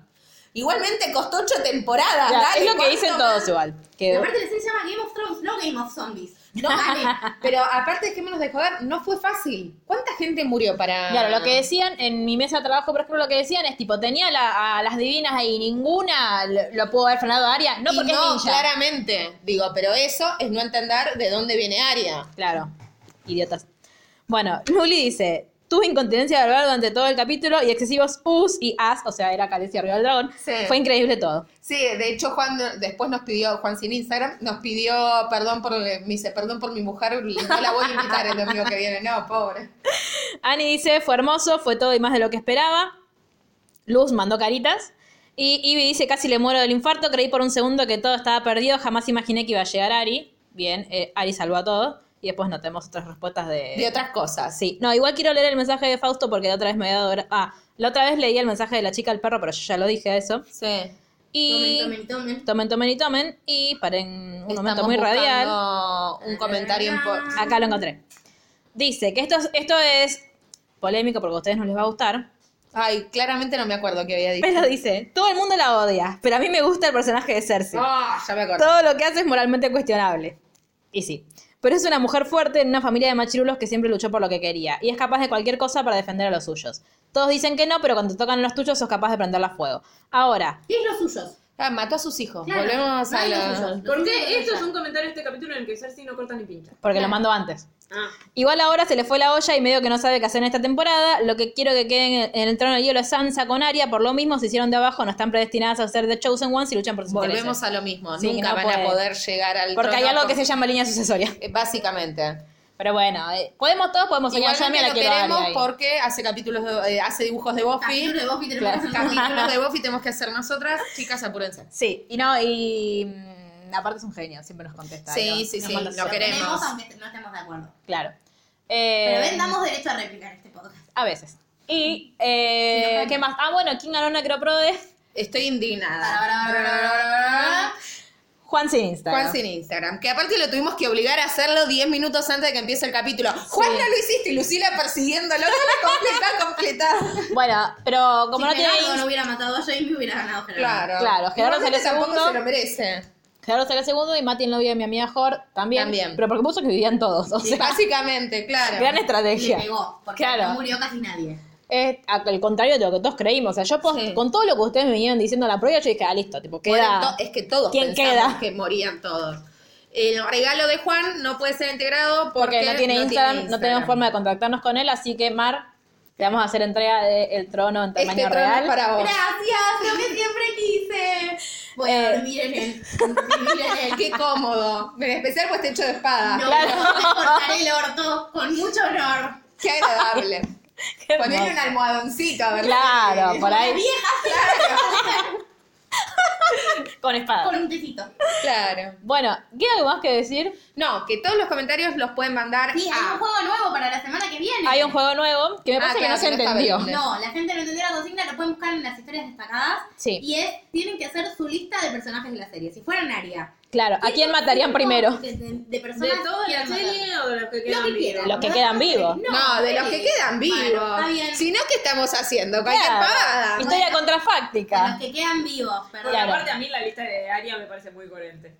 Speaker 2: Igualmente costó ocho temporadas.
Speaker 1: Ya,
Speaker 2: Ah, dale,
Speaker 1: es lo que
Speaker 2: ¿cuánto
Speaker 1: dicen
Speaker 2: más?
Speaker 1: todos igual.
Speaker 3: pregunta.
Speaker 1: Que
Speaker 3: Aparte la serie se llama Game of Thrones, no Game of Zombies.
Speaker 2: No, vale. Pero aparte, dejémonos de joder, no fue fácil. ¿Cuánta gente murió para...?
Speaker 1: Claro, lo que decían en mi mesa de trabajo, por ejemplo, lo que decían es tipo, tenía la- a las divinas ahí, ninguna lo, lo pudo haber frenado a Aria, no
Speaker 2: Y
Speaker 1: porque
Speaker 2: no,
Speaker 1: es ninja.
Speaker 2: claramente. Digo, pero eso es no entender de dónde viene Aria.
Speaker 1: Claro. Idiotas. Bueno, Luli dice, tuve incontinencia verbal durante todo el capítulo y excesivos us y as, o sea, era Calencia arriba del dragón.
Speaker 2: Sí.
Speaker 1: Fue increíble todo.
Speaker 2: Sí, de hecho Juan después nos pidió, Juan sin Instagram, nos pidió perdón por, me dice, perdón por mi mujer, no la voy a invitar el domingo que viene, no, pobre.
Speaker 1: Ani dice, fue hermoso, fue todo y más de lo que esperaba. Luz mandó caritas. Y Ivy dice, casi le muero del infarto, creí por un segundo que todo estaba perdido, jamás imaginé que iba a llegar Ari. Bien, eh, Ari salvó a todo. Y después notemos otras respuestas de...
Speaker 2: De otras cosas.
Speaker 1: Sí, no, igual quiero leer el mensaje de Fausto porque la otra vez me había dado... gra- Ah, la otra vez leí el mensaje de la chica al perro, pero yo ya lo dije eso.
Speaker 2: Sí.
Speaker 1: Y...
Speaker 3: Tomen, tomen, tomen.
Speaker 1: Tomen, tomen y tomen. Y paren un momento
Speaker 2: Estamos
Speaker 1: muy
Speaker 2: buscando
Speaker 1: radial.
Speaker 2: Un comentario importante.
Speaker 1: Acá lo encontré. Dice que esto, es- esto es polémico porque a ustedes no les va a gustar.
Speaker 2: Ay, claramente no me acuerdo qué había dicho.
Speaker 1: Pero dice, todo el mundo la odia, pero a mí me gusta el personaje de Cersei.
Speaker 2: Ah, ya me acordé.
Speaker 1: Todo lo que hace es moralmente cuestionable. Y sí. Pero es una mujer fuerte en una familia de machirulos que siempre luchó por lo que quería y es capaz de cualquier cosa para defender a los suyos. Todos dicen que no, pero cuando te tocan los tuyos sos capaz de prenderla a fuego. Ahora,
Speaker 3: ¿Qué es los suyos?
Speaker 2: Ah, mató a sus hijos.
Speaker 3: Claro.
Speaker 2: Volvemos a
Speaker 3: Ay, los
Speaker 2: la...
Speaker 3: suyos.
Speaker 4: ¿Por
Speaker 3: Los
Speaker 4: qué
Speaker 3: suyos
Speaker 4: esto es
Speaker 3: no
Speaker 4: un comentario de este capítulo en el que Cersei no corta ni pincha?
Speaker 1: porque lo mando antes.
Speaker 4: Ah,
Speaker 1: Igual ahora se le fue la olla y medio que no sabe qué hacer en esta temporada. Lo que quiero que queden en- en el trono de hielo es Sansa con Arya. Por lo mismo, se hicieron de abajo, no están predestinadas a ser The Chosen Ones y luchan por sus
Speaker 2: Volvemos
Speaker 1: intereses.
Speaker 2: a lo mismo.
Speaker 1: Sí,
Speaker 2: Nunca
Speaker 1: no
Speaker 2: van
Speaker 1: puede.
Speaker 2: a poder llegar al
Speaker 1: Porque hay
Speaker 2: trono
Speaker 1: algo que
Speaker 2: con-
Speaker 1: se llama línea sucesoria.
Speaker 2: Eh, Básicamente.
Speaker 1: Pero bueno, eh, podemos todos, podemos soñar. Yo a mí la
Speaker 2: Igualmente lo
Speaker 1: quiero a Arya
Speaker 2: queremos
Speaker 1: ahí.
Speaker 2: porque hace capítulos, de- eh, hace dibujos de Buffy.
Speaker 3: Capítulo de Buffy tenemos que hacer un
Speaker 2: Capítulos de Buffy tenemos que hacer nosotras. Chicas, apúrense.
Speaker 1: Sí, y no, y mm, aparte es un genio, siempre nos contesta.
Speaker 2: Sí,
Speaker 1: ¿no?
Speaker 2: sí,
Speaker 1: Nos
Speaker 2: sí,
Speaker 1: contesta
Speaker 2: lo
Speaker 1: siempre.
Speaker 2: queremos.
Speaker 3: Tenemos, aunque no estemos de acuerdo.
Speaker 1: Claro. Eh,
Speaker 3: Pero ven, damos derecho a replicar este podcast.
Speaker 1: A veces. Y, eh,
Speaker 3: Sí, no,
Speaker 1: ¿qué más? Ah, bueno, ¿quién ganó Necroprode?
Speaker 2: Estoy
Speaker 3: Bra, bra, bra,
Speaker 2: indignada.
Speaker 1: Juan sin Instagram.
Speaker 2: Juan sin Instagram, que aparte lo tuvimos que obligar a hacerlo 10 minutos antes de que empiece el capítulo. Juan no lo hiciste y Lucila persiguiéndolo. No lo completa, completa.
Speaker 1: Bueno, pero como no
Speaker 3: si
Speaker 1: tiene...
Speaker 3: Gerardo
Speaker 1: Inst-
Speaker 3: no hubiera matado a Jamie, hubiera ganado Gerardo.
Speaker 2: Claro.
Speaker 1: Claro, Gerardo
Speaker 2: Igualmente
Speaker 1: salió
Speaker 2: tampoco
Speaker 1: segundo.
Speaker 2: se lo merece.
Speaker 1: Gerardo salió segundo y Mati en novia de mi amiga Jor también.
Speaker 2: También.
Speaker 1: Pero porque puso que vivían todos. O sea,
Speaker 2: Básicamente, claro.
Speaker 1: gran
Speaker 3: Le
Speaker 1: estrategia.
Speaker 3: pegó, porque
Speaker 1: Claro.
Speaker 3: no murió casi nadie.
Speaker 1: Es al contrario de lo que todos creímos. O sea, yo post-
Speaker 2: Sí.
Speaker 1: con todo lo que ustedes me vinieron diciendo en la prueba, yo dije, ah, listo, tipo, queda.
Speaker 2: Bueno, to- es que todos
Speaker 1: ¿Quién
Speaker 2: pensamos
Speaker 1: queda?
Speaker 2: que morían todos. El regalo de Juan no puede ser integrado porque,
Speaker 1: porque no tiene, Instagram, no tenemos
Speaker 2: Instagram.
Speaker 1: forma de contactarnos con él, así que Mar, te vamos a hacer entrega del trono en tamaño
Speaker 2: Este trono
Speaker 1: real.
Speaker 2: es para vos.
Speaker 3: Gracias, lo que siempre quise. Voy
Speaker 1: Eh.
Speaker 3: a dormir en él. Miren él.
Speaker 2: Qué cómodo. En especial pues te hecho de espada.
Speaker 3: No,
Speaker 1: Claro.
Speaker 3: me cortaré el orto con mucho honor.
Speaker 2: Qué agradable.
Speaker 1: Qué
Speaker 2: Ponerle un
Speaker 1: hermoso.
Speaker 2: almohadoncito, ¿verdad?
Speaker 1: Claro, por ahí, con espada.
Speaker 3: Con un tecito.
Speaker 2: Claro.
Speaker 1: Bueno, ¿qué hay algo más que decir?
Speaker 2: No, que todos los comentarios los pueden mandar
Speaker 3: Sí, hay
Speaker 2: a...
Speaker 3: un juego nuevo para la semana que viene.
Speaker 1: Ah. Hay un juego nuevo que me
Speaker 2: Ah,
Speaker 1: parece que
Speaker 2: claro,
Speaker 1: no se
Speaker 2: que no está
Speaker 1: entendió.
Speaker 2: bien.
Speaker 3: No, la gente no entendió la consigna, lo pueden buscar en las historias destacadas.
Speaker 1: Sí.
Speaker 3: Y es, tienen que hacer su lista de personajes de la serie. Si fueran Aria.
Speaker 1: Claro, ¿a quién matarían primero?
Speaker 3: De, de- de
Speaker 4: ¿De
Speaker 3: personas
Speaker 4: toda la
Speaker 3: quieran matar.
Speaker 4: serie o de los que
Speaker 3: Lo
Speaker 4: quedan
Speaker 3: que
Speaker 4: vivos?
Speaker 3: quieran.
Speaker 1: Los que quedan vivos.
Speaker 2: No, de los que quedan vivos.
Speaker 3: eh, Bueno, está bien.
Speaker 2: Si no, ¿qué estamos haciendo? Cualquier
Speaker 1: Claro.
Speaker 2: pavada.
Speaker 1: Historia
Speaker 3: Bueno. De los
Speaker 1: contrafáctica.
Speaker 3: que quedan vivos, perdón.
Speaker 4: Porque
Speaker 1: Claro.
Speaker 4: aparte a mí la lista de Aria me parece muy coherente.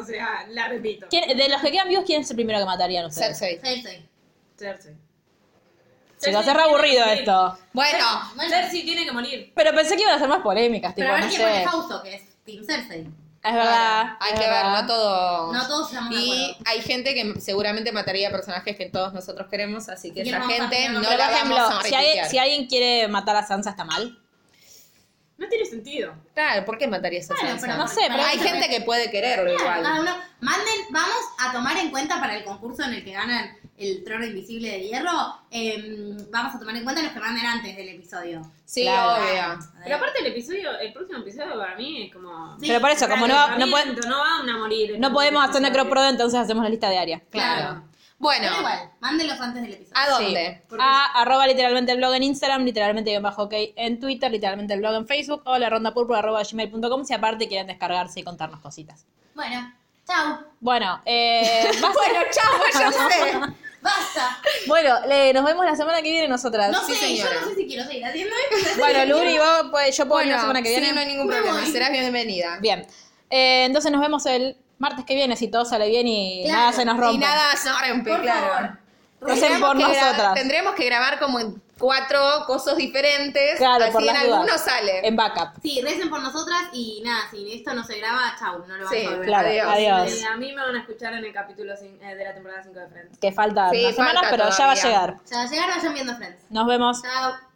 Speaker 4: O sea, la repito.
Speaker 1: ¿Quién- de los que quedan vivos, ¿quién es el primero que matarían ustedes?
Speaker 2: Cersei.
Speaker 3: Cersei.
Speaker 4: Cersei.
Speaker 1: Se va a hacer aburrido esto.
Speaker 2: Bueno,
Speaker 4: Cersei tiene que morir.
Speaker 1: Pero pensé que iban a ser más polémicas, tipo,
Speaker 3: Pero a ver
Speaker 1: no
Speaker 3: quién
Speaker 1: sé.
Speaker 3: pone
Speaker 1: Es
Speaker 3: Fausto, que es Team Cersei.
Speaker 1: verdad.
Speaker 2: hay
Speaker 1: es
Speaker 2: que ver,
Speaker 1: verdad.
Speaker 2: no todo.
Speaker 3: No todos estamos de
Speaker 2: Y
Speaker 3: acuerdo.
Speaker 2: hay gente que seguramente mataría personajes que todos nosotros queremos, así que
Speaker 3: Y
Speaker 2: esa
Speaker 3: no vamos a
Speaker 2: gente
Speaker 3: tener
Speaker 2: no
Speaker 3: nombre.
Speaker 1: Pero,
Speaker 2: la
Speaker 1: por
Speaker 2: vamos a
Speaker 1: ejemplo, si, hay-
Speaker 2: retuitear.
Speaker 1: si alguien quiere matar a Sansa, ¿está mal?
Speaker 4: No tiene sentido.
Speaker 2: Claro, ¿por qué matarías a
Speaker 3: Bueno,
Speaker 2: Sansa?
Speaker 3: pero
Speaker 1: No sé, pero
Speaker 2: hay gente que puede quererlo
Speaker 3: Claro, cada
Speaker 2: igual.
Speaker 3: uno- Manden, vamos a tomar en cuenta para el concurso en el que ganan el trono invisible de hierro. em, vamos a tomar en cuenta los que manden antes del episodio.
Speaker 2: Sí,
Speaker 1: Claro.
Speaker 2: obvio.
Speaker 4: Pero aparte el episodio, el próximo episodio para mí es como...
Speaker 3: Sí,
Speaker 1: Pero por eso, como no, va- no,
Speaker 4: Tratamiento,
Speaker 1: pueden-
Speaker 4: no van a morir.
Speaker 1: no podemos hacer necroprode, entonces hacemos la lista diaria.
Speaker 2: Claro.
Speaker 3: Pero
Speaker 2: Bueno,
Speaker 3: igual, mándenlos antes del episodio.
Speaker 2: ¿a dónde?
Speaker 1: A arroba literalmente el blog en Instagram, literalmente guión bajo ok en Twitter, literalmente el blog en Facebook o la ronda púrpura arroba gmail.com si aparte quieren descargarse y contarnos cositas.
Speaker 3: Bueno, chau.
Speaker 1: Bueno, eh, va a ser-
Speaker 2: Bueno, chao, yo sé.
Speaker 3: Basta.
Speaker 1: bueno le- nos vemos la semana que viene nosotras.
Speaker 3: No
Speaker 2: Ah, Sí,
Speaker 3: sé,
Speaker 2: señora.
Speaker 3: yo no sé si quiero seguir haciendo esto.
Speaker 1: Bueno, Luri, vos, pues, yo puedo ir
Speaker 2: Bueno,
Speaker 1: la semana que
Speaker 2: sí,
Speaker 1: viene.
Speaker 2: no hay ningún
Speaker 3: Me
Speaker 2: problema,
Speaker 3: voy.
Speaker 2: serás bienvenida.
Speaker 1: Bien, Eh, entonces nos vemos el martes que viene si todo sale bien y
Speaker 3: Claro,
Speaker 1: nada se nos rompe.
Speaker 2: Y nada, se rompe,
Speaker 3: Por
Speaker 2: claro.
Speaker 3: favor.
Speaker 1: Recen por
Speaker 2: Tendremos que gra-
Speaker 1: nosotras.
Speaker 2: Tendremos que grabar como en cuatro cosas diferentes.
Speaker 1: Claro,
Speaker 2: así
Speaker 1: por
Speaker 2: en
Speaker 1: las dudas.
Speaker 2: alguno sale.
Speaker 1: En backup.
Speaker 3: Sí, recen por nosotras y nada, si esto no se graba, chau, no lo vamos
Speaker 2: Sí,
Speaker 3: a volver
Speaker 1: Claro,
Speaker 3: a ver.
Speaker 2: Adiós.
Speaker 1: adiós.
Speaker 4: Eh, a mí me van a escuchar en el capítulo cin- eh, de la temporada 5 de Friends.
Speaker 1: Que falta
Speaker 2: Sí,
Speaker 1: unas semanas,
Speaker 2: falta
Speaker 1: pero ya va a
Speaker 2: todavía.
Speaker 1: llegar.
Speaker 3: Ya llegaron, vayan viendo Friends.
Speaker 1: Nos vemos.
Speaker 3: Chao.